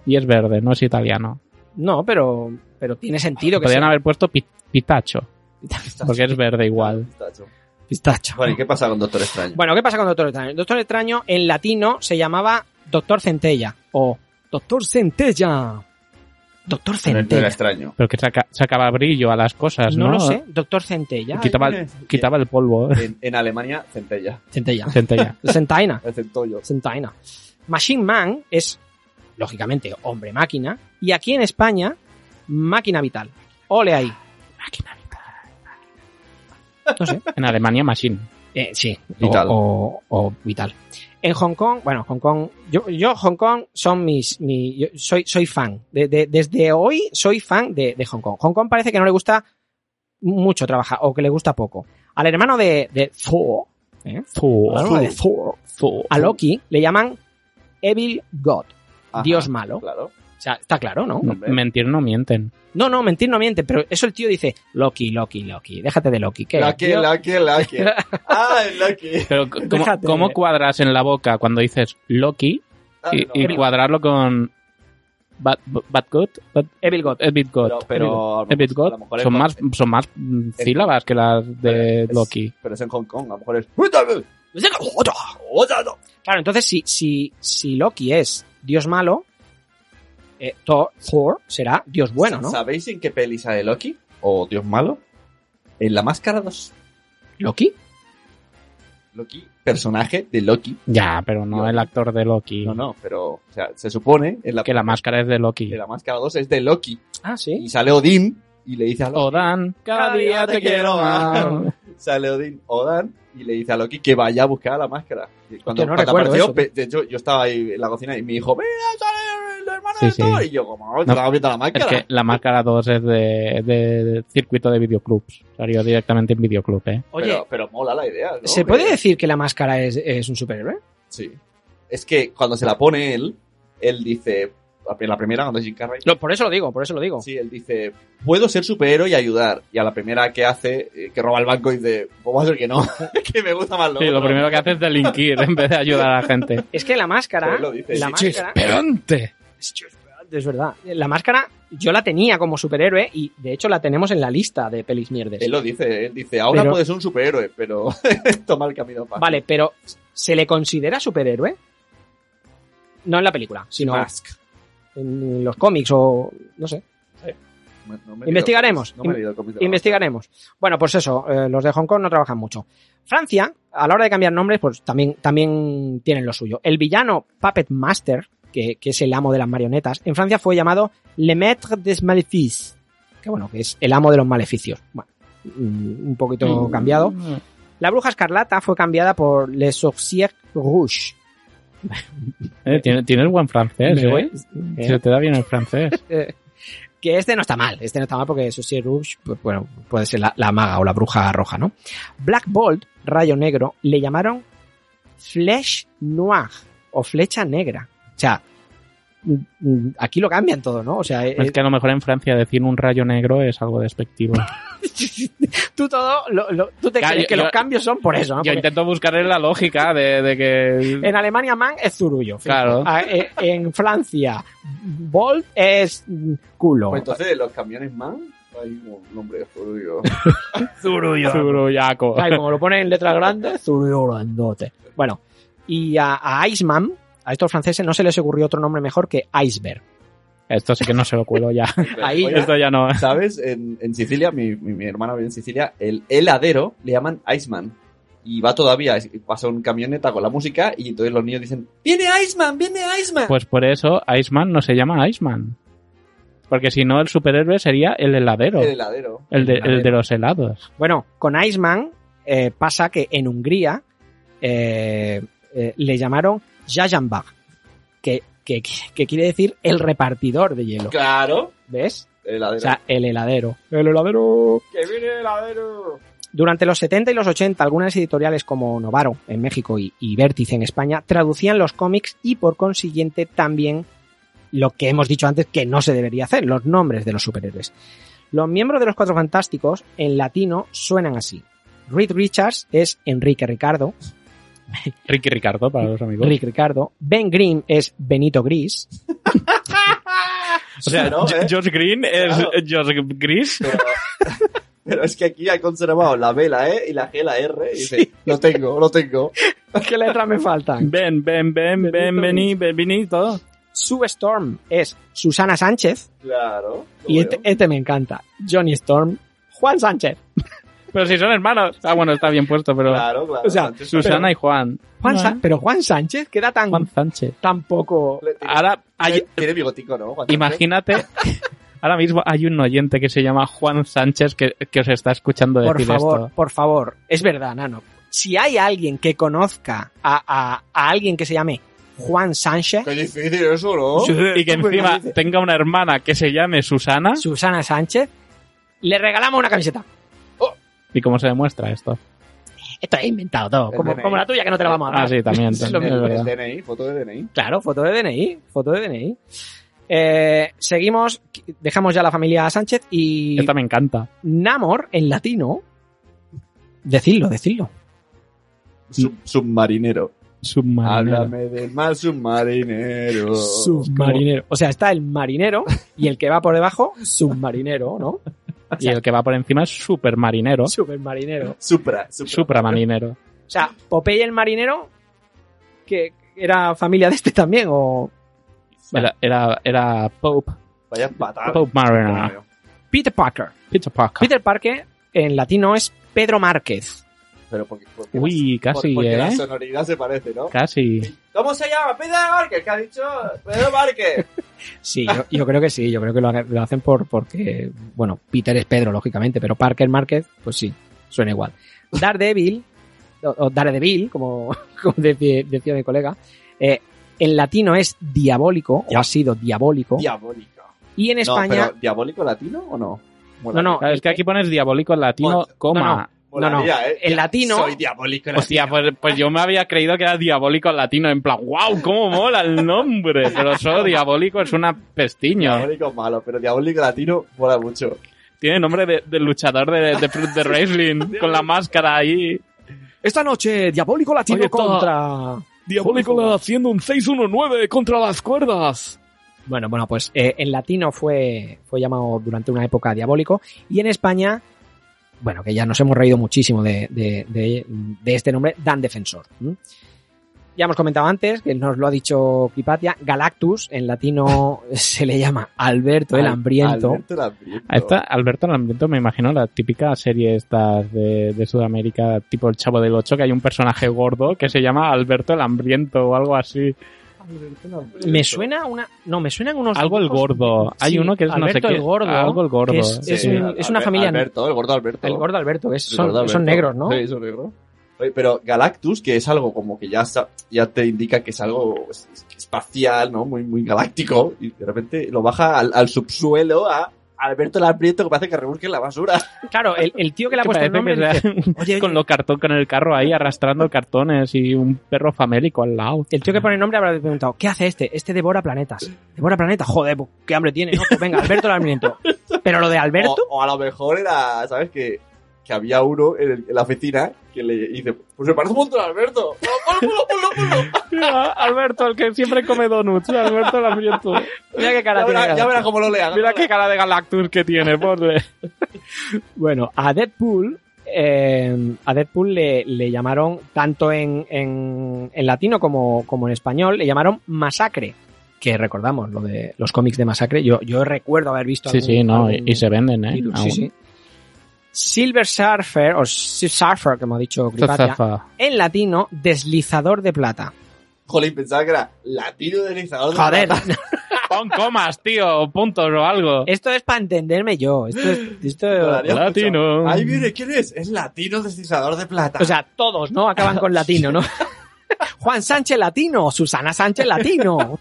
Speaker 4: Y es verde, no es italiano.
Speaker 3: no, pero, pero tiene sentido que
Speaker 4: Podrían
Speaker 3: sea
Speaker 4: haber puesto Pi- Pitacho,
Speaker 5: Pistacho,
Speaker 4: porque es verde igual.
Speaker 5: pistacho.
Speaker 3: pistacho.
Speaker 5: Bueno, ¿y qué pasa con Doctor Extraño?
Speaker 3: Bueno, ¿qué pasa con Doctor Extraño? Doctor Extraño en latino se llamaba Doctor Centella o Doctor Centella. Doctor
Speaker 5: Pero no era
Speaker 3: Centella.
Speaker 5: extraño.
Speaker 4: Pero que saca- sacaba brillo a las cosas, ¿no?
Speaker 3: No lo sé, Doctor Centella.
Speaker 4: Quitaba,
Speaker 5: Ay, tienes-
Speaker 4: quitaba el polvo, eh.
Speaker 5: En, en Alemania, centella.
Speaker 3: Centella.
Speaker 4: centella.
Speaker 3: Centaina.
Speaker 5: El centollo.
Speaker 3: Centaina. Machine Man es, lógicamente, hombre máquina. Y aquí en España, máquina vital. Ole ahí.
Speaker 4: Máquina vital.
Speaker 3: No sé.
Speaker 4: En Alemania, Machine.
Speaker 3: Eh, sí. O-
Speaker 5: Vital.
Speaker 3: O, o vital. En Hong Kong, bueno, Hong Kong, yo, yo Hong Kong son mis, mi, yo soy, soy fan. De- de- desde hoy soy fan de, de Hong Kong. Hong Kong parece que no le gusta mucho trabajar o que le gusta poco. Al hermano de, de Thor, ¿eh?
Speaker 4: Fu-
Speaker 3: Al hermano de Thor,
Speaker 4: fu-
Speaker 3: a Loki le llaman Evil God,
Speaker 5: Ajá,
Speaker 3: Dios malo.
Speaker 5: Claro.
Speaker 3: O sea, está claro, ¿no?
Speaker 4: No, mentir no mienten.
Speaker 3: No, no, mentir no miente, pero eso el tío dice, Loki, Loki, Loki, déjate de Loki. ¿qué?
Speaker 5: Lucky,
Speaker 3: Dios-
Speaker 5: lucky, lucky. Ah, el lucky.
Speaker 4: Pero c- ¿cómo,
Speaker 3: Déjate.
Speaker 4: cómo cuadras en la boca cuando dices Loki
Speaker 5: Ah,
Speaker 4: y,
Speaker 5: no,
Speaker 4: y
Speaker 5: pero-
Speaker 4: cuadrarlo con Bad, bad God? Bad-
Speaker 3: Evil God.
Speaker 4: Evil God.
Speaker 5: pero, pero a lo
Speaker 4: Evil
Speaker 5: mejor- a
Speaker 4: God.
Speaker 5: lo mejor es
Speaker 4: Son
Speaker 5: con-
Speaker 4: más, son más mm, sílabas que las de
Speaker 5: pero es-
Speaker 4: Loki.
Speaker 5: Pero es en Hong Kong, a lo mejor es... ¡Cuéntame!
Speaker 3: Claro, entonces si, si, si Loki es Dios malo, eh, Thor, Thor será Dios bueno, ¿no?
Speaker 5: ¿Sabéis en qué peli sale Loki? ¿O Oh, Dios malo? En La Máscara 2.
Speaker 3: ¿Loki?
Speaker 5: Loki, personaje de Loki.
Speaker 4: Ya, pero no
Speaker 5: Loki.
Speaker 4: el actor de Loki.
Speaker 5: No, no, pero o sea, se supone en la,
Speaker 4: Que la máscara es de Loki.
Speaker 5: en la Máscara 2 es de Loki.
Speaker 3: Ah,
Speaker 5: Y
Speaker 3: sí.
Speaker 5: sale Odín y le dice a Loki...
Speaker 4: Odan, cada día te quiero más.
Speaker 5: sale Odín Odan y le dice a Loki que vaya a buscar la máscara. Y Cuando,
Speaker 3: Hostia, no
Speaker 5: cuando
Speaker 3: recuerdo
Speaker 5: apareció,
Speaker 3: eso.
Speaker 5: pe- de hecho, yo estaba ahí en la cocina y me dijo, mira, sale el hermano
Speaker 4: Sí,
Speaker 5: de
Speaker 4: sí.
Speaker 5: Thor". Y yo, como, te
Speaker 4: No.
Speaker 5: vas a quitar la
Speaker 4: Es
Speaker 5: máscara.
Speaker 4: que la máscara 2 es de, de circuito de videoclubs. Salió directamente en videoclub, ¿eh?
Speaker 3: Oye,
Speaker 5: pero, pero mola la idea. ¿no?
Speaker 3: ¿se
Speaker 5: Que-
Speaker 3: puede decir que la máscara es, es un superhéroe?
Speaker 5: Sí. Es que cuando se la pone él, él dice, en la primera, cuando es Jim Carrey,
Speaker 3: Lo- por eso lo digo, por eso lo digo.
Speaker 5: sí, él dice, puedo ser superhéroe y ayudar. Y a la primera que hace, eh, que roba el banco, dice, pues va a ser que no, que me gusta más lo
Speaker 4: Sí, lo
Speaker 5: otro".
Speaker 4: primero que hace es delinquir en vez de ayudar a la gente.
Speaker 3: Es que la máscara...
Speaker 5: Pero él lo dice,
Speaker 3: la
Speaker 5: sí.
Speaker 3: máscara...
Speaker 4: ¡Esperante!
Speaker 3: Es verdad. La máscara yo la tenía como superhéroe y de hecho la tenemos en la lista de pelis mierdes.
Speaker 5: Él lo dice, él dice, ahora
Speaker 3: Pero-
Speaker 5: puedes ser un superhéroe, pero toma el camino fácil.
Speaker 3: Vale, pero ¿se le considera superhéroe? No en la película, sino
Speaker 5: Mask.
Speaker 3: en los cómics o no sé.
Speaker 5: No- no me he
Speaker 3: Investigaremos.
Speaker 5: leído- No me he leído el cómic de la
Speaker 3: Investigaremos. Bueno, pues eso, eh, los de Hong Kong no trabajan mucho. Francia, a la hora de cambiar nombres, pues también, también tienen lo suyo. El villano Puppet Master, que, que es el amo de las marionetas, en Francia fue llamado Le Maître des Malefices, que bueno, que es el amo de los maleficios. Bueno, mm, un poquito cambiado. La bruja escarlata fue cambiada por Le Sorcier Rouge.
Speaker 4: Eh, tiene- tienes buen francés,
Speaker 3: Me voy.
Speaker 4: ¿eh? Se te da bien el francés.
Speaker 3: Eh, que este no está mal, este no está mal porque Susie Rouge, pues bueno, puede ser la, la maga o la bruja roja, ¿no? Black Bolt, rayo negro, le llamaron Flesh Noir o flecha negra. O sea, mm, mm, aquí lo cambian todo, ¿no? O sea, eh,
Speaker 4: Es que a lo mejor en Francia decir un rayo negro es algo despectivo.
Speaker 3: tú todo, lo- lo- tú te
Speaker 4: Ya,
Speaker 3: crees
Speaker 4: yo-
Speaker 3: que
Speaker 4: yo-
Speaker 3: los cambios son por eso, ¿no?
Speaker 4: Yo
Speaker 3: Porque
Speaker 4: intento buscarle la lógica de, de que...
Speaker 3: en Alemania man es zurullo.
Speaker 4: Claro.
Speaker 3: Ah, eh, En Francia, Bolt es mm, culo.
Speaker 5: Pues entonces, de los camiones man, hay un nombre judío.
Speaker 3: Zurullo.
Speaker 4: Zurullaco.
Speaker 3: Ay, como lo pone en letras grandes, zurullo grandote. Bueno, y a, a Iceman, a estos franceses no se les ocurrió otro nombre mejor que Iceberg.
Speaker 4: Esto sí que no se lo cuelo ya. Pues
Speaker 3: Ahí,
Speaker 5: Oye,
Speaker 4: Esto ya no.
Speaker 5: ¿Sabes? En, en Sicilia, mi, mi, mi hermana vive en Sicilia, el heladero le llaman Iceman. Y va todavía, es- pasa un camioneta con la música y entonces los niños dicen, ¡Viene Iceman! ¡Viene Iceman!
Speaker 4: Pues por eso Iceman no se llama Iceman. Porque si no, el superhéroe sería el heladero.
Speaker 5: el heladero.
Speaker 4: El de, el de
Speaker 3: heladero.
Speaker 4: los helados.
Speaker 3: bueno, con Iceman eh, pasa que en Hungría eh, eh, le llamaron Jajambag, que, que, que quiere decir el repartidor de hielo.
Speaker 5: Claro.
Speaker 3: ¿Ves?
Speaker 5: El
Speaker 3: O
Speaker 5: heladero.
Speaker 3: sea, el heladero. El heladero.
Speaker 5: ¡Que viene el heladero!
Speaker 3: Durante los 70 y los 80, algunas editoriales como Novaro en México y, y Vértice en España traducían los cómics y por consiguiente también lo que hemos dicho antes que no se debería hacer, los nombres de los superhéroes. Los miembros de los Cuatro Fantásticos en latino suenan así. Reed Richards es Enrique Ricardo,
Speaker 4: Ricky Ricardo para los amigos.
Speaker 3: Rick Ricardo, Ben Green es Benito Gris,
Speaker 4: O sea,
Speaker 5: Claro,
Speaker 4: Jo-
Speaker 5: ¿eh?
Speaker 4: Josh Green es
Speaker 5: Claro.
Speaker 4: Josh Gris.
Speaker 5: Pero, pero es que aquí ha conservado la B, la E y la G, la R. Y dice, lo tengo, lo tengo.
Speaker 3: ¿qué letras me faltan?
Speaker 4: Ven, ven, ven, ven, vení, ven, vení, todo.
Speaker 3: Sue Storm es Susana Sánchez,
Speaker 5: Claro. lo
Speaker 3: y
Speaker 5: veo.
Speaker 3: este, este me encanta, Johnny Storm, Juan Sánchez.
Speaker 4: Pero si son hermanos. Ah, bueno, está bien puesto, pero...
Speaker 5: Claro, claro.
Speaker 3: O sea,
Speaker 5: Sánchez,
Speaker 4: Susana y Juan.
Speaker 3: Juan
Speaker 4: No,
Speaker 3: Sa- pero Juan Sánchez queda tan,
Speaker 4: Juan Sánchez.
Speaker 3: tan poco.
Speaker 5: le- tiene-
Speaker 4: Ahora, hay-
Speaker 5: Tiene bigotico, ¿no? Juan Sánchez?
Speaker 4: imagínate... Ahora mismo hay un oyente que se llama Juan Sánchez que, que os está escuchando
Speaker 3: Por
Speaker 4: decir
Speaker 3: favor,
Speaker 4: esto.
Speaker 3: por favor. Es verdad, Nano. Si hay alguien que conozca a, a- a alguien que se llame Juan Sánchez,
Speaker 5: Qué difícil eso, ¿no?
Speaker 4: Y que encima tenga una hermana que se llame Susana.
Speaker 3: Susana Sánchez, le regalamos una camiseta.
Speaker 4: ¿Y cómo se demuestra esto?
Speaker 3: Esto es inventado todo.
Speaker 5: El
Speaker 3: Como,
Speaker 5: DNI.
Speaker 3: como la tuya que no te la vamos a dar.
Speaker 4: Ah, sí, también.
Speaker 3: Es
Speaker 4: también,
Speaker 3: lo
Speaker 4: es
Speaker 3: mismo, este.
Speaker 4: verdad.
Speaker 5: El DNI, foto de DNI.
Speaker 3: Claro, foto de DNI. Foto de DNI. Eh, seguimos, dejamos ya la familia Sánchez y
Speaker 4: Esta me encanta.
Speaker 3: Namor en latino. Decidlo, decidlo.
Speaker 5: Sub- submarinero.
Speaker 4: Submarinero.
Speaker 5: Háblame del mal submarinero.
Speaker 3: Submarinero. O sea, está el marinero y el que va por debajo, submarinero, ¿no?
Speaker 4: Y el que va por encima es supermarinero.
Speaker 3: Supermarinero.
Speaker 5: Supra, supra.
Speaker 4: Supramarinero.
Speaker 3: O sea, Popeye el marinero, que era familia de este también, o
Speaker 4: Era, era, era Pope,
Speaker 5: Vaya patada.
Speaker 4: Pope Mariner.
Speaker 3: Peter Parker.
Speaker 4: Peter Parker.
Speaker 3: Peter Parker en latino es Pedro Márquez.
Speaker 5: Pero porque, porque
Speaker 4: Uy,
Speaker 5: la-
Speaker 4: casi,
Speaker 5: porque
Speaker 4: ¿eh?
Speaker 5: la sonoridad se parece, ¿no?
Speaker 4: Casi.
Speaker 5: ¿Cómo se llama? Pedro Márquez, ¿qué ha dicho? Pedro Márquez.
Speaker 3: Sí, yo, yo creo que sí, yo creo que lo, ha- lo hacen por porque, bueno, Peter es Pedro, lógicamente, pero Parker Márquez, pues sí, suena igual. Daredevil, o, o Daredevil, como, como decía, decía mi colega, eh, en latino es diabólico, o ha sido diabólico,
Speaker 5: Diabólico.
Speaker 3: y en España...
Speaker 5: No, pero ¿diabólico latino o no?
Speaker 3: No, no,
Speaker 4: Claro, es que aquí pones diabólico latino,
Speaker 5: Bueno,
Speaker 4: coma.
Speaker 5: Molaría,
Speaker 3: no,
Speaker 5: ¿eh?
Speaker 3: el latino-
Speaker 5: Soy diabólico latino.
Speaker 4: Hostia, pues, pues yo me había creído que era diabólico latino, en plan, wow, cómo mola el nombre. Pero solo diabólico es una pestiño.
Speaker 5: Diabólico malo, pero diabólico latino mola mucho.
Speaker 4: Tiene nombre de, de luchador de, de, de wrestling, con la máscara ahí.
Speaker 3: Esta noche, Diabólico Latino
Speaker 4: Oye, está-
Speaker 3: contra...
Speaker 4: Diabólico haciendo un 619 contra las cuerdas.
Speaker 3: Bueno, bueno, pues eh, en latino fue, fue llamado durante una época diabólico y en España, bueno, que ya nos hemos reído muchísimo de, de- de- de este nombre, Dan Defensor. ¿m? Ya hemos comentado antes, que nos lo ha dicho Kipatia, Galactus, en latino se le llama Alberto el
Speaker 4: Al-
Speaker 3: Hambriento.
Speaker 4: Alberto A esta, Alberto Lambriento, me imagino la típica serie estas de, de Sudamérica, tipo El Chavo del Ocho, que hay un personaje gordo que se llama Alberto el Hambriento o algo así.
Speaker 3: Me suena una. No, me suenan unos.
Speaker 4: Algo el
Speaker 3: dibujos-
Speaker 4: gordo. Hay
Speaker 3: Sí,
Speaker 4: uno que es no sé
Speaker 3: Alberto
Speaker 4: qué.
Speaker 3: el gordo.
Speaker 4: Algo el gordo.
Speaker 3: que Es, es
Speaker 4: sí.
Speaker 3: un- es una
Speaker 5: Alber-
Speaker 3: familia.
Speaker 5: Alberto, el gordo Alberto.
Speaker 3: El gordo Alberto, es,
Speaker 5: El
Speaker 3: son,
Speaker 5: gordo Alberto.
Speaker 3: son negros, ¿no?
Speaker 5: Sí, son negros. Oye, Pero Galactus, que es algo como que ya, sa- ya te indica que es algo es- es- espacial, ¿no? Muy, muy galáctico. Y de repente lo baja al, al subsuelo a Alberto el Hambriento, que parece que rebusque en la basura.
Speaker 3: Claro, el, el tío que le ha
Speaker 4: Que
Speaker 3: puesto el
Speaker 4: parece
Speaker 3: nombre.
Speaker 4: que sea
Speaker 3: dice,
Speaker 4: un- con lo cartón con el carro ahí arrastrando cartones y un perro famélico al lado.
Speaker 3: el tío que pone el nombre habrá preguntado: ¿Qué hace este? Este devora planetas. Devora planetas, joder, pues, qué hambre tiene. No, Pues venga, Alberto el Hambriento. Pero lo de Alberto.
Speaker 5: O, o a lo mejor era, ¿sabes? Que, que había uno en, el- en la oficina que le dice, pues me parece un montón a Alberto.
Speaker 4: Mira, Alberto, el que siempre come donuts. Alberto el Hambriento.
Speaker 3: Mira qué cara
Speaker 5: Oh, Ya verá-
Speaker 3: tiene.
Speaker 5: ya verá cómo lo lea.
Speaker 4: Mira qué cara de Galactus que tiene, ponle.
Speaker 3: Bueno, a Deadpool, eh, a Deadpool le, le llamaron, tanto en, en- en latino como, como en español, le llamaron Masacre. Que recordamos, lo de los cómics de Masacre. Yo, yo recuerdo haber visto.
Speaker 4: Sí,
Speaker 3: algún-
Speaker 4: sí, no, y,
Speaker 3: algún
Speaker 4: y se venden, ¿eh?
Speaker 3: título,
Speaker 4: Aún.
Speaker 3: sí, sí. Silver Surfer, o Sil- Surfer, como ha dicho Gripatia,
Speaker 4: Zazafa.
Speaker 3: en latino, deslizador de plata.
Speaker 5: Jolín, pensaba que era latino deslizador. de
Speaker 3: Joder,
Speaker 5: plata.
Speaker 4: Pon comas, tío, o puntos o algo.
Speaker 3: esto es para entenderme yo. Esto es- esto-
Speaker 5: Molaría mucho.
Speaker 4: Latino.
Speaker 5: Ahí viene, ¿quién es? Es latino deslizador de plata.
Speaker 3: O sea, todos, ¿no? Acaban con latino, ¿no? Juan Sánchez latino, Susana Sánchez latino,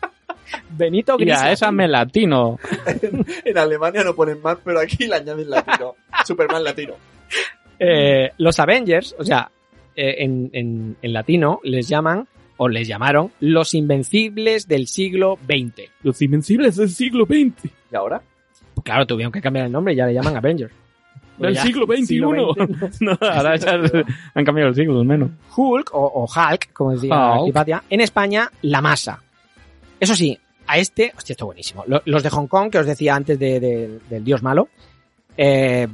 Speaker 3: Benito Gris.
Speaker 4: Mira, esa me latino.
Speaker 5: en Alemania no ponen más, pero aquí le añaden latino. Superman latino.
Speaker 3: Eh, los Avengers, o sea, eh, en, en- en latino les llaman, o les llamaron, los invencibles del siglo XX.
Speaker 4: Los invencibles del siglo XX.
Speaker 5: ¿Y ahora?
Speaker 3: Pues claro, tuvieron que cambiar el nombre, ya le llaman Avengers. Porque
Speaker 4: Del
Speaker 3: ya-
Speaker 4: siglo XXI.
Speaker 3: siglo
Speaker 4: no, ahora ya se- han cambiado el siglo, al menos.
Speaker 3: Hulk o, o Hulk, como decía
Speaker 4: Hulk.
Speaker 3: Hipatia, en España, la masa. Eso sí, a este, hostia, esto buenísimo. Lo- Los de Hong Kong, que os decía antes de- de- del dios malo, eh,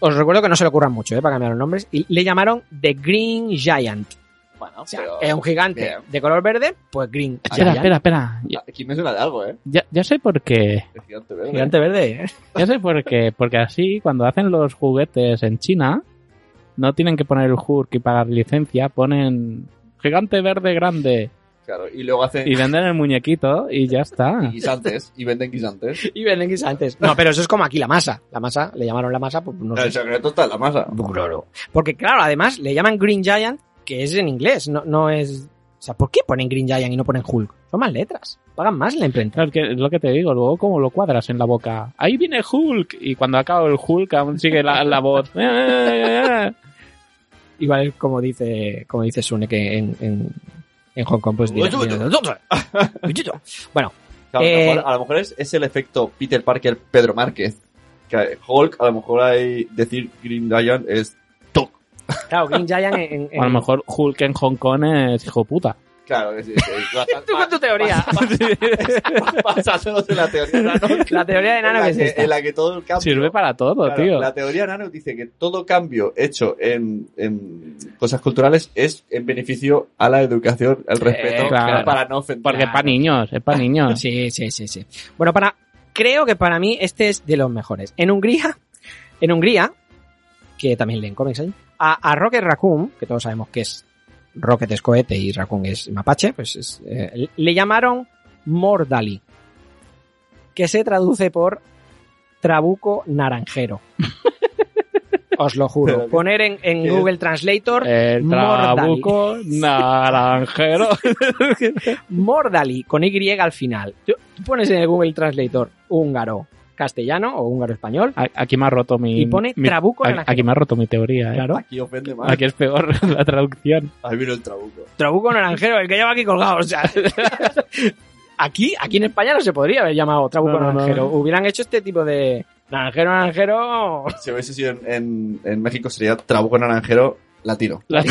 Speaker 3: os recuerdo que no se le ocurran mucho eh, para cambiar los nombres, y le llamaron The Green Giant.
Speaker 5: Bueno,
Speaker 3: O sea, es un gigante
Speaker 5: bien.
Speaker 3: de color verde, pues Green
Speaker 4: Espera,
Speaker 3: Giant.
Speaker 4: espera, espera. Ya,
Speaker 5: Aquí me suena de algo, ¿eh?
Speaker 4: ya- ya sé por qué.
Speaker 5: El gigante verde.
Speaker 3: Gigante verde, eh.
Speaker 4: Ya sé por qué. Porque así, cuando hacen los juguetes en China, no tienen que poner el Hulk y pagar licencia, ponen gigante verde grande
Speaker 5: Claro, y luego hacen
Speaker 4: y venden el muñequito y ya está.
Speaker 5: guisantes y venden guisantes.
Speaker 3: Y ven guisantes. No, pero eso es como aquí la masa. La masa, le llamaron la masa, pues no sé.
Speaker 5: El secreto está en la masa.
Speaker 3: Claro. Porque, claro, además le llaman Green Giant, que es en inglés, no, no es. O sea, ¿por qué ponen Green Giant y no ponen Hulk? Son más letras. Pagan más la imprenta.
Speaker 4: Claro, es que es lo que te digo, luego como lo cuadras en la boca. Ahí viene Hulk. Y cuando acaba el Hulk aún sigue la, la voz.
Speaker 3: Igual es como dice, como dice Sune que en, en, en Hong Kong pues dirán- Bueno,
Speaker 5: Claro,
Speaker 3: Eh,
Speaker 5: a, lo mejor, a lo mejor es, es el efecto Peter Parker, Pedro Márquez. Que Hulk, a lo mejor hay decir Green Giant es.
Speaker 3: claro, Green Giant en. en-
Speaker 4: O a lo mejor Hulk en Hong Kong es hijo puta.
Speaker 5: Claro, es. es, es bastante-
Speaker 3: Tú con tu teoría.
Speaker 5: Pasándonos de la teoría nano.
Speaker 3: La teoría de
Speaker 5: en,
Speaker 3: Nano
Speaker 5: la
Speaker 3: que es
Speaker 5: que,
Speaker 3: esta.
Speaker 5: en la que todo el cambio.
Speaker 4: Sirve para todo,
Speaker 5: claro,
Speaker 4: tío.
Speaker 5: La teoría nano dice que todo cambio hecho en, en cosas culturales es en beneficio a la educación, al
Speaker 3: Eh,
Speaker 5: respeto,
Speaker 4: claro.
Speaker 5: para no ofender.
Speaker 4: Porque es para niños, es para niños.
Speaker 3: Sí, sí, sí, sí. Bueno, para. Creo que para mí este es de los mejores. En Hungría, en Hungría, que también leen cómics ahí, a, a Rocket Raccoon, que todos sabemos que es Rocket es cohete y Raccoon es mapache, pues es, eh, le llamaron Mordali, que se traduce por Trabuco Naranjero. Os lo juro. Poner en, en
Speaker 5: ¿Qué?
Speaker 3: Google Translator
Speaker 4: El
Speaker 3: Mordali.
Speaker 4: trabuco naranjero.
Speaker 3: Mordali, con Y al final. Tú tú pones en el Google Translator húngaro castellano o húngaro español
Speaker 4: A- Aquí me ha roto mi.
Speaker 3: y pone
Speaker 4: mi-
Speaker 3: trabuco
Speaker 4: a-
Speaker 3: naranjero.
Speaker 4: Mm, Aquí me ha roto mi teoría, ¿eh?
Speaker 5: Aquí ofende más.
Speaker 4: Aquí es peor la traducción.
Speaker 5: Ahí vino el trabuco.
Speaker 3: Trabuco naranjero, el que lleva aquí colgado. O sea, aquí, aquí en España no se podría haber llamado trabuco
Speaker 4: No, no, no.
Speaker 3: naranjero. Hubieran hecho este tipo de naranjero, naranjero.
Speaker 5: Si hubiese sido en, en, en México sería trabuco naranjero latino.
Speaker 4: La-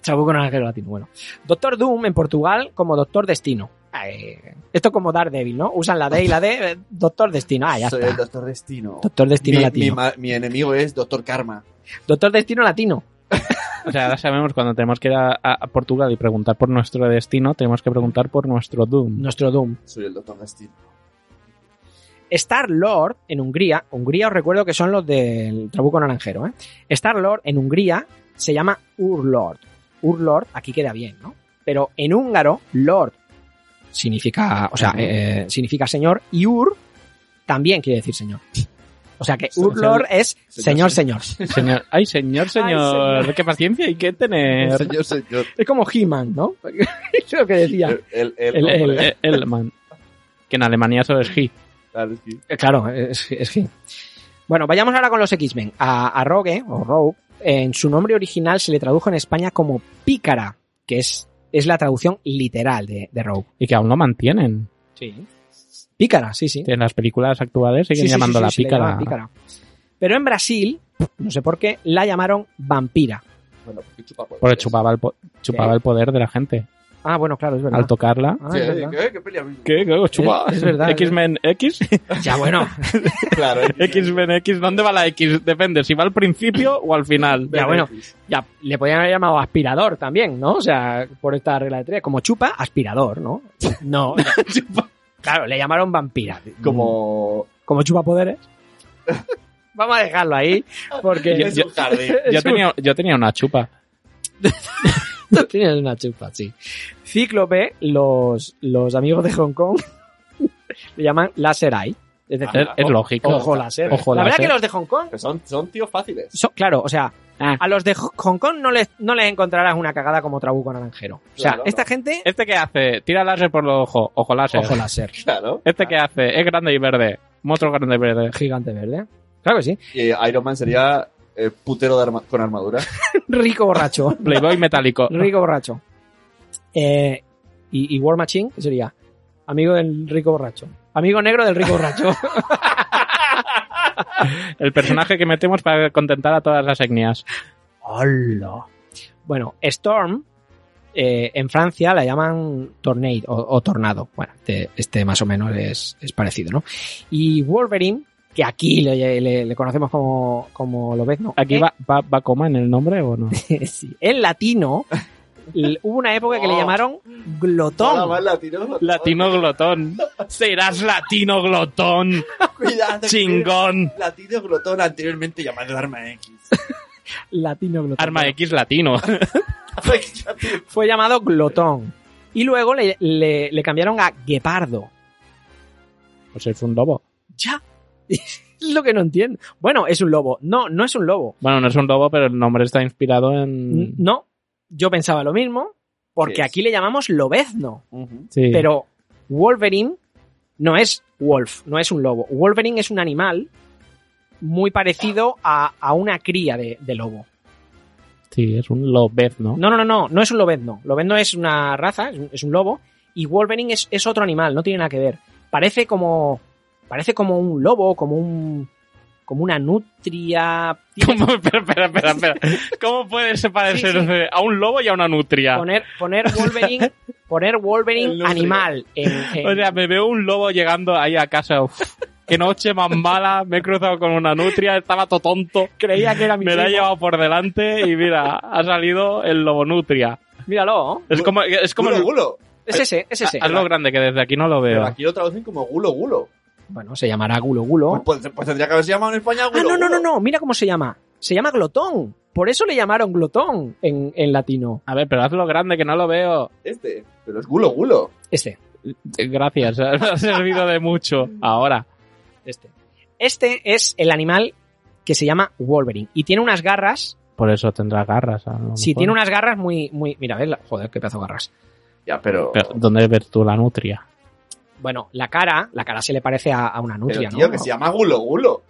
Speaker 3: Trabuco naranjero latino. Bueno, Doctor Doom en Portugal como Doctor Destino. Ay, esto es como Daredevil, ¿no? Usan la D y la D, eh, Doctor Destino. Ah, ya
Speaker 5: Soy
Speaker 3: está.
Speaker 5: el Doctor Destino.
Speaker 3: Doctor
Speaker 5: mi,
Speaker 3: Destino
Speaker 5: mi
Speaker 3: Latino.
Speaker 5: ma- mi enemigo es Doctor Karma.
Speaker 3: Doctor Destino Latino.
Speaker 4: O sea, ahora sabemos cuando tenemos que ir a, a- a Portugal y preguntar por nuestro destino, tenemos que preguntar por nuestro Doom.
Speaker 3: Nuestro Doom.
Speaker 5: Soy el Doctor Destino.
Speaker 3: Star Lord en Hungría, Hungría os recuerdo que son los del Trabuco Naranjero, ¿eh? Star Lord en Hungría se llama Urlord. Urlord, aquí queda bien, ¿no? Pero en húngaro, Lord significa, o sea, eh, significa señor y Ur también quiere decir señor. O sea que Urlord es señor,
Speaker 5: Señor,
Speaker 3: señor.
Speaker 4: Señor, ay, señor, señor,
Speaker 3: señor.
Speaker 4: qué paciencia hay que tener.
Speaker 5: Señor, señor.
Speaker 3: Es como He-Man, ¿no? es lo que decía.
Speaker 5: El, el, el,
Speaker 4: El, el,
Speaker 5: hombre.
Speaker 4: el- el man. Que en Alemania eso es he.
Speaker 5: Claro, sí.
Speaker 3: Eh, Claro, es, es que. Bueno, vayamos ahora con los X-Men. A, a Rogue, o Rogue, en su nombre original se le tradujo en España como Pícara, que es, es la traducción literal de, de Rogue.
Speaker 4: Y que aún lo mantienen.
Speaker 3: Sí. Pícara, sí, sí.
Speaker 4: En las películas actuales
Speaker 3: Sí, sí,
Speaker 4: siguen
Speaker 3: sí,
Speaker 4: llamando
Speaker 3: sí,
Speaker 4: la
Speaker 3: se le
Speaker 4: pícara.
Speaker 3: llama Pícara. Pero en Brasil, no sé por qué, la llamaron Vampira.
Speaker 5: Bueno, porque chupa por
Speaker 4: Porque chupaba el, po- chupaba
Speaker 3: Sí.
Speaker 4: el poder de la gente.
Speaker 3: Ah, bueno, claro, es verdad.
Speaker 4: Al tocarla.
Speaker 3: Ah,
Speaker 5: Sí,
Speaker 3: es
Speaker 5: eh,
Speaker 3: verdad.
Speaker 5: ¿Qué, qué pelea mismo.
Speaker 4: ¿Qué?
Speaker 3: Chupa. Es- es verdad, es
Speaker 4: X-Men X.
Speaker 3: Ya, bueno,
Speaker 5: Claro.
Speaker 4: X-Men X. ¿Dónde va la X? Depende si va al principio o al final. Eh,
Speaker 3: ya, bueno. Ya, le podían haber llamado aspirador también, ¿no? O sea, por esta regla de tres. Como chupa, aspirador, ¿no? No. Claro, le llamaron vampira.
Speaker 5: Como.
Speaker 3: como chupa poderes. Vamos a dejarlo ahí, porque
Speaker 4: Ya-
Speaker 5: Es un jardín.
Speaker 4: Yo tenía, yo tenía una chupa.
Speaker 3: tú tienes una chupa, sí. Cíclope, los, los amigos de Hong Kong le llaman Laser Eye. Es decir,
Speaker 4: Es, es lógico.
Speaker 3: Ah, ojo láser.
Speaker 4: Ojo
Speaker 3: La verdad
Speaker 4: láser.
Speaker 3: que los de Hong Kong,
Speaker 5: Que son, son tíos fáciles.
Speaker 3: son- claro, o sea,
Speaker 4: Ah.
Speaker 3: a los de Ho- Hong Kong no les, no les encontrarás una cagada como Trabuco Naranjero. O sea,
Speaker 5: Claro,
Speaker 3: esta
Speaker 5: no.
Speaker 3: gente,
Speaker 4: ¿Este que hace? Tira láser por los ojos. Ojo láser.
Speaker 3: ojo láser,
Speaker 5: Claro.
Speaker 4: ¿Este que hace? Es grande y verde. Monstruo grande y verde.
Speaker 3: gigante verde. Claro que sí.
Speaker 5: Y Iron Man sería eh, putero de arma- con armadura.
Speaker 3: Rico borracho.
Speaker 4: Playboy metálico.
Speaker 3: Rico borracho. Eh, y, y War Machine, que sería amigo del rico borracho. Amigo negro del rico borracho.
Speaker 4: El personaje que metemos para contentar a todas las etnias.
Speaker 3: ¡Hola! Bueno, Storm, eh, en Francia la llaman Tornade o, o Tornado. Bueno, este, este más o menos es, es parecido, ¿no? Y Wolverine, que aquí le, le- le conocemos como, como Lobezno.
Speaker 4: ¿Aquí
Speaker 3: Eh,
Speaker 4: va, va, va coma en el nombre o no?
Speaker 3: sí, en latino, l- hubo una época que le
Speaker 5: Oh.
Speaker 3: llamaron
Speaker 5: Nada
Speaker 3: Glotón.
Speaker 5: más latino.
Speaker 4: Latino glotón. Serás latino glotón.
Speaker 5: Cuidado.
Speaker 4: Chingón.
Speaker 5: Latino glotón anteriormente llamado Arma X.
Speaker 3: Latino Glotón.
Speaker 4: Arma X latino.
Speaker 3: Fue llamado Glotón. Y luego le, le- le cambiaron a Guepardo.
Speaker 4: Pues es un lobo.
Speaker 3: Ya. Es lo que no entiendo. Bueno, es un lobo. No, no es un lobo.
Speaker 4: Bueno, no es un lobo, pero el nombre está inspirado en.
Speaker 3: No, yo pensaba lo mismo, porque
Speaker 5: ¿Qué es?
Speaker 3: aquí le llamamos lobezno,
Speaker 5: Ujú.
Speaker 4: Sí.
Speaker 3: pero Wolverine no es wolf, no es un lobo. Wolverine es un animal muy parecido a, a una cría de, de lobo.
Speaker 4: Sí, es un lobez, ¿no?
Speaker 3: No, no, no, no, no es un lobezno. Lobezno es una raza, es un, es un lobo, y Wolverine es, es otro animal, no tiene nada que ver. Parece como, parece como un lobo, como un, como una nutria. Tiene
Speaker 4: ¿Cómo? Espera, espera, espera, espera. ¿Cómo puede se parecer
Speaker 3: Sí,
Speaker 4: a un lobo y a una nutria?
Speaker 3: Poner, poner Wolverine, poner
Speaker 5: El
Speaker 3: Wolverine
Speaker 5: nutria.
Speaker 3: animal en- en-
Speaker 4: O sea, me veo un lobo llegando ahí a casa. Uf, qué noche más mala. Me he cruzado con una nutria, estaba todo tonto.
Speaker 3: Creía que era mi
Speaker 4: Me la he
Speaker 3: primo.
Speaker 4: llevado por delante y mira, ha salido el lobo nutria.
Speaker 3: Míralo.
Speaker 4: Es como, es como
Speaker 5: Gulo,
Speaker 4: el,
Speaker 5: gulo.
Speaker 3: Es ese, es ese.
Speaker 4: haz lo grande que desde aquí no lo
Speaker 5: Pero
Speaker 4: veo.
Speaker 5: aquí lo traducen como gulo, gulo.
Speaker 3: Bueno, se llamará Gulo Gulo.
Speaker 5: Pues, pues tendría que haberse llamado en España gulo.
Speaker 3: Ah, no, no, no,
Speaker 5: gulo.
Speaker 3: no. Mira cómo se llama. Se llama Glotón. Por eso le llamaron Glotón en, en latino.
Speaker 4: A ver, pero hazlo grande que no lo veo.
Speaker 5: Este. Pero es gulo, gulo.
Speaker 3: Este,
Speaker 4: Eh, Gracias, me ha servido de mucho. Ahora,
Speaker 3: este. Este es el animal que se llama Wolverine. Y tiene unas garras.
Speaker 4: por eso tendrá garras. a lo
Speaker 3: Sí,
Speaker 4: mejor.
Speaker 3: tiene unas garras muy, muy. Mira, ves, la- joder, qué pedazo de garras.
Speaker 5: Ya, pero.
Speaker 4: Pero, ¿Dónde ves tú la nutria?
Speaker 3: Bueno, la cara, la cara se le parece a, a una
Speaker 5: pero,
Speaker 3: nutria,
Speaker 5: tío,
Speaker 3: ¿no?
Speaker 5: que se llama gulo, gulo.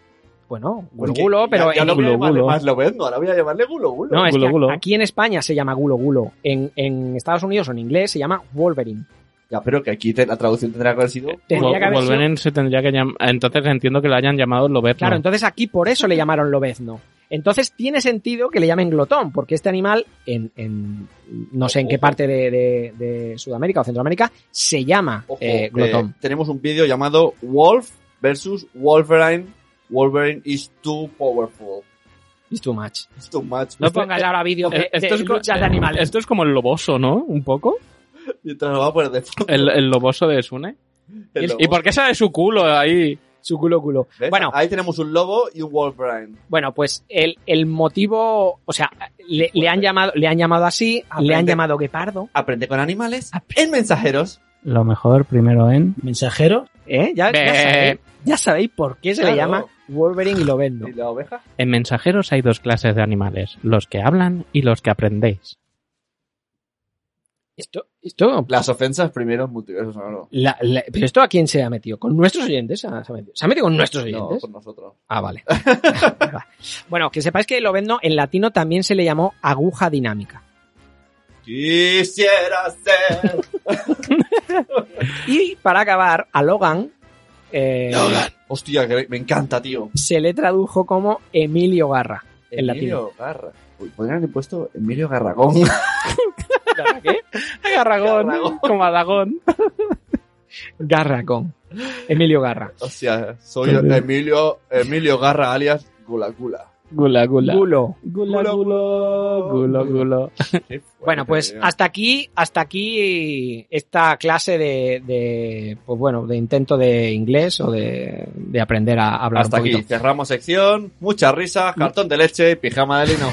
Speaker 3: Bueno, Gulo
Speaker 5: Porque
Speaker 3: Gulo,
Speaker 5: ya-
Speaker 3: pero
Speaker 5: ya
Speaker 3: en
Speaker 5: no voy a
Speaker 4: Gulo,
Speaker 5: llamarle
Speaker 4: gulo.
Speaker 5: más Lobezno, ahora voy a llamarle gulo, gulo.
Speaker 3: No, es
Speaker 4: Gulo
Speaker 3: que
Speaker 4: Gulo.
Speaker 3: aquí en España se llama Gulo Gulo. En, en Estados Unidos o en inglés se llama Wolverine.
Speaker 5: Ya, pero que aquí te- la traducción tendrá que haber sido.
Speaker 3: Tendría que haber sido-
Speaker 4: Wolverine se tendría que llamar. Entonces entiendo que lo hayan llamado Lobezno.
Speaker 3: Claro, entonces aquí por eso le llamaron lobezno. Entonces tiene sentido que le llamen glotón, porque este animal, en, en no sé en qué parte de, de- de Sudamérica o Centroamérica, se llama
Speaker 5: Ojo,
Speaker 3: eh,
Speaker 5: eh,
Speaker 3: glotón.
Speaker 5: tenemos un vídeo llamado Wolf versus Wolverine. Wolverine is too powerful.
Speaker 3: It's too much.
Speaker 5: It's too much.
Speaker 3: No pongas ahora vídeo de, de
Speaker 4: Eh, co-
Speaker 3: eh, luchas de animales.
Speaker 4: esto es como el loboso, ¿no? Un poco.
Speaker 5: Mientras lo va a poner de fondo.
Speaker 4: El, el loboso de Sune.
Speaker 5: El lobo.
Speaker 4: ¿Y por qué sale su culo ahí?
Speaker 3: Su culo, culo.
Speaker 5: ¿Ves? Ah.
Speaker 3: Bueno.
Speaker 5: Ahí tenemos un lobo y un Wolverine.
Speaker 3: Bueno, pues el, el motivo, o sea, le, le han llamado, le han llamado así, le han
Speaker 5: Aprende.
Speaker 3: llamado guepardo,
Speaker 5: Aprende con animales en mensajeros.
Speaker 4: Lo mejor primero en.
Speaker 11: Mensajero.
Speaker 3: ¿eh? Ya, ya
Speaker 4: Ve.
Speaker 3: sabéis, ya sabéis por qué se le
Speaker 5: Claro.
Speaker 3: llama Wolverine y lo vendo.
Speaker 5: ¿Y la oveja?
Speaker 4: En mensajeros hay dos clases de animales: los que hablan y los que aprendéis.
Speaker 3: Esto, esto,
Speaker 5: Las ofensas primero en multiverso sonoro.
Speaker 3: la- la- pero esto a quién se ha metido? ¿Con nuestros oyentes? Ah, ¿Se ha metido, ¿Se ha metido con nuestros
Speaker 5: No,
Speaker 3: oyentes?
Speaker 5: por nosotros.
Speaker 3: Ah, vale. bueno, que sepáis que lo vendo en latino también se le llamó aguja dinámica.
Speaker 5: Quisiera ser.
Speaker 3: Y para acabar, a Logan, eh,
Speaker 5: Hostia, que me encanta, tío.
Speaker 3: se le tradujo como Emilio Garra. En latino.
Speaker 5: Emilio Garra. Uy, podrían haber puesto Emilio Garragón.
Speaker 4: Garragón,
Speaker 5: Garragón.
Speaker 4: como Aragón.
Speaker 3: Garra con Emilio Garra.
Speaker 5: o sea, soy Emilio, Emilio Garra alias Gula Gula.
Speaker 4: Gula, gula.
Speaker 3: Gulo.
Speaker 4: Gula, gulo. Gulo, gulo.
Speaker 5: Qué fuerte,
Speaker 3: Bueno, pues
Speaker 5: tío.
Speaker 3: hasta aquí, hasta aquí esta clase de, de, pues bueno, de intento de inglés o de, de aprender a hablar
Speaker 5: Hasta
Speaker 3: un poquito.
Speaker 5: aquí. Cerramos sección. Mucha risa, cartón de leche, pijama de lino.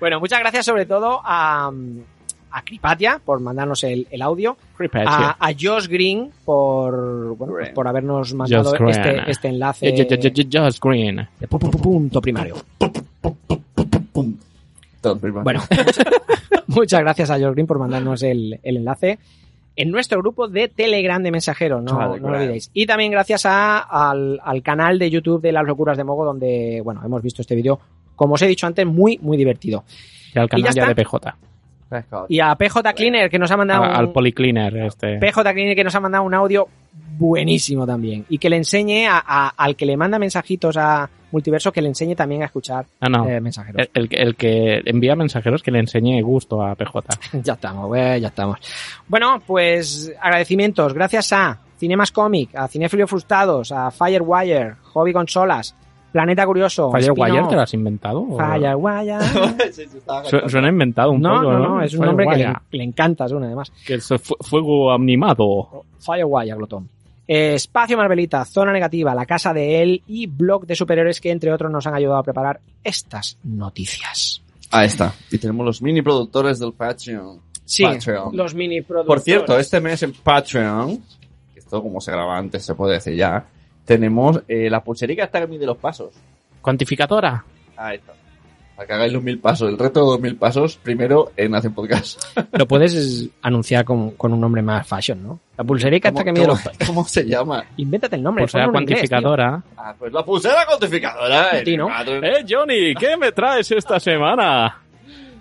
Speaker 3: Bueno, muchas gracias sobre todo a, a Cripatia por mandarnos el, el audio, a, a Josh Green por, bueno,
Speaker 5: Green.
Speaker 3: por habernos mandado
Speaker 4: Green.
Speaker 3: este, este
Speaker 4: Eh,
Speaker 3: enlace
Speaker 4: Just Green.
Speaker 3: de pu- pu- pu- punto primario. Bueno, muchas- muchas gracias a Josh Green por mandarnos el, el enlace en nuestro grupo de Telegram de mensajeros, no,
Speaker 4: Ah,
Speaker 5: Telegram.
Speaker 3: no lo olvidéis. Y también gracias a- al, al canal de YouTube de Las Locuras de Mogo, donde, bueno, hemos visto este vídeo, como os he dicho antes, muy, muy divertido.
Speaker 4: Y al
Speaker 3: Y ya
Speaker 4: canal ya
Speaker 3: está.
Speaker 4: de PJ.
Speaker 3: Y a PJ Cleaner, que nos ha mandado...
Speaker 4: A- al
Speaker 3: un-
Speaker 4: Policleaner este.
Speaker 3: PJ Cleaner que nos ha mandado un audio buenísimo también. Y que le enseñe a- a- al que le manda mensajitos a Multiverso, que le enseñe también a escuchar
Speaker 4: Ah, no.
Speaker 3: eh, mensajeros.
Speaker 4: El, el- el que envía mensajeros que le enseñe gusto a PJ.
Speaker 3: Ya estamos, eh, ya estamos. Bueno, pues agradecimientos. Gracias a Cinemas Comic, a Cinefilio Frustrados, a Firewire, Hobby Consolas, Planeta Curioso.
Speaker 4: ¿Firewire
Speaker 3: Spin-off,
Speaker 4: te lo has inventado? ¿O-
Speaker 3: Firewire.
Speaker 4: Su- Suena inventado un
Speaker 3: No,
Speaker 4: poco.
Speaker 3: no, no, es un nombre que le,
Speaker 4: Firewire.
Speaker 3: le encanta, es una además.
Speaker 4: Que es fu- fuego animado.
Speaker 3: Firewire, glotón. Eh, Espacio Marvelita, Zona Negativa, La Casa de Él y Blog de Superiores que, entre otros, nos han ayudado a preparar estas noticias.
Speaker 5: Ahí está. Y tenemos los mini productores del Patreon.
Speaker 3: Sí,
Speaker 5: Patreon.
Speaker 3: los mini
Speaker 5: Por cierto, este mes en Patreon, que esto como se graba antes se puede decir ya, tenemos eh, la pulserica hasta que mide los pasos.
Speaker 4: Cuantificadora.
Speaker 5: Ahí está. Para que hagáis los mil pasos. El reto de los mil pasos, primero en Hace Podcast.
Speaker 3: Lo puedes es, anunciar con, con un nombre más fashion, ¿no? La pulserica hasta que mide los...
Speaker 5: cómo- cómo se llama?
Speaker 3: Invéntate el nombre.
Speaker 4: Por ser
Speaker 3: ponlo en inglés,
Speaker 4: Pues cuantificadora.
Speaker 5: Ah, pues la pulsera cuantificadora. en
Speaker 3: Tino.
Speaker 5: Patreon.
Speaker 4: ¡Eh, Johnny! ¿Qué me traes esta semana?
Speaker 3: tío.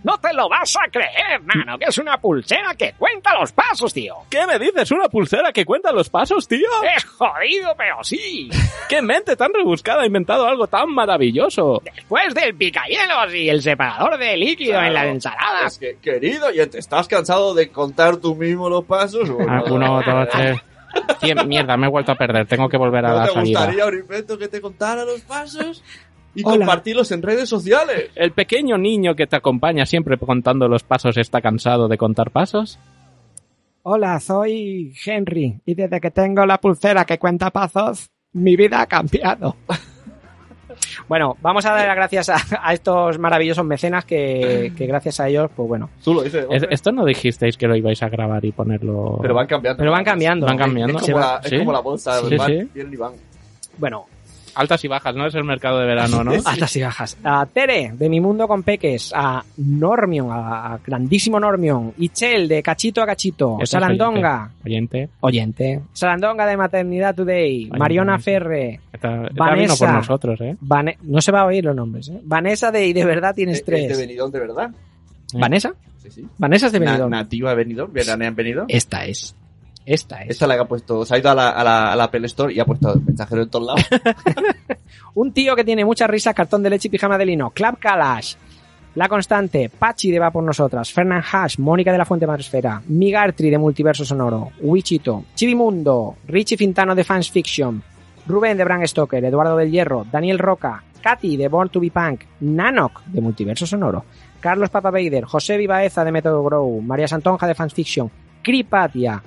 Speaker 3: No te lo vas a creer, hermano, que es una pulsera que cuenta los pasos, tío.
Speaker 4: ¿Qué me dices? ¿Una pulsera que cuenta los pasos, tío?
Speaker 3: Es jodido, pero sí.
Speaker 4: ¡Qué mente tan rebuscada ha inventado algo tan maravilloso!
Speaker 3: Después del picayelos y el separador de líquido
Speaker 5: Claro.
Speaker 3: en las ensaladas.
Speaker 5: Es que, querido, ya te estás cansado de contar tú mismo los pasos.
Speaker 4: Ah, uno, dos, tres. Cien, mierda, me he vuelto a perder. Tengo que volver a
Speaker 5: ¿No
Speaker 4: la
Speaker 5: te
Speaker 4: salida.
Speaker 5: gustaría, Oripeto, que te contara los pasos? Y
Speaker 3: Hola.
Speaker 5: compartirlos en redes sociales.
Speaker 4: ¿El pequeño niño que te acompaña siempre contando los pasos está cansado de contar pasos?
Speaker 3: Hola, soy Henry y desde que tengo la pulsera que cuenta pasos, mi vida ha cambiado. Bueno, vamos a dar las gracias a, a estos maravillosos mecenas que, que gracias a ellos, pues bueno,
Speaker 5: Tú lo dices.
Speaker 4: Es-
Speaker 5: hombre.
Speaker 4: esto no dijisteis que lo ibais a grabar y ponerlo.
Speaker 5: Pero van cambiando.
Speaker 3: pero van cambiando.
Speaker 4: Van cambiando.
Speaker 5: Es
Speaker 4: Se
Speaker 5: como,
Speaker 4: va-
Speaker 5: la, es
Speaker 4: sí.
Speaker 5: como la bolsa
Speaker 4: Sí,
Speaker 5: del bar.
Speaker 4: sí.
Speaker 5: Vienen y van.
Speaker 3: Bueno,
Speaker 4: Altas y bajas, ¿no? Es el mercado de verano, ¿no?
Speaker 3: Altas y bajas. A Tere, de Mi Mundo con Peques, a Normion, a, a grandísimo Normion, Ichel, de Cachito a Cachito,
Speaker 4: Eso es
Speaker 3: Sarandonga,
Speaker 4: Oyente.
Speaker 3: oyente, Sarandonga de Maternidad Today,
Speaker 4: Ay,
Speaker 3: Mariona
Speaker 4: no.
Speaker 3: Ferre,
Speaker 4: Está, está
Speaker 3: Vanessa.
Speaker 4: vino por nosotros, ¿eh?
Speaker 3: Vane- no se va a oír los nombres, ¿eh? Vanessa de Y de Verdad Tienes
Speaker 5: Es, Eh, es de
Speaker 3: Tres.
Speaker 5: Benidorm, de verdad.
Speaker 4: Benidorm.
Speaker 3: ¿Vanessa?
Speaker 5: Sí, sí.
Speaker 3: Vanessa es de
Speaker 5: Na-
Speaker 3: Benidorm.
Speaker 5: Eh, nativa de Benidorm. ¿Veranea en Benidorm?
Speaker 3: Esta es. Esta es.
Speaker 1: Esta es la que ha puesto. Se ha ido a la, a la, a la Apple Store y ha puesto mensajero en todos lados.
Speaker 3: Un tío que tiene muchas risas, cartón de leche y pijama de lino. Club Kalash. La Constante, Pachi de Va por Nosotras, Fernand Hash, Mónica de la Fuente Marsfera, Migartri de Multiverso Sonoro, Wichito, Chivimundo, Richie Fintano de Fans Fiction, Rubén de Bram Stoker, Eduardo del Hierro, Daniel Roca, Katy de Born to be Punk, Nanok de Multiverso Sonoro, Carlos Papaveider, José Vivaeza de Método Grow, María Santonja de Fans Fiction, Cripatia,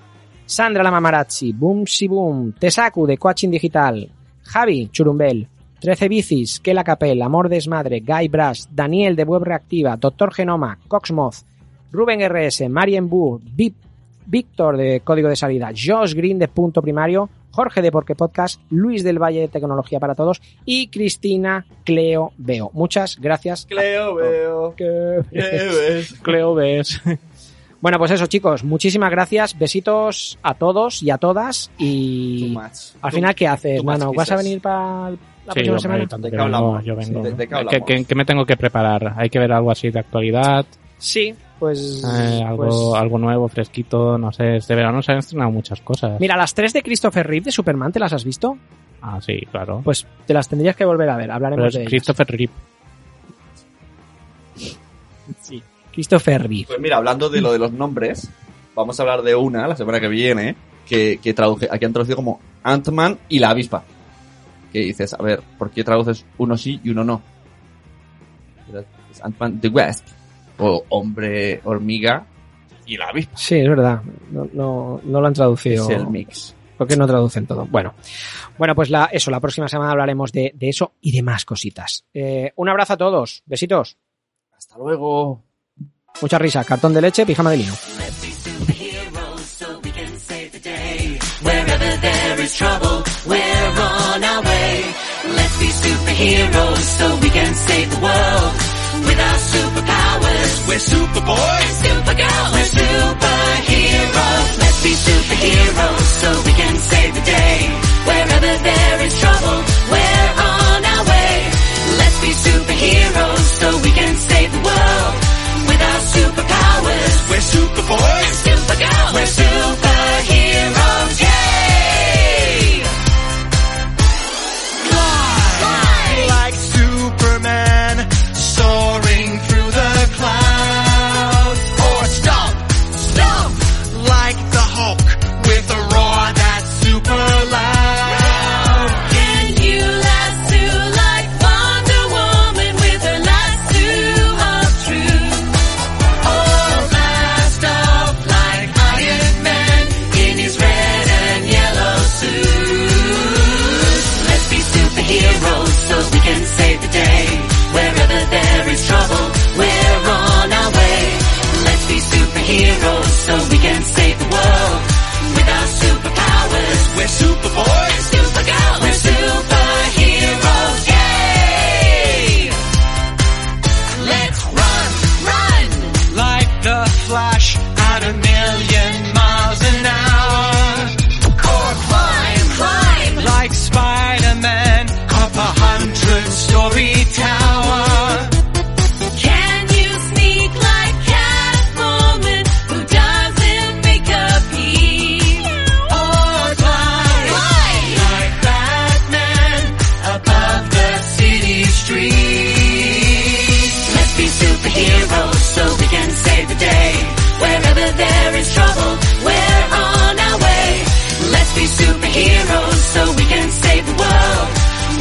Speaker 3: Sandra la Mamarazzi, Boom Si Boom, Tesaku de Coaching Digital, Javi Churumbel, 13 Bicis, Kela Capel, Amor Desmadre, Guy Brass, Daniel de Web Reactiva, Doctor Genoma, Coxmoth, Rubén RS, Marien Bu, Vip, Víctor de Código de Salida, Josh Green de Punto Primario, Jorge de Porque Podcast, Luis del Valle de Tecnología para Todos y Cristina Cleo Veo. Muchas gracias.
Speaker 1: Cleo Veo.
Speaker 3: Cleo
Speaker 1: ves?
Speaker 4: Cleo ves.
Speaker 3: Bueno, pues eso, chicos. Muchísimas gracias. Besitos a todos y a todas. Y
Speaker 1: Too much.
Speaker 3: al final, ¿qué haces,
Speaker 1: too much
Speaker 3: Nano? ¿Vas a
Speaker 1: kisses.
Speaker 3: venir para la
Speaker 4: Sí,
Speaker 3: próxima semana?
Speaker 4: hombre, tanto
Speaker 1: ¿De
Speaker 4: que
Speaker 1: qué
Speaker 4: vengo,
Speaker 1: hablamos?
Speaker 4: yo vengo.
Speaker 1: ¿De- de qué
Speaker 4: ¿Qué-
Speaker 1: hablamos?
Speaker 4: qué, qué me tengo que preparar? Hay que ver algo así de actualidad,
Speaker 3: Sí, pues.
Speaker 4: eh, algo,
Speaker 3: pues-
Speaker 4: algo nuevo, fresquito, no sé. Este verano se han estrenado muchas cosas.
Speaker 3: Mira, las tres de Christopher Reeve de Superman, ¿te las has visto?
Speaker 4: Ah, sí, claro.
Speaker 3: Pues te las tendrías que volver a ver,
Speaker 4: Pero
Speaker 3: hablaremos
Speaker 4: es
Speaker 3: de ellas.
Speaker 4: Christopher Reeve.
Speaker 3: Sí. Christopher Reeve.
Speaker 1: Pues mira, hablando de lo de los nombres, vamos a hablar de una la semana que viene que, que traduje, aquí han traducido como Ant-Man y la avispa. Que dices, a ver, ¿por qué traduces uno sí y uno no? Es Ant-Man the West o hombre hormiga y la avispa.
Speaker 3: Sí, es verdad. No, no, no lo han traducido.
Speaker 1: Es el mix.
Speaker 3: ¿Por qué no traducen todo? Bueno, bueno pues la, eso, la próxima semana hablaremos de, de eso y de más cositas. Eh, un abrazo a todos. Besitos.
Speaker 1: Hasta luego.
Speaker 3: Mucha risa. Cartón de leche, pijama de lino.
Speaker 6: Like Superman, soaring through the clouds. Or stomp, stomp, like the Hulk, with a roar that's super loud. Can you last too like Wonder Woman with her last two of truth? Or blast off like Iron Man in his red and yellow suit? Let's be superheroes so we can save the day. Wherever there is trouble, we're on our way. Let's be superheroes so we can save the world. With our superpowers, we're superboys, supergirls, we're superheroes, yay! Let's run, run! Like the flash at a million miles an hour. Or climb, climb! Like Spider-Man up a hundred story tower. Can you sneak like Catwoman who doesn't make a peep? Or fly, like Batman above the city streets. Let's be superheroes so we can save the day. Wherever there is trouble, we're on our way. Let's be superheroes so we can save the world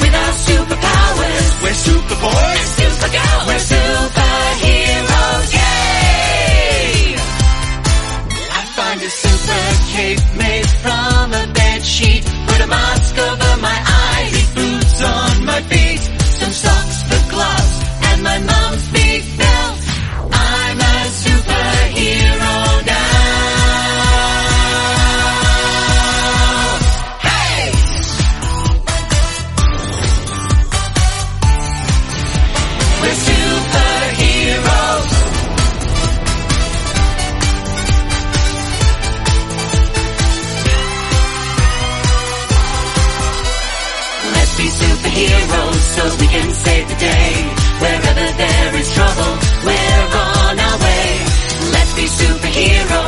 Speaker 6: with our superpowers. We're superboys, supergirls, we're superheroes, yay! I find a super cape made from a bed sheet. Put a mask over my eyes, boots on my feet, some socks for gloves, and my mom's big belt. I'm a superhero now. Hey! We're superheroes. Let's be superheroes so we can save the day. Wherever there is trouble, we're on our way. Let's be superheroes.